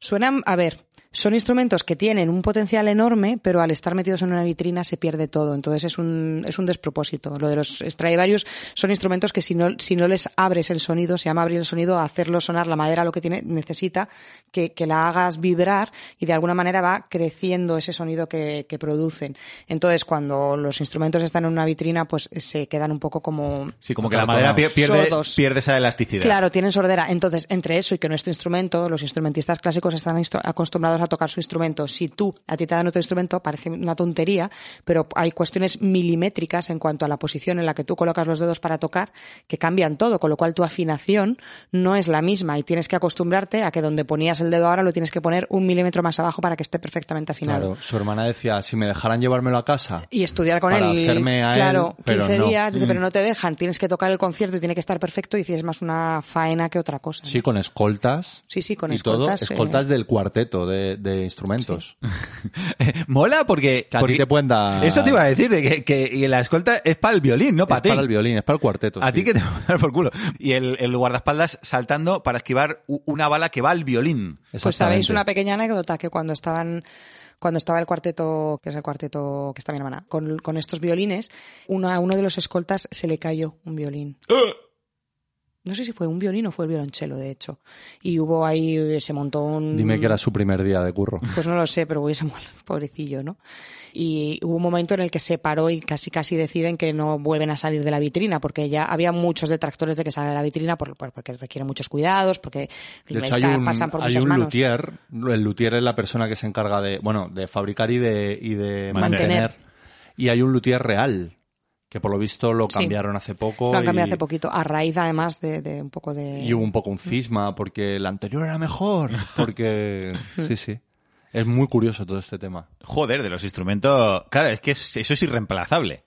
Suenan, a ver, son instrumentos que tienen un potencial enorme, pero al estar metidos en una vitrina se pierde todo. Entonces es un, es un despropósito. Lo de los Stradivarius son instrumentos que si no, si no les abres el sonido, se llama abrir el sonido, hacerlo sonar la madera lo que tiene, necesita, que, que la hagas vibrar y de alguna manera va creciendo ese sonido que, que producen. Entonces cuando los instrumentos están en una vitrina, pues se quedan un poco como Sí, como que la madera pi- pierde, Sordos. pierde esa elasticidad. Claro, tienen sordera. Entonces, entre eso y que nuestro instrumento, los instrumentistas clásicos están instru- acostumbrados a tocar su instrumento. Si tú a ti te dan otro instrumento, parece una tontería, pero hay cuestiones milimétricas en cuanto a la posición en la que tú colocas los dedos para tocar que cambian todo, con lo cual tu afinación no es la misma y tienes que acostumbrarte a que donde ponías el dedo ahora lo tienes que poner un milímetro más abajo para que esté perfectamente afinado Claro, su hermana decía, si me dejaran llevármelo a casa. y estudiar con Para él hacerme a él, claro pero 15 no. días dice, Mm. pero no te dejan tienes que tocar el concierto y tiene que estar perfecto y si es más una faena que otra cosa Sí, con escoltas. Sí, sí, con y escoltas, Todo, eh. escoltas del cuarteto de, de instrumentos. [LAUGHS] Mola porque. Que a ti porque- te pueden dar- Eso te iba a decir, de que, que- y la escolta es para el violín, no para Es ti. para el violín, es para el cuarteto. A sí. ti que te [LAUGHS] van a dar por culo. Y el, el guardaespaldas saltando para esquivar u- una bala que va al violín. Pues sabéis Exactamente. una pequeña anécdota que cuando estaban cuando estaba el cuarteto, que es el cuarteto que está mi hermana, con, con estos violines, uno, a uno de los escoltas se le cayó un violín. ¡Ah! No sé si fue un violín o fue el violonchelo, de hecho. Y hubo ahí, eh, se montó un... Dime que era su primer día de curro. Pues no lo sé, pero hubiese molado, [LAUGHS] pobrecillo, ¿no? Y hubo un momento en el que se paró y casi casi deciden que no vuelven a salir de la vitrina, porque ya había muchos detractores de que salga de la vitrina por, por- porque requiere muchos cuidados, porque De hecho, hay está- un, pasan por hay muchas un manos. luthier. El luthier es la persona que se encarga de, bueno, de fabricar y de, y de Mantener. mantener. Y hay un luthier real, que por lo visto lo Sí. cambiaron hace poco. Lo han cambiado y, hace poquito, a raíz además de, de un poco de... y hubo un poco un cisma, porque el anterior era mejor. [LAUGHS] Porque, sí, sí. Es muy curioso todo este tema. Joder, de los instrumentos. Claro, es que es- eso es irreemplazable.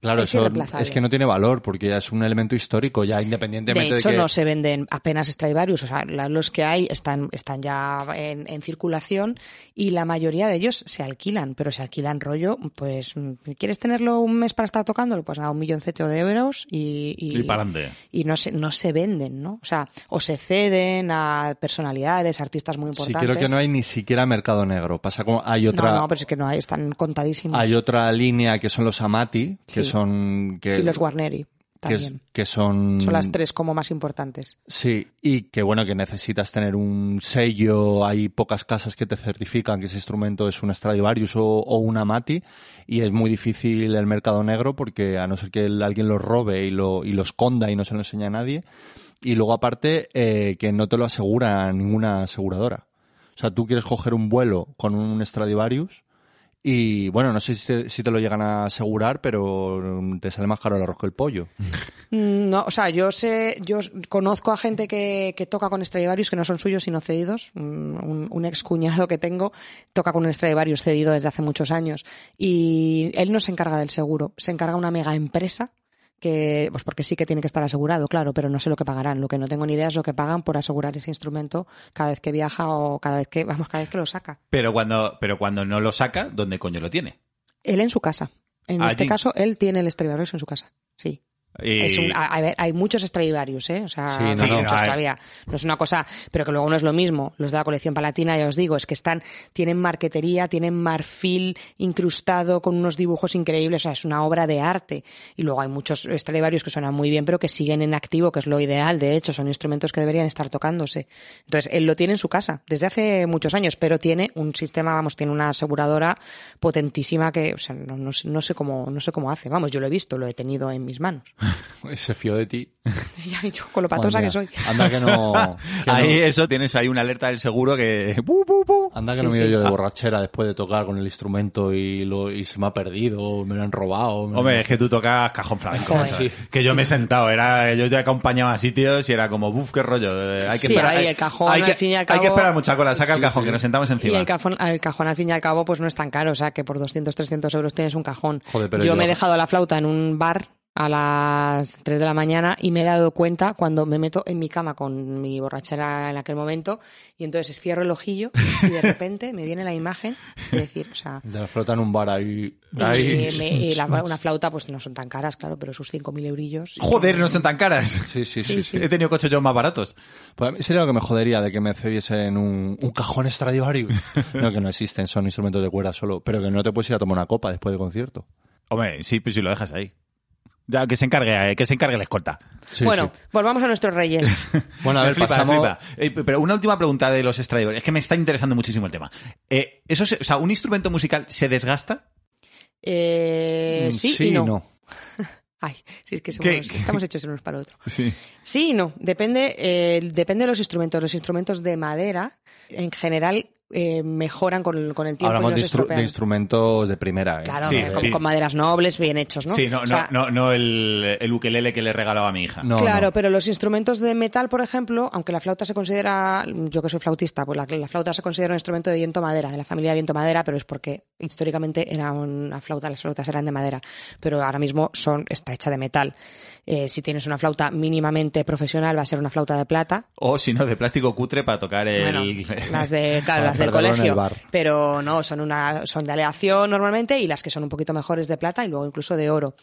Claro, Es eso irreemplazable. es que no tiene valor, porque ya es un elemento histórico, ya independientemente de hecho, que... no se venden apenas Stradivarius, o sea, la- los que hay están, están ya en, en circulación y la mayoría de ellos se alquilan, pero se alquilan rollo, pues, mm, ¿quieres tenerlo un mes para estar tocándolo? Pues nada, un milloncete de euros y... Y pa'lante. Y no se, no se venden, ¿no? O sea, o se ceden a personalidades, artistas muy Sí, importantes. creo que no hay ni siquiera mercado negro. Pasa como hay otra... No, no, pero es que no hay, están contadísimos. Hay otra línea que son los Amati, que Sí. son... Que, y los Guarneri que, es- también. que son... Son las tres como más importantes. Sí, y que bueno, que necesitas tener un sello, hay pocas casas que te certifican que ese instrumento es un Stradivarius o, o un Amati, y es muy difícil el mercado negro porque a no ser que el- alguien lo robe y lo, y lo esconda y no se lo enseña a nadie, y luego aparte eh, que no te lo asegura ninguna aseguradora. O sea, tú quieres coger un vuelo con un Stradivarius y bueno, no sé si te, si te lo llegan a asegurar, pero mm, te sale más caro el arroz que el pollo. Mm, No, o sea, yo sé, yo s- conozco a gente que, que toca con Stradivarius que no son suyos sino cedidos. Mm, Un, un ex cuñado que tengo toca con un Stradivarius cedido desde hace muchos años y él no se encarga del seguro, se encarga una mega empresa que, pues porque sí que tiene que estar asegurado, claro, pero no sé lo que pagarán. Lo que no tengo ni idea es lo que pagan por asegurar ese instrumento cada vez que viaja o cada vez que, vamos, cada vez que lo saca. Pero cuando, pero cuando no lo saca, ¿dónde coño lo tiene? Él en su casa. En Allí. este caso, él tiene el Stradivarius en su casa. Sí. Y- Es un- a- a ver, hay muchos Stradivarius, ¿eh? O sea, Sí, no, hay no. muchos Sí, no, hay- todavía. No es una cosa, pero que luego no es lo mismo. Los de la colección palatina, ya os digo, es que están, tienen marquetería, tienen marfil incrustado con unos dibujos increíbles, o sea, es una obra de arte. Y luego hay muchos Stradivarius que suenan muy bien, pero que siguen en activo, que es lo ideal, de hecho, son instrumentos que deberían estar tocándose. Entonces, él lo tiene en su casa desde hace muchos años, pero tiene un sistema, vamos, tiene una aseguradora potentísima que, o sea, no, no sé- no sé cómo, no sé cómo hace. Vamos, yo lo he visto, lo he tenido en mis manos. [LAUGHS] Se fió de ti. Ya, y yo con lo patosa Madre que soy. mía. Anda [LAUGHS] que no. que no- Ahí eso tienes ahí una alerta del seguro que [LAUGHS] ¡bu, bu, bu! Anda que no me he ido Ah. yo de borrachera después de tocar con el instrumento y, lo, y se me ha perdido, me lo han robado. me lo- Hombre, es que tú tocas cajón flamenco. Joder. macho. Que yo me he sentado, era, yo te acompañaba a sitios y era como, buf, qué rollo. eh, Hay que Sí, esperar, ahí hay- el cajón, hay que, al fin y al hay que cabo. esperar mucha cola, saca el cajón, que nos sentamos Y encima. el cajón, el cajón al fin y al cabo pues no es tan caro, o sea que por 200, 300 euros tienes un cajón. Joder, pero yo, yo- me he dejado la flauta en un bar a las 3 de la mañana y me he dado cuenta cuando me meto en mi cama con mi borrachera en aquel momento y entonces cierro el ojillo y de repente me viene la imagen de decir, o sea, De la flota en un bar ahí. y ahí. me- y la- una flauta pues no son tan caras, claro, pero sus 5.000 eurillos. Joder, no son tan caras. Sí, sí, sí. sí. He tenido coches yo más baratos. Pues a mí sería lo que me jodería de que me cediesen un, un [LAUGHS] cajón Stradivarius. No, que no existen, son instrumentos de cuerda solo. Pero que no te puedes ir a tomar una copa después del concierto. Hombre, sí, pues si lo dejas ahí. Ya, que se encargue, eh, que se encargue la escolta. Sí, bueno, sí. volvamos a nuestros reyes. Bueno, a Me ver, flipa, me pasamos. flipa. Eh, pero una última pregunta de los Stradivarius. Es que me está interesando muchísimo el tema. Eh, eso se- o sea, ¿un instrumento musical se desgasta? Eh, Mm, sí, y no. Ay, si es que somos- ¿Qué- qué? estamos hechos el unos para el otro. Sí. Sí y no. Depende, eh, depende de los instrumentos. Los instrumentos de madera, en general, eh, mejoran con, con el tiempo. y Hablamos no de, se instru- de estropean. instrumentos de primera. ¿eh? Claro, Sí, eh, con, sí. con maderas nobles, bien hechos, ¿no? Sí, no, O sea, no, no, no el, el ukelele que le regalaba a mi hija. No, claro, no. pero los instrumentos de metal, por ejemplo, aunque la flauta se considera, yo que soy flautista, pues la, la flauta se considera un instrumento de viento madera, de la familia de viento madera, pero es porque históricamente era una flauta, las flautas eran de madera, pero ahora mismo son está hecha de metal. Eh, si tienes una flauta mínimamente profesional, va a ser una flauta de plata, O si no, de plástico cutre para tocar el... Ah, Bueno, las de claro, Para las del perderlo en el colegio, bar. pero no son una son de aleación normalmente y las que son un poquito mejores de plata y luego incluso de oro.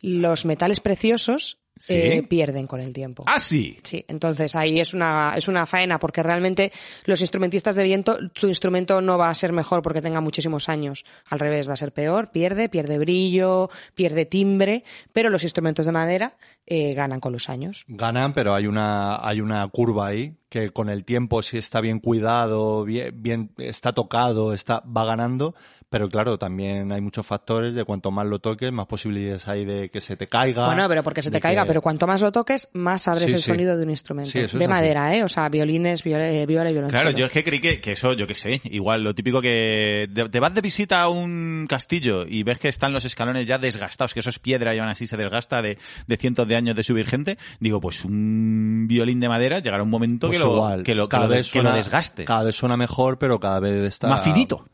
Los metales preciosos ¿Sí? eh, pierden con el tiempo. ¡Ah, sí! Sí, entonces ahí es una, es una faena, porque realmente los instrumentistas de viento, tu instrumento no va a ser mejor porque tenga muchísimos años. Al revés, va a ser peor, pierde, pierde brillo, pierde timbre, pero los instrumentos de madera eh, ganan con los años. Ganan, pero hay una, hay una curva ahí que con el tiempo, si está bien cuidado, bien, bien- está tocado, está, va ganando. Pero claro, también hay muchos factores de cuanto más lo toques, más posibilidades hay de que se te caiga. Bueno, pero porque se te de caiga, que- pero cuanto más lo toques, más abres Sí, el sí. sonido de un instrumento. Sí, eso es de así. madera, ¿eh? O sea, violines, viola, eh, viola y violonchelo. Claro, yo es que creí que, que eso, yo qué sé, igual lo típico que de- te vas de visita a un castillo y ves que están los escalones ya desgastados, que eso es piedra y aún así se desgasta de, de cientos de años de subir gente, digo, pues un violín de madera llegará un momento Pues que, lo, igual, que, lo, que, cada lo, des- vez que lo suena- desgaste. Cada vez suena mejor, pero cada vez está. Más finito.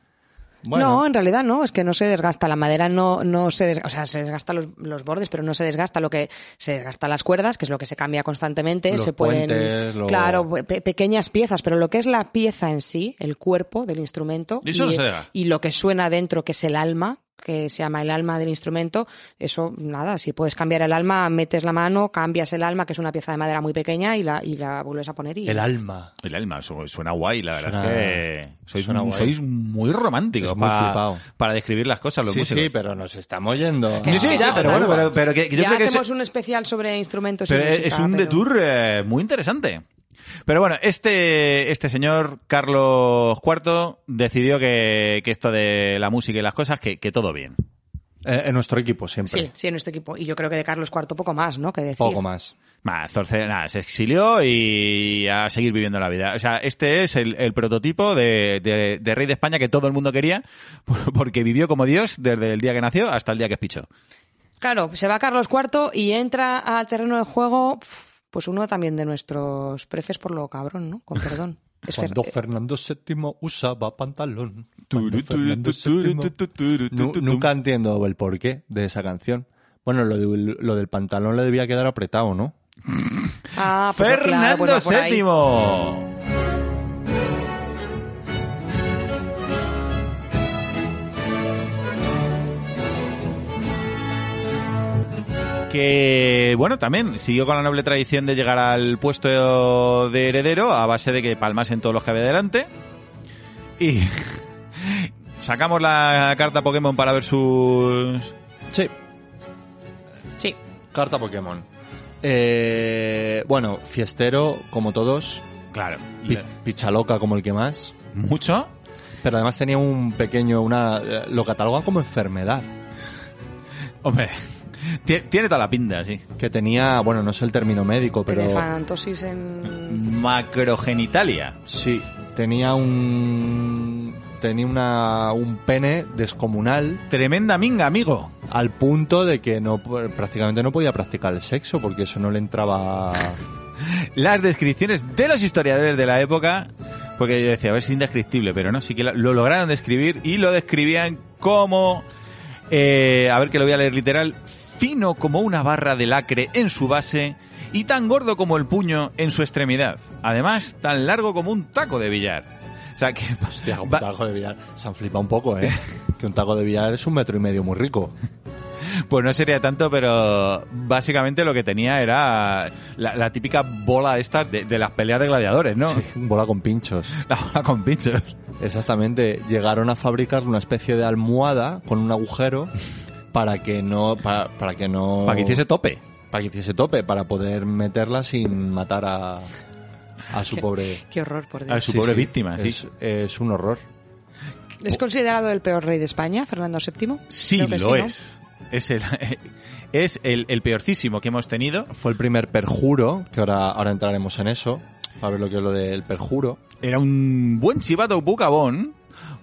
Bueno, No, en realidad no, es que no se desgasta. La madera no, no se desgasta, o sea, se desgastan los, los bordes, pero no se desgasta lo que se desgastan las cuerdas, que es lo que se cambia constantemente. Los se pueden, puentes, lo- claro, pe- pequeñas piezas, pero lo que es la pieza en sí, el cuerpo del instrumento Eso no se desgasta. y lo que suena dentro, que es el alma, que se llama el alma del instrumento, eso nada, si puedes cambiar el alma, metes la mano, cambias el alma, que es una pieza de madera muy pequeña, y la, y la vuelves a poner y el alma. El alma, su- suena guay, la verdad Suena- es que sois, suena guay. sois muy románticos Es muy pa- flipado. para describir las cosas, los Sí, músicos. sí, pero nos estamos yendo. Sí, sí, Ah, ya, sí, pero bueno, total. pero, pero que, que yo ya creo que hacemos ese- un especial sobre instrumentos. y pero es, música, es un pero- detour eh, muy interesante. Pero bueno, este, este señor, Carlos IV, decidió que, que esto de la música y las cosas, que, que todo bien. Eh, en nuestro equipo siempre. Sí, sí, en nuestro equipo. Y yo creo que de Carlos IV poco más, ¿no? Que decir. Poco más. Nah, Zorce- nada, se exilió y a seguir viviendo la vida. O sea, este es el, el prototipo de, de- de rey de España que todo el mundo quería, porque vivió como Dios desde el día que nació hasta el día que espichó. Claro, se va Carlos IV y entra al terreno de juego, pf, pues uno también de nuestros prefes por lo cabrón, ¿no? Con [LAUGHS] perdón. Es Fer- Cuando Fernando VII usaba pantalón. Cuando Fernando VII. Nu- Nunca entiendo el porqué de esa canción. Bueno, lo, de- lo del pantalón le debía quedar apretado, ¿no? Ah, pues claro, Fernando pues va por ahí. VII. que, bueno, también siguió con la noble tradición de llegar al puesto de heredero a base de que palmasen todos los que había delante. Y [LAUGHS] sacamos la carta Pokémon para ver sus... Sí. Sí. Carta Pokémon. Eh, bueno, fiestero como todos, Claro. pi- pichaloca como el que más, ¿Mucho? pero además tenía un pequeño, una, eh, lo catalogan como enfermedad, Hombre, [LAUGHS] tie- tiene toda la pinta, sí. que tenía, bueno, no sé el término médico, pero Elefantosis Mm. en... Macrogenitalia. sí, tenía un, tenía una, un pene descomunal Tremenda minga, amigo. al punto de que no prácticamente no podía practicar el sexo porque eso no le entraba las descripciones de los historiadores de la época, porque yo decía, a ver si es indescriptible, pero no, sí que la- lo lograron describir y lo describían como, eh, a ver que lo voy a leer literal, fino como una barra de lacre en su base y tan gordo como el puño en su extremidad, además tan largo como un taco de billar. O sea que [LAUGHS] Hostia, un va- taco de billar se han flipado un poco eh [LAUGHS] que un taco de billar es un metro y medio muy rico [LAUGHS] Pues no sería tanto, pero básicamente lo que tenía era la, la típica bola esta de, de las peleas de gladiadores, ¿no? Un bola con pinchos [LAUGHS] La bola con pinchos. exactamente llegaron a fabricar una especie de almohada con un agujero para que no para, para que no Para que hiciese tope. para que hiciese tope para poder meterla sin matar a a su pobre Qué horror, por A Dios. su pobre víctima, sí. es, es un horror ¿Es considerado el peor rey de España, Fernando VII? Sí, Creo que lo ¿no? es. Es el, [LAUGHS] es el, el peorcísimo que hemos tenido. fue el primer perjuro, que ahora, ahora entraremos en eso, para ver lo que es lo del perjuro. Era un buen chivato bucabón.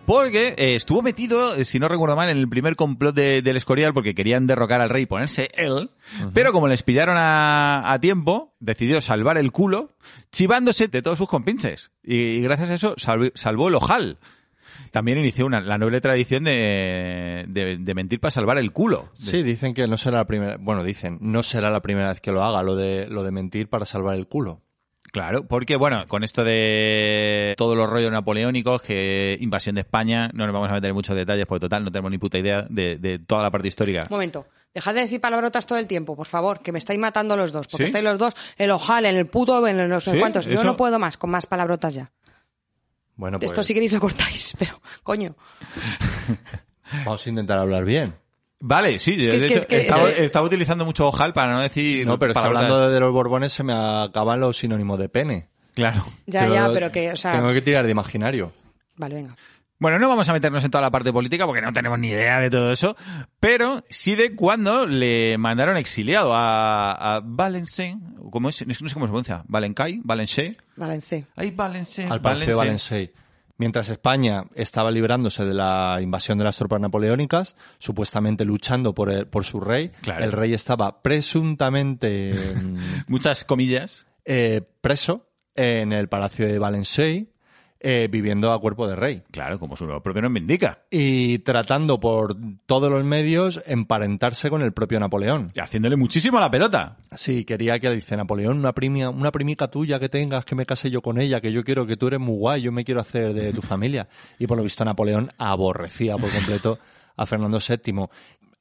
Porque eh, estuvo metido, eh, si no recuerdo mal, en el primer complot de- del Escorial porque querían derrocar al rey y ponerse él. Pero como les pillaron a, a tiempo, decidió salvar el culo chivándose de todos sus compinches. Y, y gracias a eso salvi- salvó el ojal. También inició una, la noble tradición de, de- de mentir para salvar el culo. Sí, dicen que no será la primera, bueno, dicen, no será la primera vez que lo haga, lo de, lo de mentir para salvar el culo. Claro, porque bueno, con esto de todos los rollos napoleónicos, que invasión de España, no nos vamos a meter en muchos detalles, porque total, no tenemos ni puta idea de, de toda la parte histórica. Un momento. Dejad de decir palabrotas todo el tiempo, por favor, que me estáis matando los dos. Porque ¿Sí? estáis los dos, el ojal, en el puto, en el no sé Sí, cuántos. Yo eso- no puedo más, con más palabrotas ya. Bueno, pues Esto si queréis lo cortáis, [LAUGHS] pero, coño. vamos a intentar hablar bien. Vale, sí, que- de es que- hecho, es que- estaba, es que- estaba utilizando mucho ojal para no decir... No, pero está palabras- hablando de los borbones, se me acaban los sinónimos de pene. Claro. Ya, Tengo- ya, pero que, o sea. Tengo que tirar de imaginario. Vale, venga. Bueno, no vamos a meternos en toda la parte política porque no tenemos ni idea de todo eso, pero sí de cuando le mandaron exiliado a, a Valencey, ¿cómo es? No sé cómo se pronuncia, Valencay, Valencey, Vale, sí. ahí Valencey, al Palacio de Valencey. Mientras España estaba librándose de la invasión de las tropas napoleónicas, supuestamente luchando por, el- por su rey, Claro. el rey estaba presuntamente mm, Muchas comillas. eh, preso en el Palacio de Valencey, eh, viviendo a cuerpo de rey. Claro, como su propio nombre indica. Y tratando por todos los medios emparentarse con el propio Napoleón. Y haciéndole muchísimo a la pelota. Sí, quería que le dice Napoleón, una primia, una primica tuya que tengas, que me case yo con ella, que yo quiero que tú eres muy guay, yo me quiero hacer de tu familia. Y por lo visto Napoleón aborrecía por completo a Fernando VII.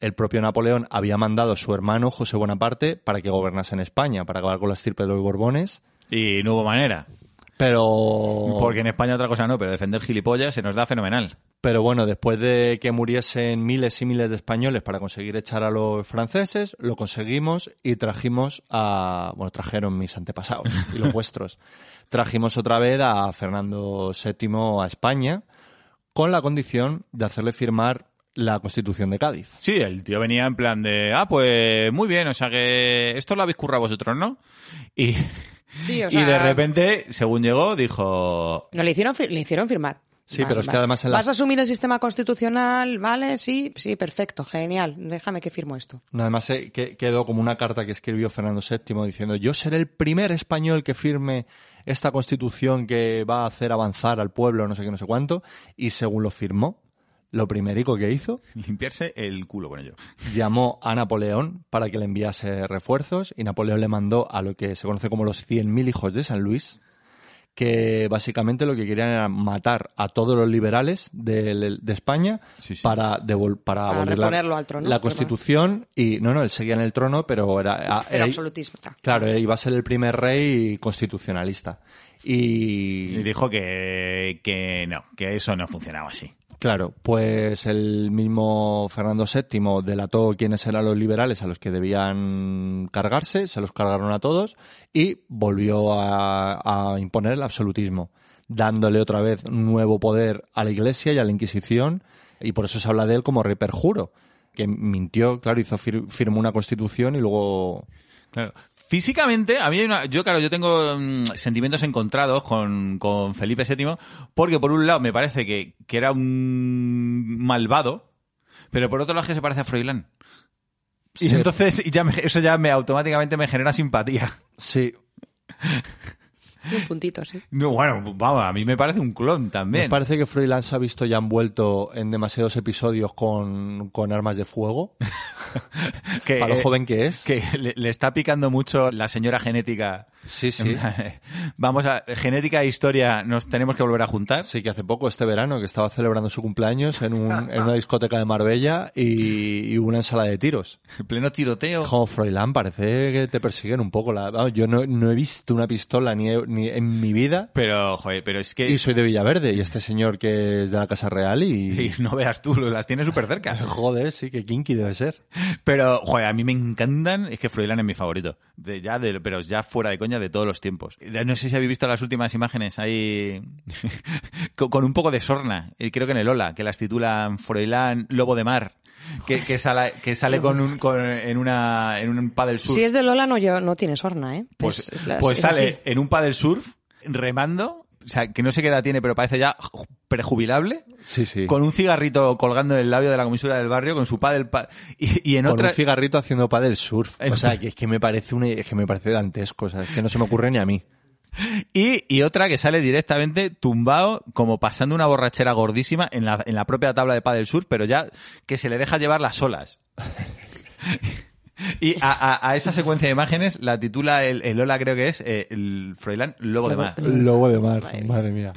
El propio Napoleón había mandado a su hermano José Bonaparte para que gobernase en España, para acabar con la estirpe de los Borbones, Y no hubo manera. pero Oh. Porque en España otra cosa no, pero defender gilipollas se nos da fenomenal. Pero bueno, después de que muriesen miles y miles de españoles para conseguir echar a los franceses, lo conseguimos y trajimos a... Bueno, trajeron mis antepasados y los vuestros. Trajimos otra vez a Fernando VII a España con la condición de hacerle firmar la Constitución de Cádiz. Sí, el tío venía en plan de, ah, pues muy bien, o sea que esto lo habéis currado vosotros, ¿no? Y, Sí, o y sea, de repente, según llegó, dijo, No, le hicieron, fir- le hicieron firmar. Sí, pero es que además en la- Vas a asumir el sistema constitucional, ¿vale? Sí, sí, perfecto, genial. Déjame que firmo esto. No, Además eh, que- quedó como una carta que escribió Fernando VII diciendo yo seré el primer español que firme esta constitución que va a hacer avanzar al pueblo, no sé qué, no sé cuánto, y según lo firmó, lo primerico que hizo, limpiarse el culo con ello. llamó a Napoleón para que le enviase refuerzos y Napoleón le mandó a lo que se conoce como los 100.000 hijos de San Luis, que básicamente lo que querían era matar a todos los liberales de, de España Sí, sí. para devol- para Para abolir la- reponerlo al trono, la perdón. Constitución y no no él seguía en el trono pero era, Era era- absolutista. claro iba a ser el primer rey constitucionalista y, Y dijo que, que no, que eso no funcionaba así. Claro, pues el mismo Fernando VII delató quiénes eran los liberales a los que debían cargarse, se los cargaron a todos y volvió a, a imponer el absolutismo, dándole otra vez nuevo poder a la Iglesia y a la Inquisición y por eso se habla de él como rey perjuro, que mintió, claro, hizo fir- firmó una constitución y luego Claro. Físicamente, a mí hay una- yo claro, yo tengo mm, sentimientos encontrados con, con Felipe VII, porque por un lado me parece que, que era un malvado, pero por otro lado es que se parece a Froilán. Y Sí. entonces y ya me- eso ya me automáticamente me genera simpatía. sí, Un puntito, sí. No, bueno, vamos, a mí me parece un clon Me también. parece que Froilán se ha visto ya envuelto en demasiados episodios con, con armas de fuego, que, eh, para lo joven que es. que le, le está picando mucho la señora genética. Sí, En sí. plan, [LAUGHS] Vamos a genética e historia, nos tenemos que volver a juntar. Sí, que hace poco, este verano, que estaba celebrando su cumpleaños en, [LAUGHS] un- en una discoteca de Marbella y, y una ensalada de tiros. Pleno tiroteo. Como Froilán, parece que te persiguen un poco. La, vamos, yo no, no he visto una pistola ni, he- ni en mi vida Pero, joder, pero es que y soy de Villaverde y este señor que es de la Casa Real Y y... no veas tú, lo- las tiene súper cerca. [LAUGHS] Joder, sí, que kinky debe ser. Pero, joder, a mí me encantan. Es que Froilán es mi favorito. De, ya de- pero ya fuera de coña de todos los tiempos. Ya No sé si habéis visto las últimas imágenes ahí. [LAUGHS] con, con un poco de sorna. eh, Creo que en el Ola, que las titulan Froilán Lobo de Mar. Que, que sale, que sale con un, con- en, una, en un paddle surf. Si es de Lola, no, yo, no tienes horna, ¿eh? pues Es- es la- pues es sale así. en un paddle surf remando. O sea, que no sé qué edad tiene, pero parece ya prejubilable. Sí, sí. Con, con un cigarrito colgando en el labio de la comisura del barrio, con su padre y, y en otra un cigarrito haciendo del surf. En- O sea, que es que me parece, un, es que me parece dantesco. O sea, es que no se me ocurre ni a [LAUGHS] mí. y, y otra que sale directamente tumbado, como pasando una borrachera gordísima en la, en la propia tabla de del sur, pero ya que se le deja llevar las olas. [LAUGHS] Y a, a- a esa secuencia de imágenes la titula el, el Lola, creo que es, eh, el Froilán Lobo de Mar. Lobo de mar, madre mía.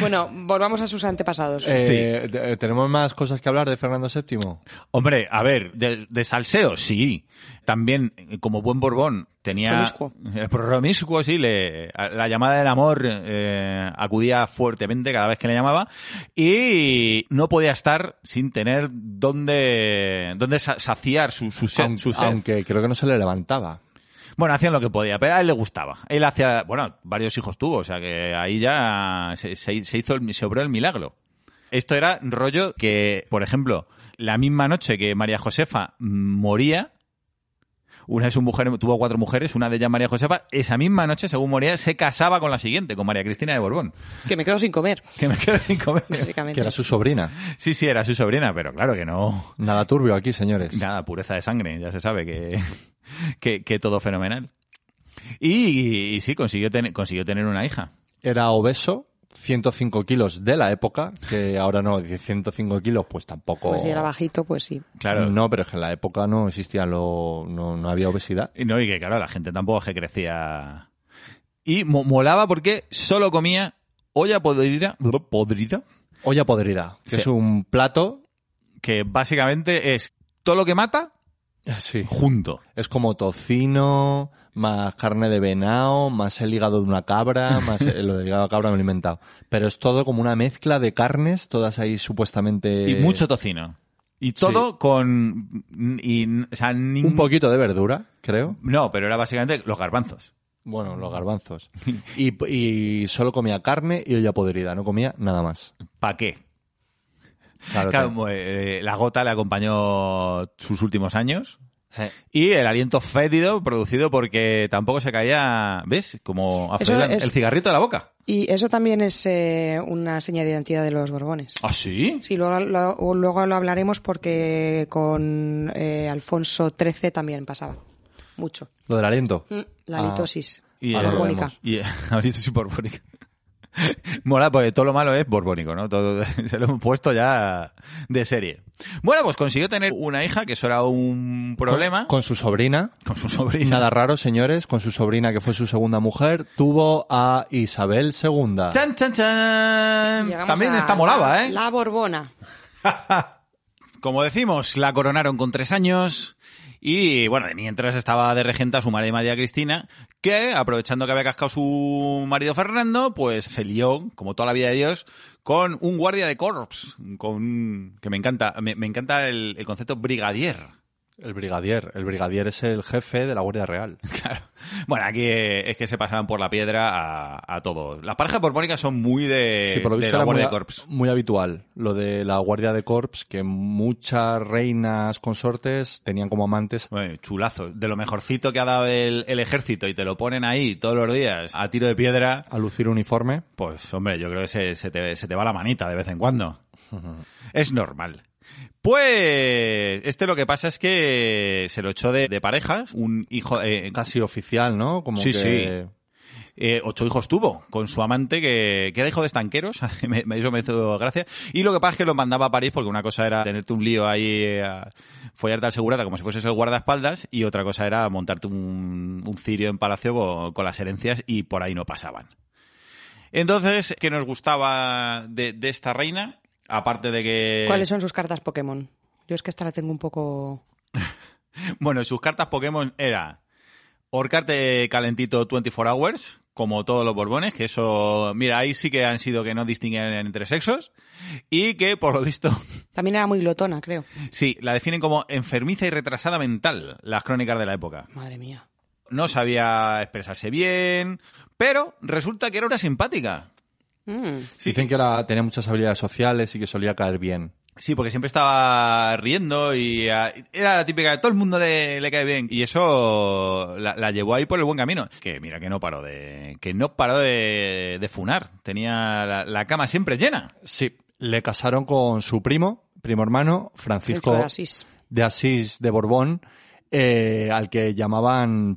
Bueno, volvamos a sus antepasados. Eh, te- ¿Tenemos más cosas que hablar de Fernando VII? Hombre, a ver, de, de salseo, sí. También, eh, como buen Borbón, tenía. Promiscuo. Era [LAUGHS] promiscuo, sí. le- a- la llamada del amor eh, acudía fuertemente cada vez que le llamaba. Y no podía estar sin tener dónde, dónde sa- saciar su, su sed. Aunque- su sed. aunque creo Ah, que no se le levantaba. Bueno, hacían lo que podía, pero a él le gustaba. Él hacía. Bueno, varios hijos tuvo, o sea que ahí ya se, se- se hizo el, se obró el milagro. Esto era rollo que, por ejemplo, la misma noche que María Josefa mm, moría, una de sus mujeres, tuvo cuatro mujeres, una de ellas María Josefa, esa misma noche, según moría, se casaba con la siguiente, con María Cristina de Borbón. Que me quedo sin [LAUGHS] comer, Que me quedo sin comer. básicamente. Que era su sobrina. Sí, sí, era su sobrina, pero claro que no. Nada turbio aquí, señores. Nada, pureza de sangre, ya se sabe que, [LAUGHS] que, que todo fenomenal. Y, y sí, consiguió, tener consiguió tener una hija. Era obeso, 105 kilos de la época, que ahora no, dice 105 kilos, pues tampoco. Pues si era bajito, pues sí. Claro. No, pero es que en la época no existía lo. No, no había obesidad. Y no, y que claro, la gente tampoco es que crecía. Y mo- molaba porque solo comía olla podrida, podrida, Olla podrida, que Sí. es un plato. que básicamente es todo lo que mata Sí. junto. Es como tocino, más carne de venado, más el hígado de [LAUGHS] una cabra, más eh, lo del hígado de cabra me lo he inventado. Pero es todo como una mezcla de carnes, todas ahí supuestamente. Y mucho tocino. Y todo con... Y, o sea, nin- Un poquito de verdura, creo. No, pero era básicamente los garbanzos. Bueno, los garbanzos. Y, y solo comía carne y olla podrida, no comía nada más. ¿Para qué? Claro, Claro, te- como, eh, la gota le acompañó sus últimos años. Eh, Y el aliento fétido producido porque tampoco se caía, ¿ves? Como a Eso Froilán, es- el cigarrito de la boca. Y eso también es eh, una seña de identidad de los Borbones. ¿Ah, sí? Sí, luego lo, luego lo hablaremos porque con eh, Alfonso XIII también pasaba. Mucho. Lo del aliento. Mm, La Ah. litosis. Y, Ahora el- [LAUGHS] lo vemos. y- ahorita sí por Bórica. [LAUGHS] Mola, porque todo lo malo es borbónico, ¿no? Todo, [LAUGHS] se lo hemos puesto ya de serie. Bueno, pues consiguió tener una hija, que eso era un problema, con, Con su sobrina. su sobrina. Nada raro, señores, con su sobrina que fue su segunda mujer, tuvo a Isabel II. ¡Chan, chan, chan! Llegamos También a está molaba, la- ¿eh? La Borbona. Como decimos, la coronaron con tres años. Y bueno, de mientras estaba de regenta su madre María Cristina, que aprovechando que había cascado su marido Fernando, pues se lió, como toda la vida de Dios, con un guardia de corps, con que me encanta, me, me encanta el, el concepto brigadier. El brigadier. El brigadier es el jefe de la Guardia Real. Claro. Bueno, aquí eh, es que se pasaban por la piedra a, a todos. Las parejas borbónicas son muy de, sí, por lo Eh, de visto la era muy, guardia de a- corps. muy habitual lo de la Guardia de Corps, que muchas reinas consortes tenían como amantes. Bueno, chulazo, de lo mejorcito que ha dado el, el ejército y te lo ponen ahí todos los días a tiro de piedra, A lucir uniforme. pues hombre, yo creo que se, se te, se te va la manita de vez en cuando. Es normal. Pues este lo que pasa es que se lo echó de, de parejas, un hijo, eh, Casi oficial, ¿no? Como Sí, que- eh, ocho hijos tuvo con su amante que, que era hijo de estanqueros, [LAUGHS] me, me- eso me hizo gracia. Y lo que pasa es que lo mandaba a París porque una cosa era tenerte un lío ahí, eh, a follarte al segurata como si fueses el guardaespaldas y otra cosa era montarte un, un cirio en palacio con, con las herencias y por ahí no pasaban. Entonces, ¿qué nos gustaba de, de esta reina? Aparte de que... ¿Cuáles son sus cartas Pokémon? Yo es que esta la tengo un poco... Bueno, sus cartas Pokémon era ahorcarte calentito 24 hours, como todos los borbones, que eso, mira, ahí sí que han sido que no distinguen entre sexos, y que por lo visto, [LAUGHS] También era muy glotona, creo. sí, la definen como enfermiza y retrasada mental, las crónicas de la época. Madre mía. No sabía expresarse bien, pero resulta que era una simpática. Mm. Sí, Dicen que era- tenía muchas habilidades sociales y que solía caer bien. Sí, porque siempre estaba riendo y ah, era la típica, todo el mundo le, le cae bien. Y eso la, la llevó ahí por el buen camino. Que mira, que no paró de, que no paró de, de funar. Tenía la, la cama siempre llena. Sí, le casaron con su primo, primo hermano, Francisco Francisco de Asís. de Asís de Borbón, eh, al que llamaban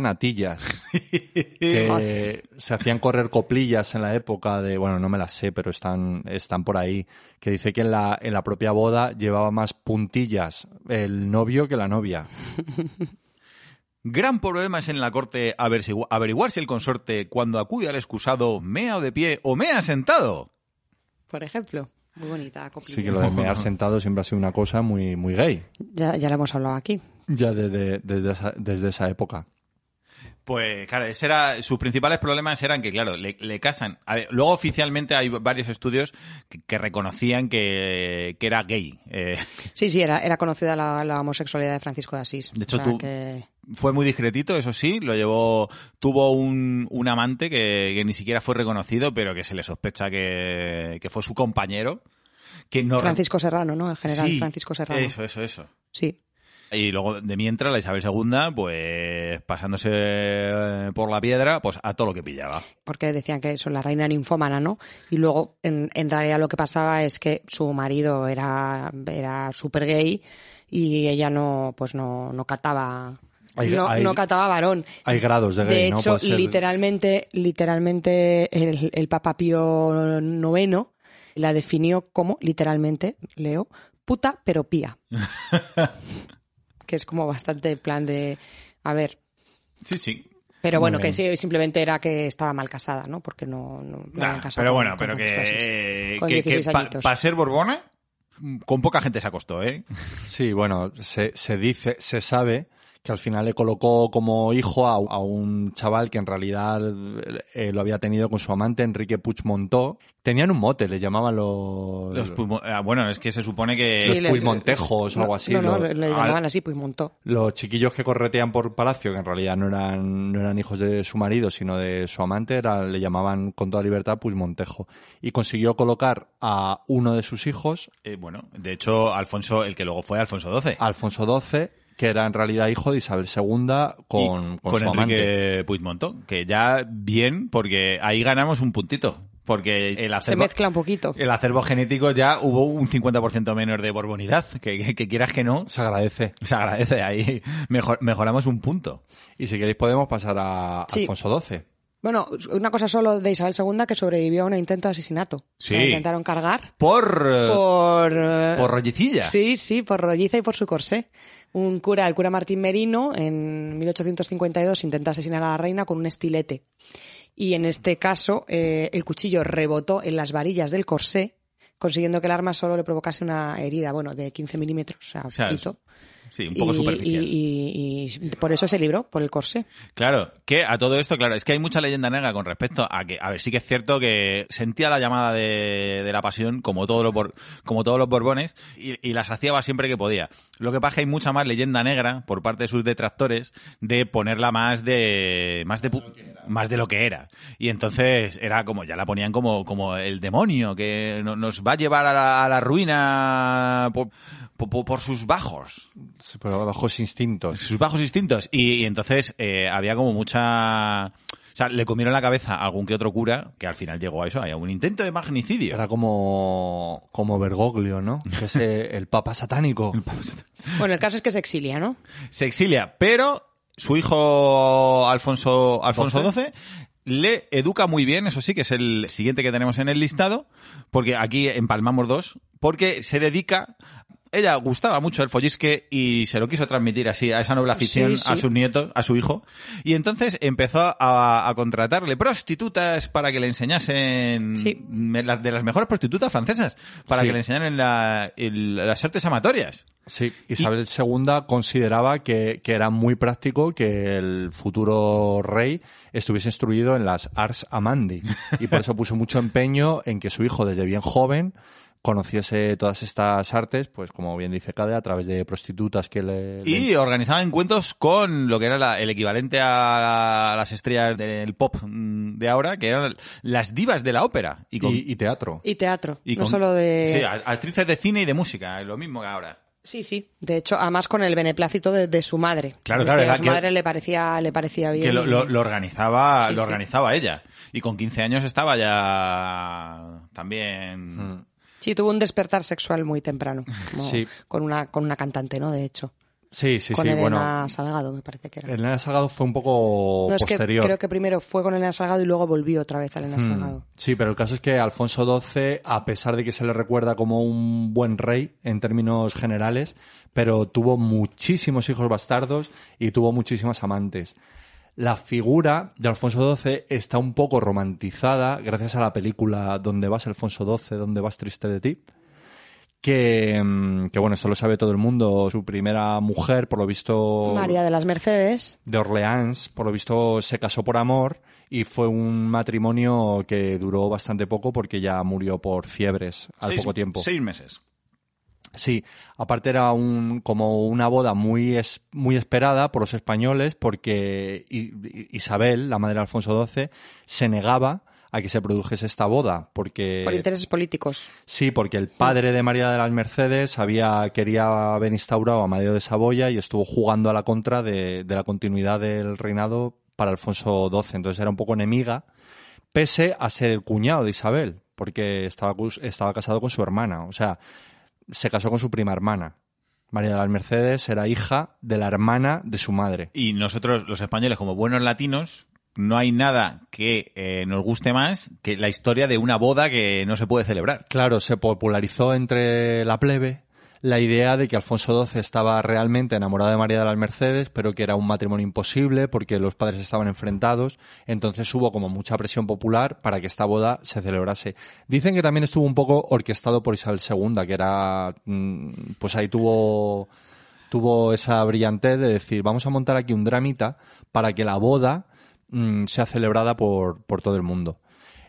[LAUGHS] Natillas, que se hacían correr coplillas en la época de, bueno, no me las sé, pero están, están por ahí, que dice que en la, en la propia boda llevaba más puntillas el novio que la novia. Gran problema es en la corte averigua- averiguar si el consorte, cuando acude al excusado, mea o de pie o mea sentado. Por ejemplo. Muy bonita copia. Así que lo de [LAUGHS] mear sentado siempre ha sido una cosa muy, muy gay, Ya, ya la hemos hablado aquí. ya desde, desde, esa, desde esa época. Pues claro, ese era, sus principales problemas eran que, claro, le, le casan. A ver, luego oficialmente hay varios estudios que, que reconocían que, que era gay. Eh, Sí, sí, era, era conocida la, la homosexualidad de Francisco de Asís. De hecho, O sea tú- que- fue muy discretito, eso sí, lo llevó, tuvo un, un amante que, que ni siquiera fue reconocido, pero que se le sospecha que, que fue su compañero, que no... Francisco Serrano, ¿no? El general Sí, Francisco Serrano. Eso, eso, eso. Sí. Y luego, de mientras, la Isabel II, pues pasándose eh, por la piedra, pues a todo lo que pillaba. porque decían que son la reina ninfómana, ¿no? Y luego, en, en realidad, lo que pasaba es que su marido era, era súper gay y ella no, pues no, no cataba. Hay- no, hay- no cataba varón. Hay grados de gay, De ¿no? hecho, Puede ser- literalmente, literalmente, el, el Papa Pío IX la definió como, literalmente, leo, puta pero [LAUGHS] pía. que es como bastante en plan de, a ver, Sí, sí. pero bueno, que sí, simplemente era que estaba mal casada, ¿no? Porque no, no, no Nah, habían casado pero con- bueno, con pero Francisco Asís. que, eh, Con que, 16 para añitos. ser Borbona, con poca gente se acostó, ¿eh? Sí, bueno, se, se dice, se sabe que al final le colocó como hijo a, a un chaval que en realidad eh, lo había tenido con su amante, Enrique Puigmontó. Tenían un mote, le llamaban los, Los Puigmo- ah, bueno, es que se supone que... los Sí, le- Puigmontejos o No, algo así. No, no, los, le- le al- llamaban así, pues montó. los chiquillos que corretean por palacio, que en realidad no eran, no eran hijos de su marido, sino de su amante, era- le llamaban con toda libertad Puigmontejo. Y consiguió colocar a uno de sus hijos, Eh, bueno, de hecho, Alfonso, el que luego fue Alfonso XII. Alfonso XII, que era en realidad hijo de Isabel II Y con, con, con su amante. Enrique Puigmontón, que ya bien, porque ahí ganamos un puntito. Porque el Se acervo, mezcla un poquito. el acervo genético ya hubo un 50% menos de borbonidad, que, que- que quieras que no, Se agradece. se agradece, ahí mejor, mejoramos un punto. Y si queréis podemos pasar a Sí. Alfonso XII. Bueno, una cosa solo de Isabel II que sobrevivió a un intento de asesinato. Sí. La intentaron cargar Por. eh, por... eh, por rollicilla. Sí, sí, por rolliza y por su corsé. Un cura, el cura Martín Merino, en 1852 intenta asesinar a la reina con un estilete. Y en este caso, eh, el cuchillo rebotó en las varillas del corsé, consiguiendo que el arma solo le provocase una herida, bueno, de 15 milímetros, o sea, O sea, poquito. Sí, un poco Y- superficial. Y, y- y por eso se libró, por el corsé. Claro, que a todo esto, claro, es que hay mucha leyenda negra con respecto a que, a ver, sí que es cierto que sentía la llamada de, de la pasión como, todos los bor- como todos los borbones y, y las saciaba siempre que podía. Lo que pasa es que hay mucha más leyenda negra por parte de sus detractores de ponerla más de, más de, pu- más de lo que era. Y entonces era como, ya la ponían como, como el demonio que no- nos va a llevar a la, a la ruina por- por- por sus bajos Pero bajos instintos. sus bajos instintos. Y, y entonces eh, había como mucha... O sea, le comieron la cabeza a algún que otro cura, que al final llegó a eso, a un intento de magnicidio. Era como, como Bergoglio, ¿no? Que es eh, el papa satánico. Bueno, el caso es que se exilia, ¿no? Se exilia, pero su hijo Alfonso, Alfonso XII le educa muy bien, eso sí, que es el siguiente que tenemos en el listado, porque aquí empalmamos dos, porque se dedica... Ella gustaba mucho el follisque y se lo quiso transmitir así a esa noble afición, Sí, sí. a sus nietos, a su hijo. Y entonces empezó a, a contratarle prostitutas para que le enseñasen Sí. me- las- de las mejores prostitutas francesas, para Sí. que le enseñaran la- el- las artes amatorias. Sí, Isabel II consideraba que, que era muy práctico que el futuro rey estuviese instruido en las Ars Amandi y por eso puso mucho empeño en que su hijo desde bien joven conociese todas estas artes, pues como bien dice Cade, a través de prostitutas que le... Y organizaba encuentros con lo que era la- el equivalente a, las estrellas del pop mm, de ahora, que eran las divas de la ópera. Y con, y- y teatro. Y teatro, y no con- solo Sí, de... a- actrices de cine y de música, lo mismo que ahora. Sí, sí. De hecho, además con el beneplácito de, de su madre. Claro, Es claro, decir, era A su que- madre le parecía, le parecía bien. Que lo, lo- lo organizaba, Sí, lo sí. organizaba ella. Y con 15 años estaba ya también... Mm. Sí, tuvo un despertar sexual muy temprano. como Sí. Con una, con una cantante, ¿no? De hecho. Sí, sí, con sí, Elena bueno. Salgado, me parece que era. Elena Salgado fue un poco no, es que posterior. creo que primero fue con Elena Salgado y luego volvió otra vez a Elena Salgado. Sí, pero el caso es que Alfonso XII, a pesar de que se le recuerda como un buen rey en términos generales, pero tuvo muchísimos hijos bastardos y tuvo muchísimas amantes. La figura de Alfonso XII está un poco romantizada gracias a la película Donde vas Alfonso XII, Donde vas triste de ti, que, mm, que bueno, esto lo sabe todo el mundo, su primera mujer, por lo visto María de las Mercedes. de Orleans, por lo visto se casó por amor y fue un matrimonio que duró bastante poco porque ya murió por fiebres al Seis- poco tiempo. Seis meses. Sí, aparte era un, como una boda muy, es- muy esperada por los españoles porque I- I- Isabel, la madre de Alfonso XII, se negaba a que se produjese esta boda porque Por intereses políticos. Sí, porque el padre de María de las Mercedes había quería haber instaurado a Amadeo de Saboya y estuvo jugando a la contra de, de la continuidad del reinado para Alfonso XII. Entonces era un poco enemiga, pese a ser el cuñado de Isabel, porque estaba, cus- estaba casado con su hermana. O sea, se casó con su prima hermana. María de las Mercedes era hija de la hermana de su madre. Y nosotros, los españoles, como buenos latinos, no hay nada que eh, nos guste más que la historia de una boda que no se puede celebrar. Claro, se popularizó entre la plebe la idea de que Alfonso XII estaba realmente enamorado de María de las Mercedes, pero que era un matrimonio imposible porque los padres estaban enfrentados. Entonces hubo como mucha presión popular para que esta boda se celebrase. Dicen que también estuvo un poco orquestado por Isabel II, que era, mm, pues ahí tuvo, tuvo esa brillantez de decir, vamos a montar aquí un dramita para que la boda mm, sea celebrada por, por todo el mundo.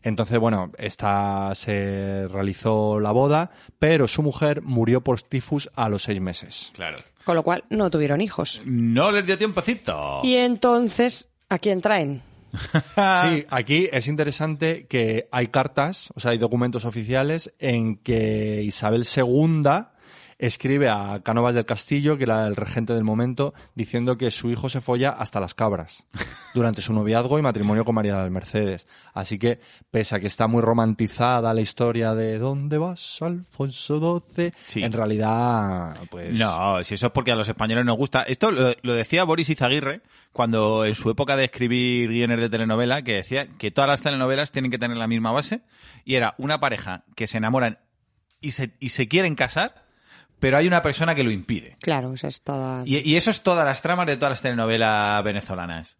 Entonces, bueno, esta se realizó la boda, pero su mujer murió por tifus a los seis meses. Claro. Con lo cual no tuvieron hijos. No les dio tiempecito. [LAUGHS] Y entonces, ¿a quién traen? Sí, aquí es interesante que hay cartas, o sea, hay documentos oficiales en que Isabel II escribe a Cánovas del Castillo, que era el regente del momento, diciendo que su hijo se folla hasta las cabras durante su noviazgo y matrimonio con María de las Mercedes. Así que, pese a que está muy romantizada la historia de ¿Dónde vas, Alfonso XII? Sí. En realidad, pues... No, si eso es porque a los españoles nos gusta. Esto lo, lo decía Boris Izaguirre cuando en su época de escribir guiones de telenovela, que decía que todas las telenovelas tienen que tener la misma base y era una pareja que se enamoran y se, y se quieren casar, pero hay una persona que lo impide. Claro, esa es toda. Y, y eso es todas las tramas de todas las telenovelas venezolanas.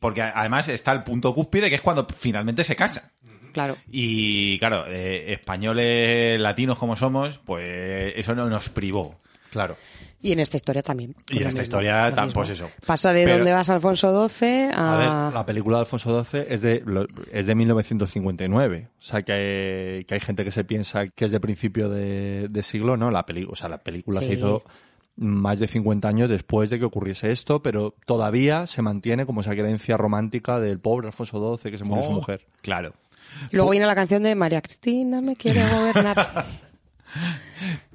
Porque a- además está el punto cúspide que es cuando finalmente se casan. Claro. Y claro, eh, españoles latinos como somos, pues eso no nos privó. Claro. Y en esta historia también. Y en lo esta mismo, historia, lo tan- mismo. pues eso. Pasa de Pero- dónde vas Alfonso XII a. A ver, la película de Alfonso XII es de, lo- es de 1959. O sea, que, que hay gente que se piensa que es de principio de, de siglo, ¿no? La peli, o sea, la película se Sí. hizo más de 50 años después de que ocurriese esto, pero todavía se mantiene como esa creencia romántica del pobre Alfonso XII que se murió su Oh, mujer. Claro. Luego viene la canción de María Cristina me quiere gobernar.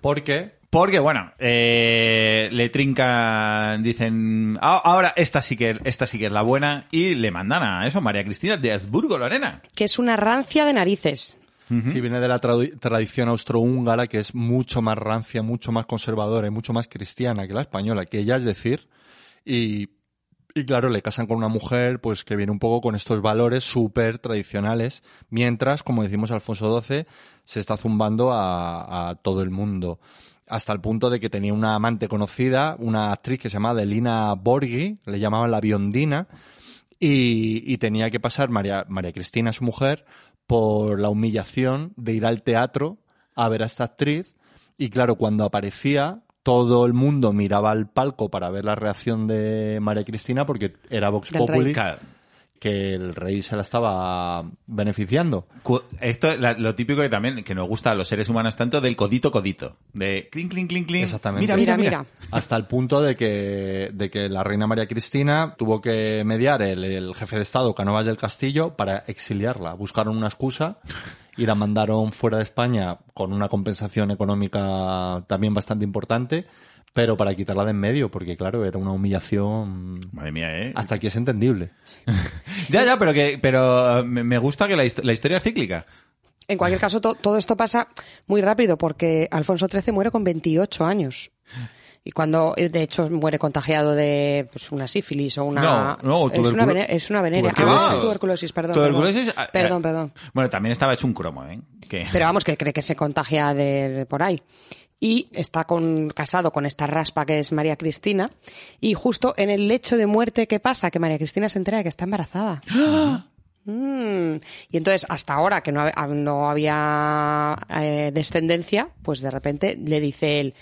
Porque Porque, bueno, eh, le trincan, dicen, "Ah, ahora esta sí, que, esta sí que es la buena, y le mandan a eso, María Cristina de Habsburgo, Lorena. que es una rancia de narices. sí viene de la tradu- tradición austrohúngara, que es mucho más rancia, mucho más conservadora y mucho más cristiana que la española, que ella es decir, y, y claro, le casan con una mujer pues que viene un poco con estos valores súper tradicionales, mientras, como decimos Alfonso XII, se está zumbando a, a todo el mundo. Hasta el punto de que tenía una amante conocida, una actriz que se llamaba Delina Borghi, le llamaban la Biondina, y, y tenía que pasar María, María Cristina, su mujer, por la humillación de ir al teatro a ver a esta actriz. Y claro, cuando aparecía, todo el mundo miraba al palco para ver la reacción de María Cristina porque era Vox Del rey. Populi, Claro. que el rey se la estaba beneficiando. Cu- Esto es la- lo típico que también, que nos gusta a los seres humanos tanto, del codito codito. De clink, clink, clink, clink. Exactamente. Mira, mira, mira. mira. Hasta el punto de que, de que la reina María Cristina tuvo que mediar el, el jefe de Estado, Canovas del Castillo, para exiliarla. Buscaron una excusa y la mandaron fuera de España con una compensación económica también bastante importante, pero para quitarla de en medio, porque claro, era una humillación. Madre mía, ¿eh? Hasta aquí es entendible. Ya, ya, pero, que, pero eh, me me gusta que la, hist- la historia es cíclica. En cualquier caso, to- todo esto pasa muy rápido porque Alfonso XIII muere con 28 años. Y cuando, eh, de hecho, muere contagiado de pues, una sífilis o una. No, no, es tuberculo- una, vene- es una venerea. tuberculosis. Ah, es tuberculosis, perdón. Tuberculosis, Perdón, ah, perdón. eh, perdón. Bueno, también estaba hecho un cromo, ¿eh? Que... Pero vamos, que cree que se contagia de, de por ahí. Y está con, casado con esta raspa que es María Cristina. Y justo en el lecho de muerte, ¿qué pasa? Que María Cristina se entera de que está embarazada. [GASPS] Mm. Y entonces, hasta ahora que no, hab- no había eh, descendencia, pues de repente le dice él,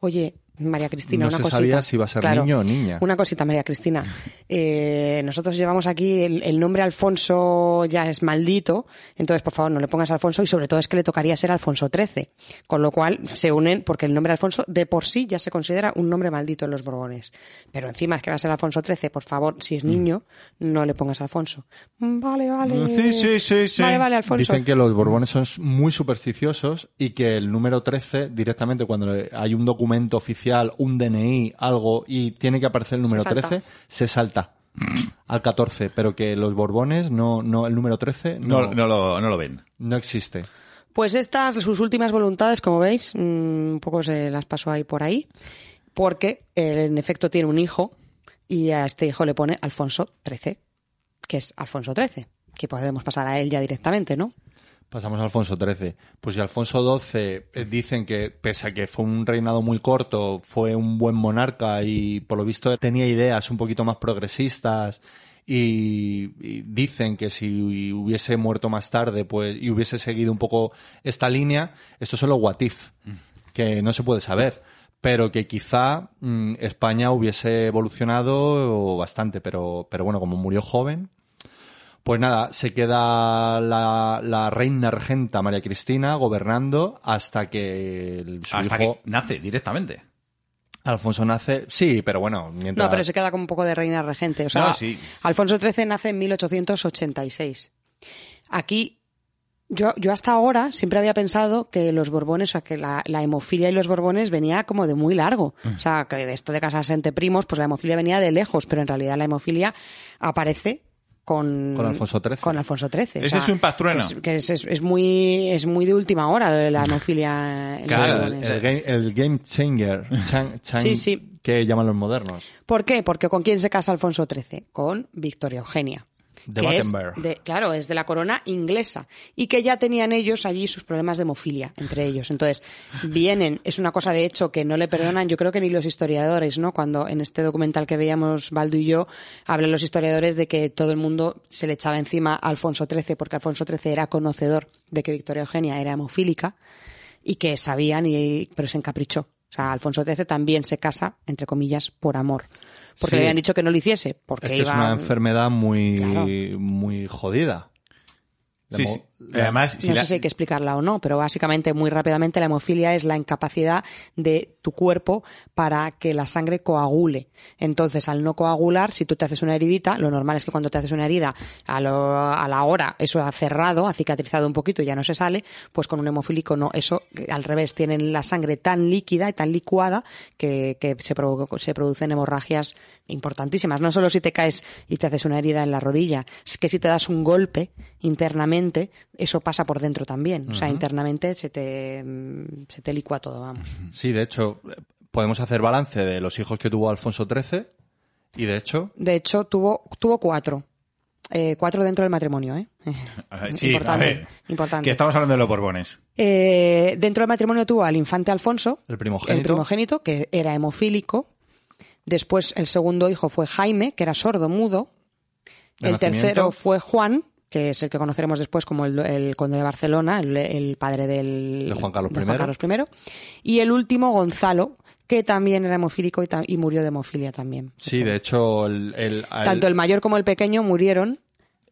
oye, María Cristina, No una se cosita. sabía si iba a ser niño o niña. Una cosita, María Cristina. Eh, nosotros llevamos aquí el, el nombre Alfonso ya es maldito, entonces por favor no le pongas Alfonso y sobre todo es que le tocaría ser Alfonso XIII, con lo cual se unen porque el nombre Alfonso de por sí ya se considera un nombre maldito en los Borbones. Pero encima es que va a ser Alfonso XIII, por favor, si es Mm. niño, no le pongas Alfonso. Vale, vale. Sí, sí, sí, sí. Vale, vale, Alfonso. Dicen que los Borbones son muy supersticiosos y que el número 13, directamente cuando hay un documento oficial, un DNI, algo, y tiene que aparecer el número Se salta. 13, se salta al 14, pero que los Borbones, no, no el número 13 no, [LAUGHS] No, no lo, no lo ven. no existe. Pues estas, sus últimas voluntades, como veis, mm, un poco se las pasó ahí por ahí, porque eh, en efecto tiene un hijo y a este hijo le pone Alfonso XIII, que es Alfonso XIII, que podemos pasar a él ya directamente, ¿no? Pasamos a Alfonso XIII. Pues si Alfonso XII eh, dicen que, pese a que fue un reinado muy corto, fue un buen monarca y por lo visto tenía ideas un poquito más progresistas y, y dicen que si hubiese muerto más tarde pues y hubiese seguido un poco esta línea, esto solo what if, que no se puede saber, pero que quizá mm, España hubiese evolucionado bastante, pero, pero bueno, como murió joven, pues nada, se queda la, la reina regenta María Cristina gobernando hasta que el- su Hasta hijo que nace directamente. Alfonso nace. Sí, pero bueno, mientras. No, pero se queda con un poco de reina regente. O sea, No, sí. Alfonso XIII nace en 1886. Aquí Yo, yo hasta ahora siempre había pensado que los borbones, o sea, que la, la hemofilia y los borbones venía como de muy largo. Mm. O sea, que esto de casarse entre primos, pues la hemofilia venía de lejos, pero en realidad la hemofilia aparece con, Con Alfonso XIII. Con Alfonso XIII. o Ese sea, es un pastrueno. Que, es, que es- es- es muy, es muy de última hora lo de la hemofilia. en los Claro, eh, el, borbones. el game, el game changer. [LAUGHS] Chan- chan- Sí, sí. Que llaman los modernos. ¿Por qué? Porque ¿con quién se casa Alfonso XIII? Con Victoria Eugenia. De que es Battenberg. de- claro, es de la corona inglesa. Y que ya tenían ellos allí sus problemas de hemofilia entre ellos. Entonces, vienen, es una cosa de hecho que no le perdonan, yo creo que ni los historiadores, ¿no? Cuando en este documental que veíamos Baldu y yo, hablan los historiadores de que todo el mundo se le echaba encima a Alfonso XIII, porque Alfonso XIII era conocedor de que Victoria Eugenia era hemofílica y que sabían, y, pero se encaprichó. O sea, Alfonso XIII también se casa, entre comillas, por amor. Porque Sí. le habían dicho que no lo hiciese. Porque Es que iba... es una enfermedad muy, Claro. muy jodida. La Sí, mo- sí. Además, si no la- sé si hay que explicarla o no, pero básicamente, muy rápidamente, la hemofilia es la incapacidad de tu cuerpo para que la sangre coagule. Entonces, al no coagular, si tú te haces una heridita, lo normal es que cuando te haces una herida, a, lo- a la hora eso ha cerrado, ha cicatrizado un poquito y ya no se sale, pues con un hemofílico no. Eso, eh, al revés, tienen la sangre tan líquida y tan licuada que, que se, provo- se producen hemorragias importantísimas. No solo si te caes y te haces una herida en la rodilla, es que si te das un golpe internamente, eso pasa por dentro también. O sea, internamente se te, mm, se te licua todo, vamos. Sí, de hecho, eh, podemos hacer balance de los hijos que tuvo Alfonso XIII. Y de hecho, De hecho, tuvo, tuvo cuatro. Eh, cuatro dentro del matrimonio, ¿eh? A ver, Ah, sí, importante, a ver, importante. Que estamos hablando de los borbones. Eh, dentro del matrimonio tuvo al infante Alfonso, El primogénito. el primogénito, que era hemofílico. Después el segundo hijo fue Jaime, que era sordo mudo. De El nacimiento. tercero fue Juan, que es el que conoceremos después como el, el conde de Barcelona, el, el padre del De Juan Carlos de I. Carlos I. Y el último Gonzalo, que también era hemofílico y, ta- y murió de hemofilia también. sí, de hecho, el, el- al- Tanto el mayor como el pequeño murieron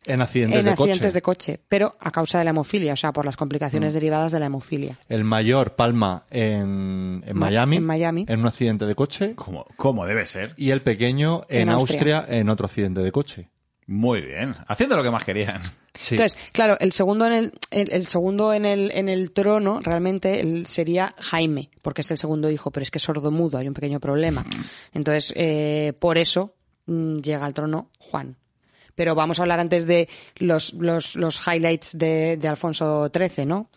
en accidentes, en de, accidentes coche. de coche, pero a causa de la hemofilia, o sea, por las complicaciones Mm. derivadas de la hemofilia. El mayor palma en, en Ma- Miami. en Miami. En un accidente de coche. Como, como debe ser. Y el pequeño en, En Austria. Austria. en otro accidente de coche. Muy bien. Haciendo lo que más querían. Sí. Entonces, claro, el segundo en el, el, el segundo en el, en el trono realmente el- sería Jaime, porque es el segundo hijo, pero es que es sordomudo, hay un pequeño problema. Entonces, eh, por eso mm, llega al trono Juan. Pero vamos a hablar antes de los, los, los highlights de, de Alfonso XIII, ¿no?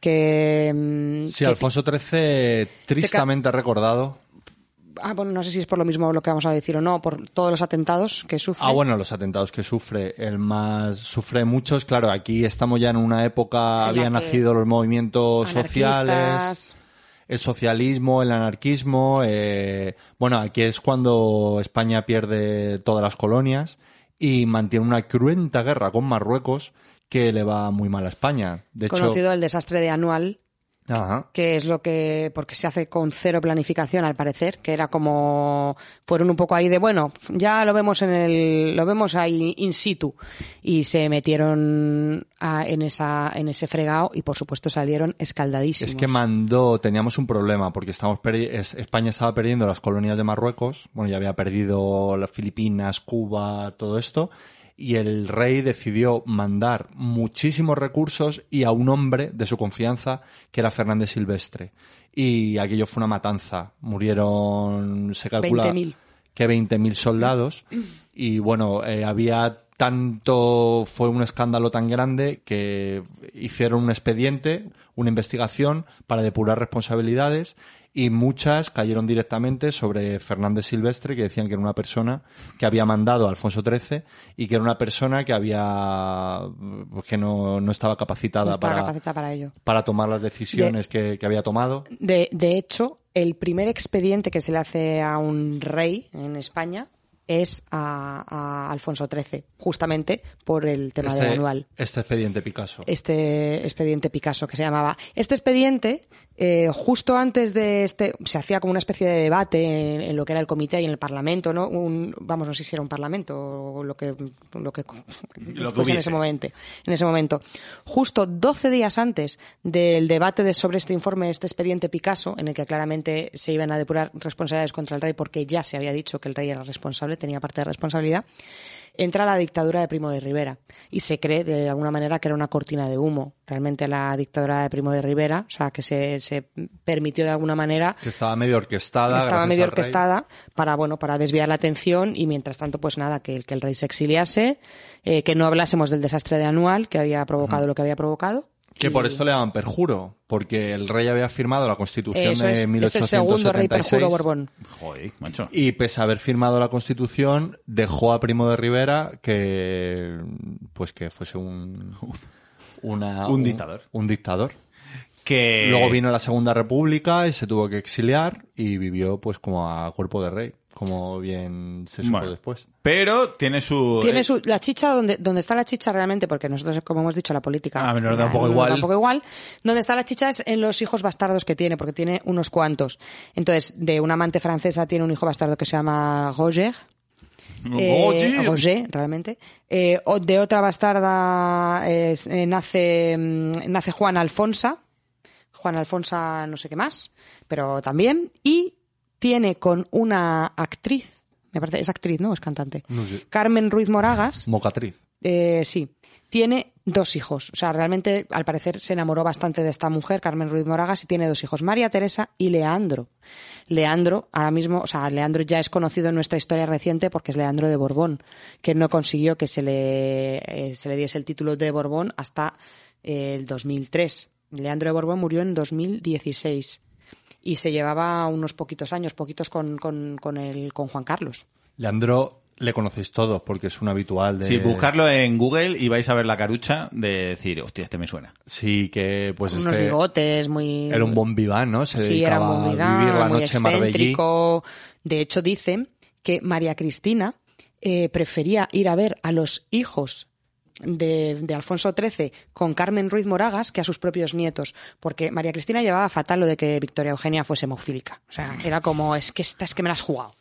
Que, mm, Sí, que- Alfonso XIII, tristamente recordado. ah, bueno, no sé si es por lo mismo lo que vamos a decir o no, por todos los atentados que sufre. Ah, bueno, los atentados que sufre. El más sufre muchos, claro, aquí estamos ya en una época, En la habían que nacido los movimientos sociales, Anarquistas. el socialismo, el anarquismo. eh, bueno, aquí es cuando España pierde todas las colonias y mantiene una cruenta guerra con Marruecos que le va muy mal a España. De hecho, conocido el desastre de Anual, Ajá. que es lo que porque se hace con cero planificación al parecer que era como fueron un poco ahí de bueno ya lo vemos en el lo vemos ahí in situ y se metieron a- en esa en ese fregado y por supuesto salieron escaldadísimos Es que mandó, teníamos un problema porque estamos perdi- es- España estaba perdiendo las colonias de Marruecos, bueno, ya había perdido las Filipinas, Cuba, todo esto, y el rey decidió mandar muchísimos recursos y a un hombre de su confianza que era Fernández Silvestre. Y aquello fue una matanza, murieron, se calcula 20.000. que 20.000 soldados y bueno, eh, había tanto, fue un escándalo tan grande que hicieron un expediente, una investigación para depurar responsabilidades y muchas cayeron directamente sobre Fernández Silvestre que decían que era una persona que había mandado a Alfonso XIII y que era una persona que había, pues, que no, no estaba capacitada, no estaba para, capacitada para ello para tomar las decisiones que, que había tomado. De, de hecho, el primer expediente que se le hace a un rey en España es a, a Alfonso XIII, justamente por el tema de Anual. este expediente Picasso. este expediente Picasso que se llamaba. Este expediente, eh, justo antes de este, se hacía como una especie de debate en, en lo que era el comité y en el Parlamento, ¿no? Un, vamos, no sé si era un Parlamento o lo que, lo que, fuese en hubiese. ese momento. En ese momento. Justo 12 días antes del debate de sobre este informe, este expediente Picasso, en el que claramente se iban a depurar responsabilidades contra el rey porque ya se había dicho que el rey era responsable tenía parte de responsabilidad, entra la dictadura de Primo de Rivera y se cree de alguna manera que era una cortina de humo. Realmente la dictadura de Primo de Rivera, o sea, que se, se permitió de alguna manera Que estaba medio orquestada. estaba gracias medio al rey. orquestada para bueno para desviar la atención y mientras tanto pues nada que el que el rey se exiliase eh, que no hablásemos del desastre de anual que había provocado lo que había provocado Que Y- por esto le daban perjuro, porque el rey había firmado la constitución eso de es, es 1876. el segundo rey perjuro Borbón Joder, macho. Y pese a haber firmado la Constitución, dejó a Primo de Rivera que pues que fuese [LAUGHS] un una- Un dictador. Eh. Un, dictador. Que... Luego vino la Segunda República y se tuvo que exiliar y vivió pues como a cuerpo de rey, como bien se supo Bueno. después. Pero tiene su... pues tiene su, la chicha donde donde está la chicha realmente porque nosotros como hemos dicho la política Ah, A mí nos da un poco nos igual. poco igual donde está la chicha es en los hijos bastardos que tiene porque tiene unos cuantos entonces de una amante francesa tiene un hijo bastardo que se llama Roger Eh, Oye, Roger, realmente. Eh, o- de otra bastarda eh, es- eh, nace, mm, nace Juan Alfonsa. Juan Alfonsa no sé qué más, pero también. Y tiene con una actriz, me parece, es actriz, ¿no? Es cantante. No sé. Carmen Ruiz Moragas. Mocatriz. Eh, sí. Tiene dos hijos. O sea, realmente, al parecer, se enamoró bastante de esta mujer, Carmen Ruiz Moragas, y tiene dos hijos, María Teresa y Leandro. Leandro, ahora mismo, o sea, Leandro ya es conocido en nuestra historia reciente porque es Leandro de Borbón, que no consiguió que se le, eh, se le diese el título de Borbón hasta eh, el 2003. Leandro de Borbón murió en 2016 y se llevaba unos poquitos años, poquitos con, con, con, el, con Juan Carlos. Leandro le conocéis todos porque es un habitual de Sí, pues, buscarlo en Google y vais a ver la carucha de decir, hostia, este me suena. [LAUGHS] Sí, que pues unos este bigotes muy... era un bon vivant, ¿no? Se sí, era dedicaba muy a vivir la vegano, muy noche marbellí. excéntrico. De hecho, dicen que María Cristina eh, prefería ir a ver a los hijos de, de Alfonso XIII con Carmen Ruiz Moragas que a sus propios nietos, porque María Cristina llevaba fatal lo de que Victoria Eugenia fuese hemofílica. O sea, era como, es que esta es que me la has [LAUGHS] jugado.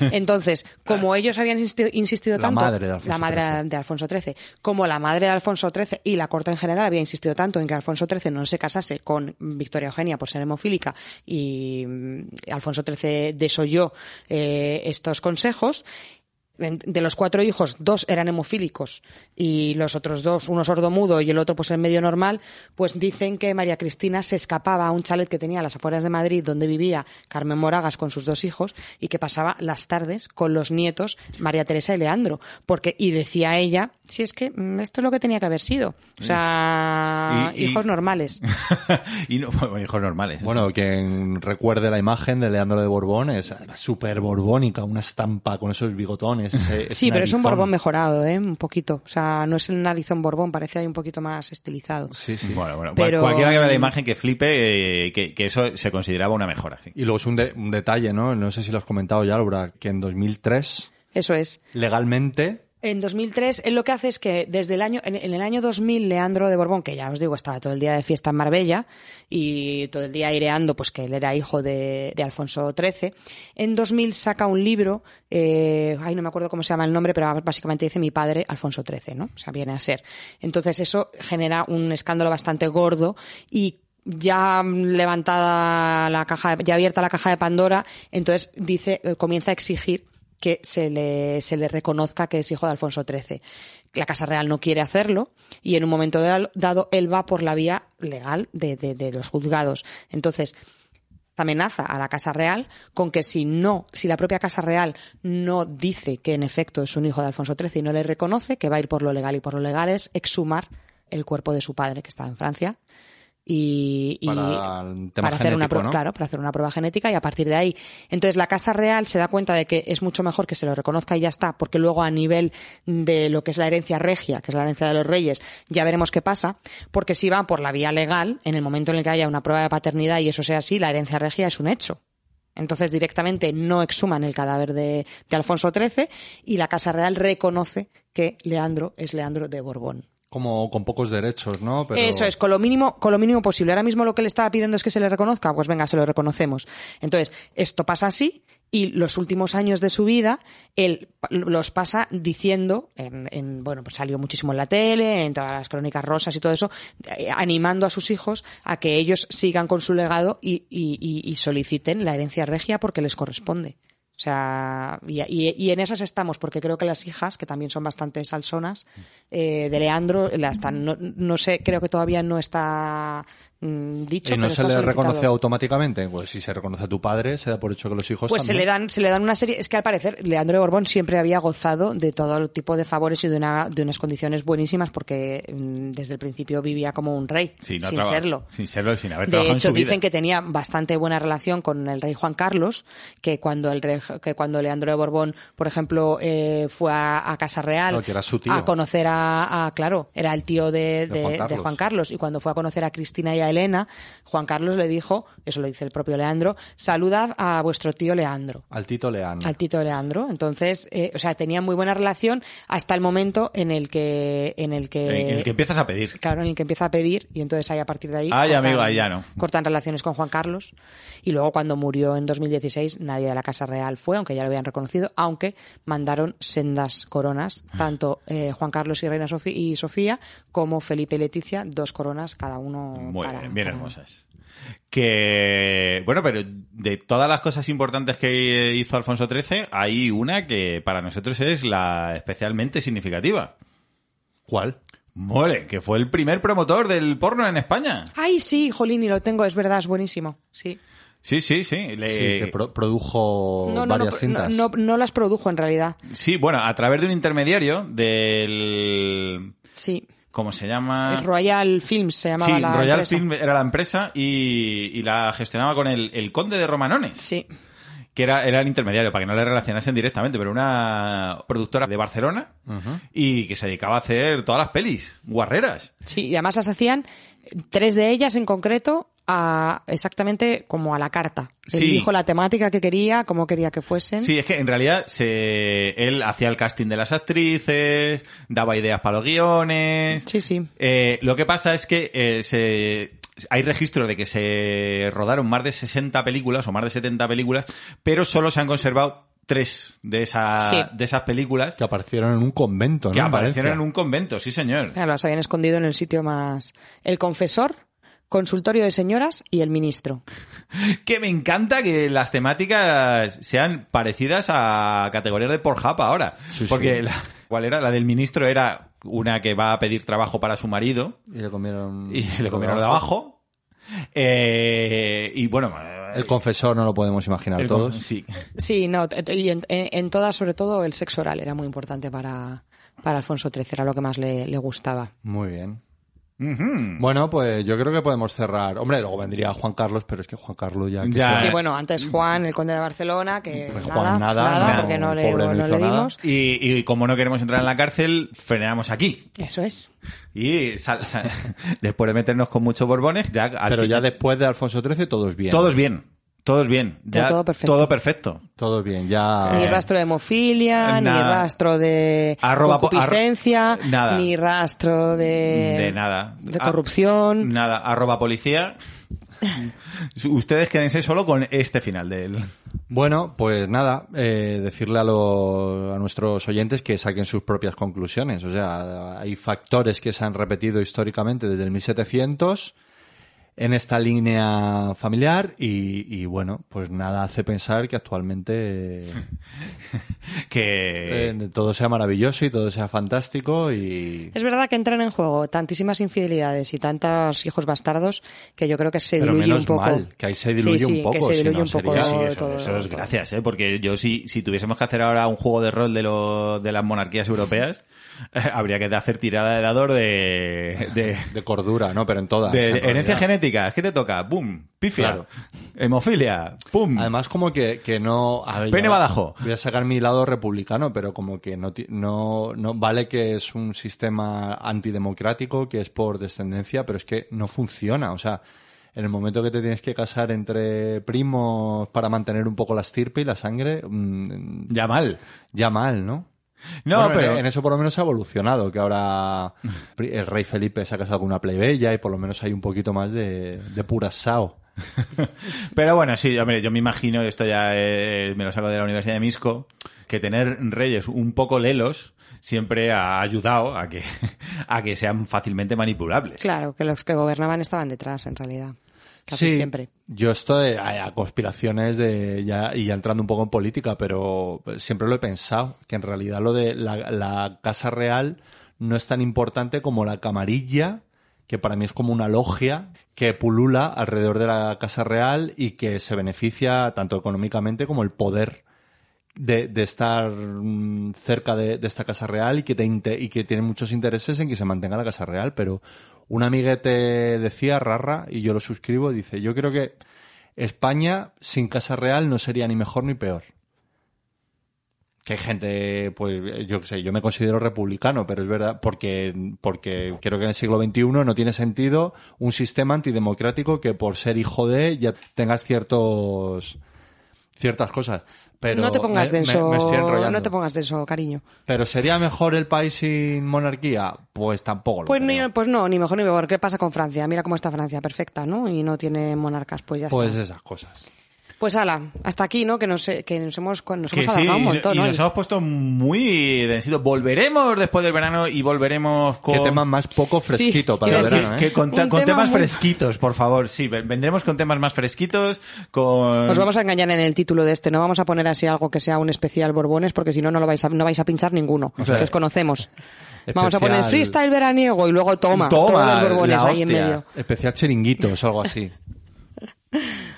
Entonces, como ellos habían insisti- insistido La tanto, madre de Alfonso la madre XIII. de Alfonso XIII. Como la madre de Alfonso XIII y la corte en general había insistido tanto en que Alfonso XIII no se casase con Victoria Eugenia por ser hemofílica y mm, Alfonso XIII desoyó eh, estos consejos. En- De los cuatro hijos, dos eran hemofílicos y los otros dos, uno sordomudo y el otro pues en medio normal, pues dicen que María Cristina se escapaba a un chalet que tenía a las afueras de Madrid donde vivía Carmen Moragas con sus dos hijos y que pasaba las tardes con los nietos María Teresa y Leandro. Porque, y decía ella, si es que mm, esto es lo que tenía que haber sido. O sea, Y- y- hijos normales. y no, [LAUGHS] bueno, hijos normales. Bueno, quien recuerde la imagen de Leandro de Borbón es además súper borbónica, una estampa con esos [LAUGHS] bigotones. ese- ese Sí, pero es un narizón. Borbón mejorado, ¿eh? Un poquito. O sea, no es el narizón Borbón, parece ahí un poquito más estilizado. Sí, sí. Bueno, bueno, Pero- mm, cualquiera que vea la imagen que flipe, eh, que, que eso se consideraba una mejora. sí. Y luego es un, de- un detalle, ¿no? No sé si lo has comentado ya, Laura, que en 2003, Eso es. legalmente, En 2003, él lo que hace es que desde el año, en, en el año 2000, Leandro de Borbón, que ya os digo, estaba todo el día de fiesta en Marbella y todo el día aireando, pues que él era hijo de, de Alfonso XIII, en 2000 saca un libro, eh, ay, no me acuerdo cómo se llama el nombre, pero básicamente dice mi padre, Alfonso XIII, ¿no? O sea, viene a ser. Entonces eso genera un escándalo bastante gordo y ya levantada la caja, de- ya abierta la caja de Pandora, entonces dice, eh, comienza a exigir que se le, se le reconozca que es hijo de Alfonso XIII. La Casa Real no quiere hacerlo y en un momento da- dado él va por la vía legal de, de- de los juzgados. Entonces, amenaza a la Casa Real con que si no, si la propia Casa Real no dice que en efecto es un hijo de Alfonso XIII y no le reconoce, que va a ir por lo legal y por lo legal es exhumar el cuerpo de su padre que estaba en Francia y, y- Para el tema para hacer una genético, prueba, ¿no? claro, para hacer una prueba genética y a partir de ahí. Entonces la Casa Real se da cuenta de que es mucho mejor que se lo reconozca y ya está, porque luego a nivel de lo que es la herencia regia, que es la herencia de los reyes, ya veremos qué pasa, porque si van por la vía legal, en el momento en el que haya una prueba de paternidad y eso sea así, la herencia regia es un hecho. Entonces directamente no exhuman el cadáver de, de Alfonso XIII y la Casa Real reconoce que Leandro es Leandro de Borbón. como con pocos derechos, ¿no? Pero Eso es, con lo mínimo, con lo mínimo posible. Ahora mismo lo que le estaba pidiendo es que se le reconozca, pues venga, se lo reconocemos. Entonces, esto pasa así y los últimos años de su vida él pa- los pasa diciendo, en, en- bueno, pues salió muchísimo en la tele, en todas las crónicas rosas y todo eso, eh, animando a sus hijos a que ellos sigan con su legado y, y- y- y soliciten la herencia regia porque les corresponde. O sea, y, y- y en esas estamos, porque creo que las hijas, que también son bastante salsonas, eh, de Leandro, la están, no, no sé, creo que todavía no está mm, dicho. ¿Y no pero se está le solicitado. reconoce automáticamente? Pues si se reconoce a tu padre, se da por hecho que los hijos Pues se también. le, dan, se le dan una serie. Es que al parecer Leandro de Borbón siempre había gozado de todo tipo de favores y de, una- de unas condiciones buenísimas porque mm, desde el principio vivía como un rey, Sí, no sin traba- serlo. Sin serlo y sin haber De trabajado en hecho, su vida. dicen que tenía bastante buena relación con el rey Juan Carlos, que cuando el rey- que cuando Leandro de Borbón, por ejemplo, eh, fue a, a Casa Real Claro, que era su tío. a conocer a, a- claro, era el tío de, De de- Juan de Carlos. Juan Carlos. Y cuando fue a conocer a Cristina y a Elena, Juan Carlos le dijo, eso lo dice el propio Leandro, saludad a vuestro tío Leandro. Al Tito Leandro. Al Tito Leandro. Entonces, eh, o sea, tenía muy buena relación hasta el momento en el que, en el que, En el que empiezas a pedir. Claro, en el que empieza a pedir y entonces ahí a partir de ahí Ay, amigo, ahí Ah, ya no. cortan relaciones con Juan Carlos y luego cuando murió en 2016 nadie de la Casa Real fue, aunque ya lo habían reconocido, aunque mandaron sendas coronas, tanto eh, Juan Carlos y Reina Sofía y Sofía como Felipe y Leticia, dos coronas cada uno. Muy para- bien, bien para- hermosas. Que, bueno, pero de todas las cosas importantes que hizo Alfonso XIII, hay una que para nosotros es la especialmente significativa. ¿Cuál? Mole, que fue el primer promotor del porno en España. Ay, sí, Jolín, y lo tengo, es verdad, es buenísimo. Sí. Sí, sí, sí. le- sí, que pro- produjo No, no, varias no, cintas. no, no las produjo en realidad. sí, bueno, a través de un intermediario del... Sí. ¿Cómo se llama? El Royal Films se llamaba Ah. sí, la Royal empresa. Film era la empresa y, y la gestionaba con el, el conde de Romanones, Sí. que era, era el intermediario, para que no le relacionasen directamente, pero una productora de Barcelona y que se dedicaba a hacer todas las pelis, guarreras. Sí, y además las hacían eh, tres de ellas en concreto a exactamente como a la carta. Él Sí. dijo la temática que quería, cómo quería que fuesen. Sí, es que en realidad se, él hacía el casting de las actrices, daba ideas para los guiones. sí. sí. Eh, lo que pasa es que eh, se, hay registro de que se rodaron más de 60 películas o más de 70 películas, pero solo se han conservado tres de, esa, Sí. de esas películas Que aparecieron en un convento, ¿no? que En aparecieron Valencia. en un convento, sí señor. [LAUGHS] Claro, las habían escondido en el sitio más. El confesor, consultorio de señoras y el ministro. Que me encanta que las temáticas sean parecidas a categorías de Pornhub ahora. Sí, porque sí. La, ¿cuál era? La del ministro era una que va a pedir trabajo para su marido Y le comieron... y le comieron de abajo. Eh, y bueno, El confesor no lo podemos imaginar el con- todos. sí. Sí, no, t- y en, en- en todas, sobre todo, el sexo oral era muy importante para, para Alfonso XIII, era lo que más le, le gustaba. Muy bien. Ujú. Bueno, pues yo creo que podemos cerrar. Hombre, luego vendría Juan Carlos, pero es que Juan Carlos ya... que Ya. se- Sí, bueno, antes Juan, el conde de Barcelona, que Ah. Pues nada, Juan nada, nada, no, porque no le, pobre, no no le hizo nada. dimos. Y, y como no queremos entrar en la cárcel, frenamos aquí. Eso es. Y sal- [LAUGHS] sal- después de meternos con muchos borbones, ya al Pero fin- ya después de Alfonso XIII, todos bien. todos bien. Todos bien. Ya todo perfecto. Todo perfecto. Todos bien, ya... Eh, Ni rastro de hemofilia, ni Nada. rastro de Arroba po- concupiscencia, arro- nada. ni rastro de, De nada. Eh, de Ah, corrupción. Nada. Arroba policía. [LAUGHS] Ustedes quédense solo con este final del. Bueno, pues nada, eh, decirle a, lo- a nuestros oyentes que saquen sus propias conclusiones. O sea, hay factores que se han repetido históricamente desde el 1700 en esta línea familiar y, y bueno, pues nada hace pensar que actualmente [LAUGHS] eh, Que. eh, todo sea maravilloso y todo sea fantástico y... Es verdad que entran en juego tantísimas infidelidades y tantos hijos bastardos que yo creo que se Pero diluye menos un poco. mal, que ahí se diluye Sí, sí, un poco, que se si diluye no un poco sería- Sí, sí, eso, todo, eso es todo. gracias, ¿eh? porque yo si, si tuviésemos que hacer ahora un juego de rol de, lo- de las monarquías europeas, [LAUGHS] eh, habría que hacer tirada de dador de- de, De cordura, ¿no? Pero en todas. en este De herencia realidad. genética, es que te toca, boom, pifia, Claro. hemofilia, pum. Además, como que, que no. a ver, Mm. Pene ya- Badajoz. Voy a sacar mi lado republicano, pero como que no, ti- no, no vale que es un sistema antidemocrático, que es por descendencia, pero es que no funciona. O sea, en el momento que te tienes que casar entre primos para mantener un poco la estirpe y la sangre, mm, ya mal. ya mal, ¿no? No, Bueno, en- pero en, eso por lo menos ha evolucionado, que [LAUGHS] ahora pri- el rey Felipe se ha casado con una plebeya y por lo menos hay un poquito más de, de pura sao. pero bueno, sí, hombre, yo me imagino, esto ya eh, me lo saco de la Universidad de Misco, que tener reyes un poco lelos siempre ha ayudado a que, [LAUGHS] a que sean fácilmente manipulables. Claro, que los que gobernaban estaban detrás, en realidad. casi siempre. Yo estoy a, a conspiraciones de ya y ya entrando un poco en política, pero siempre lo he pensado que en realidad lo de la, la casa real no es tan importante como la camarilla, que para mí es como una logia que pulula alrededor de la casa real y que se beneficia tanto económicamente como el poder de, de estar mm, cerca de, de esta casa real y que, te inte- y que tiene muchos intereses en que se mantenga la casa real, pero un amiguete decía, Rarra, y yo lo suscribo, dice, yo creo que España sin casa real no sería ni mejor ni peor. Que hay gente, pues yo qué sé, yo me considero republicano, pero es verdad, porque, porque creo que en el siglo XXI no tiene sentido un sistema antidemocrático que por ser hijo de ya tengas ciertos ciertas cosas. Pero no te pongas me- me- denso, me estoy enrollando. no te pongas denso, cariño. Pero sería mejor el país sin monarquía, pues tampoco. Lo Pues, creo. ni, pues no, ni mejor ni peor. ¿Qué pasa con Francia? Mira cómo está Francia, perfecta, ¿no? Y no tiene monarcas, pues ya pues está. esas cosas. Pues ala, hasta aquí, ¿no? Que nos, eh, que nos hemos, nos Que hemos sí, alargado un y- montón, y ¿no? nos hemos puesto muy densito. Volveremos después del verano y volveremos con... Qué tema más poco fresquito Sí, para iba el a verano, que ¿eh? con, te- Un con tema temas muy- fresquitos, por favor. Sí, ven- vendremos con temas más fresquitos, con... Os vamos a engañar en el título de este, no vamos a poner así algo que sea un especial Borbones, porque si no, no, lo vais, a, no vais a pinchar ninguno, O sea, que os conocemos. Vamos a poner especial- freestyle veraniego y luego toma, todos los Borbones la ahí en hostia. medio. Especial chiringuitos, algo así.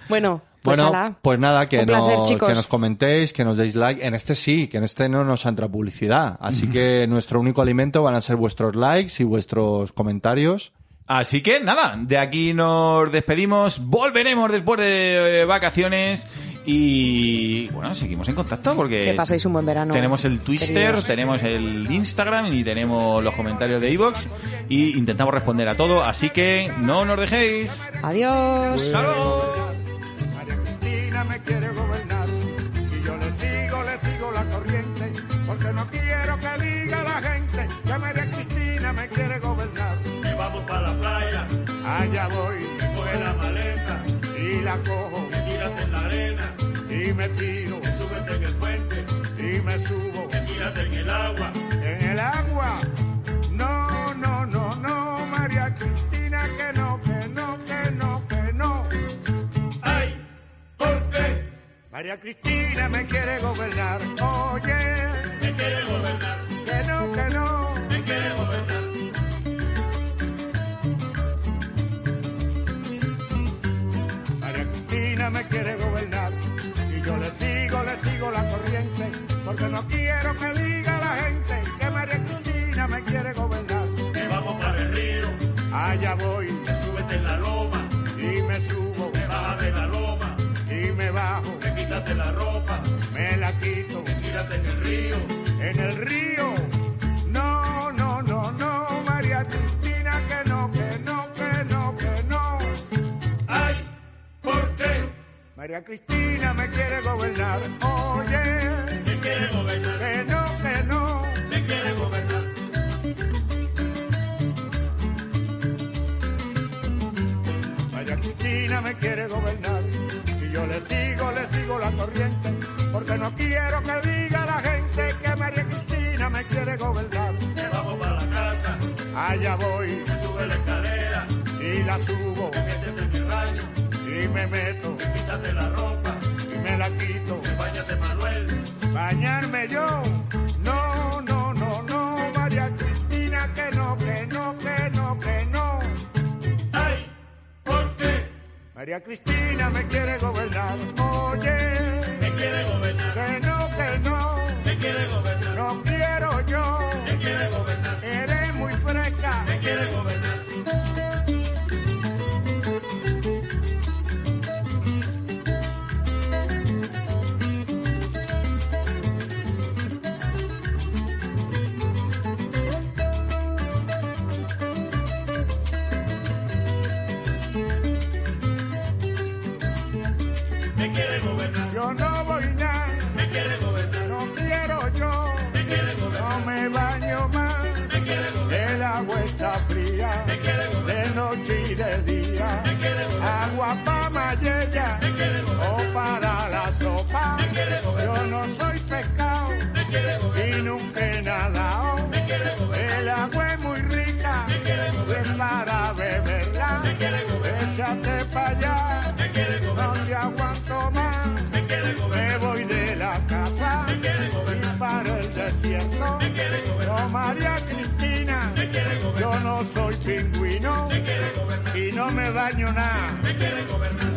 Bueno, [LAUGHS] pues, Bueno, ala. pues nada, que, Un placer, nos, chicos. que nos comentéis, que nos deis like. En este sí, que en este no nos entra publicidad. Así que nuestro único alimento van a ser vuestros likes y vuestros comentarios. Así que nada, de aquí nos despedimos, volveremos después de eh, vacaciones y bueno, seguimos en contacto porque Que paséis un buen verano, Tenemos el Twitter, queridos. tenemos el Instagram y tenemos los comentarios de iVoox y intentamos responder a todo, así que no nos dejéis. Adiós. ¡Hasta luego! María Cristina me quiere gobernar y yo le sigo, le sigo la corriente, porque no quiero que diga la gente que María Cristina me quiere gobernar. Y vamos para la playa, allá voy, me coge la maleta y la cojo, me tírate en la arena y me tiro, me súbete en el puente y me subo, me tírate en el agua, en el agua. No, no, no, no, María Cristina, que no, que no, que no, que no. ¡Ay! ¿Por qué? María Cristina me quiere gobernar, oye. Me quiere gobernar. Que no, que no. Me quiere gobernar. María Cristina me quiere gobernar. Y yo le sigo, le sigo la corriente. Porque no quiero que diga la gente que María Cristina me quiere gobernar. Que vamos para el río. Allá voy. Me súbete en la loma. Y me subo. Me baja de la loma y me bajo. Me quítate la ropa, me la quito. Me tírate en el río, en el río. No, no, no, no, María Cristina, que no, que no, que no, que no. Ay, ¿por qué? María Cristina me quiere gobernar, oye. Me quiere gobernar. Que no, que no. Me quiere gobernar. María Cristina me quiere gobernar y yo le sigo, le sigo la corriente, porque no quiero que diga la gente que María Cristina me quiere gobernar. Que vamos para la casa, allá voy, me sube la escalera y la subo, métete en el baño y me meto, quítate la ropa y me la quito, bañate Manuel, bañarme yo, no, no, no, no, María Cristina que no, que no, que no, que no. ¡Ay! ¿Por qué? María Cristina me quiere gobernar, oye. Me quiere gobernar. Que no, que no. Me quiere gobernar. No quiero yo. Me quiere gobernar. Eres muy fresca. Me quiere gobernar. Me quiere gobernar. Yo no voy nada. Me quiere gobernar. No quiero yo. Me quiere gobernar. No me baño más. Me quiere gobernar. El agua está fría. Me quiere gobernar. De noche y de día. Me quiere gobernar. Agua para Mayella. Me quiere gobernar. O para la sopa. Me quiere gobernar. Yo no soy pescado. Me quiere gobernar. Y nunca he nadado. Me quiere gobernar. El agua es muy rica. Me quiere gobernar. Es para beberla. Me quiere gobernar. Échate para allá. gobierno. No, Oh, María Cristina, yo no soy pingüino y no me daño nada.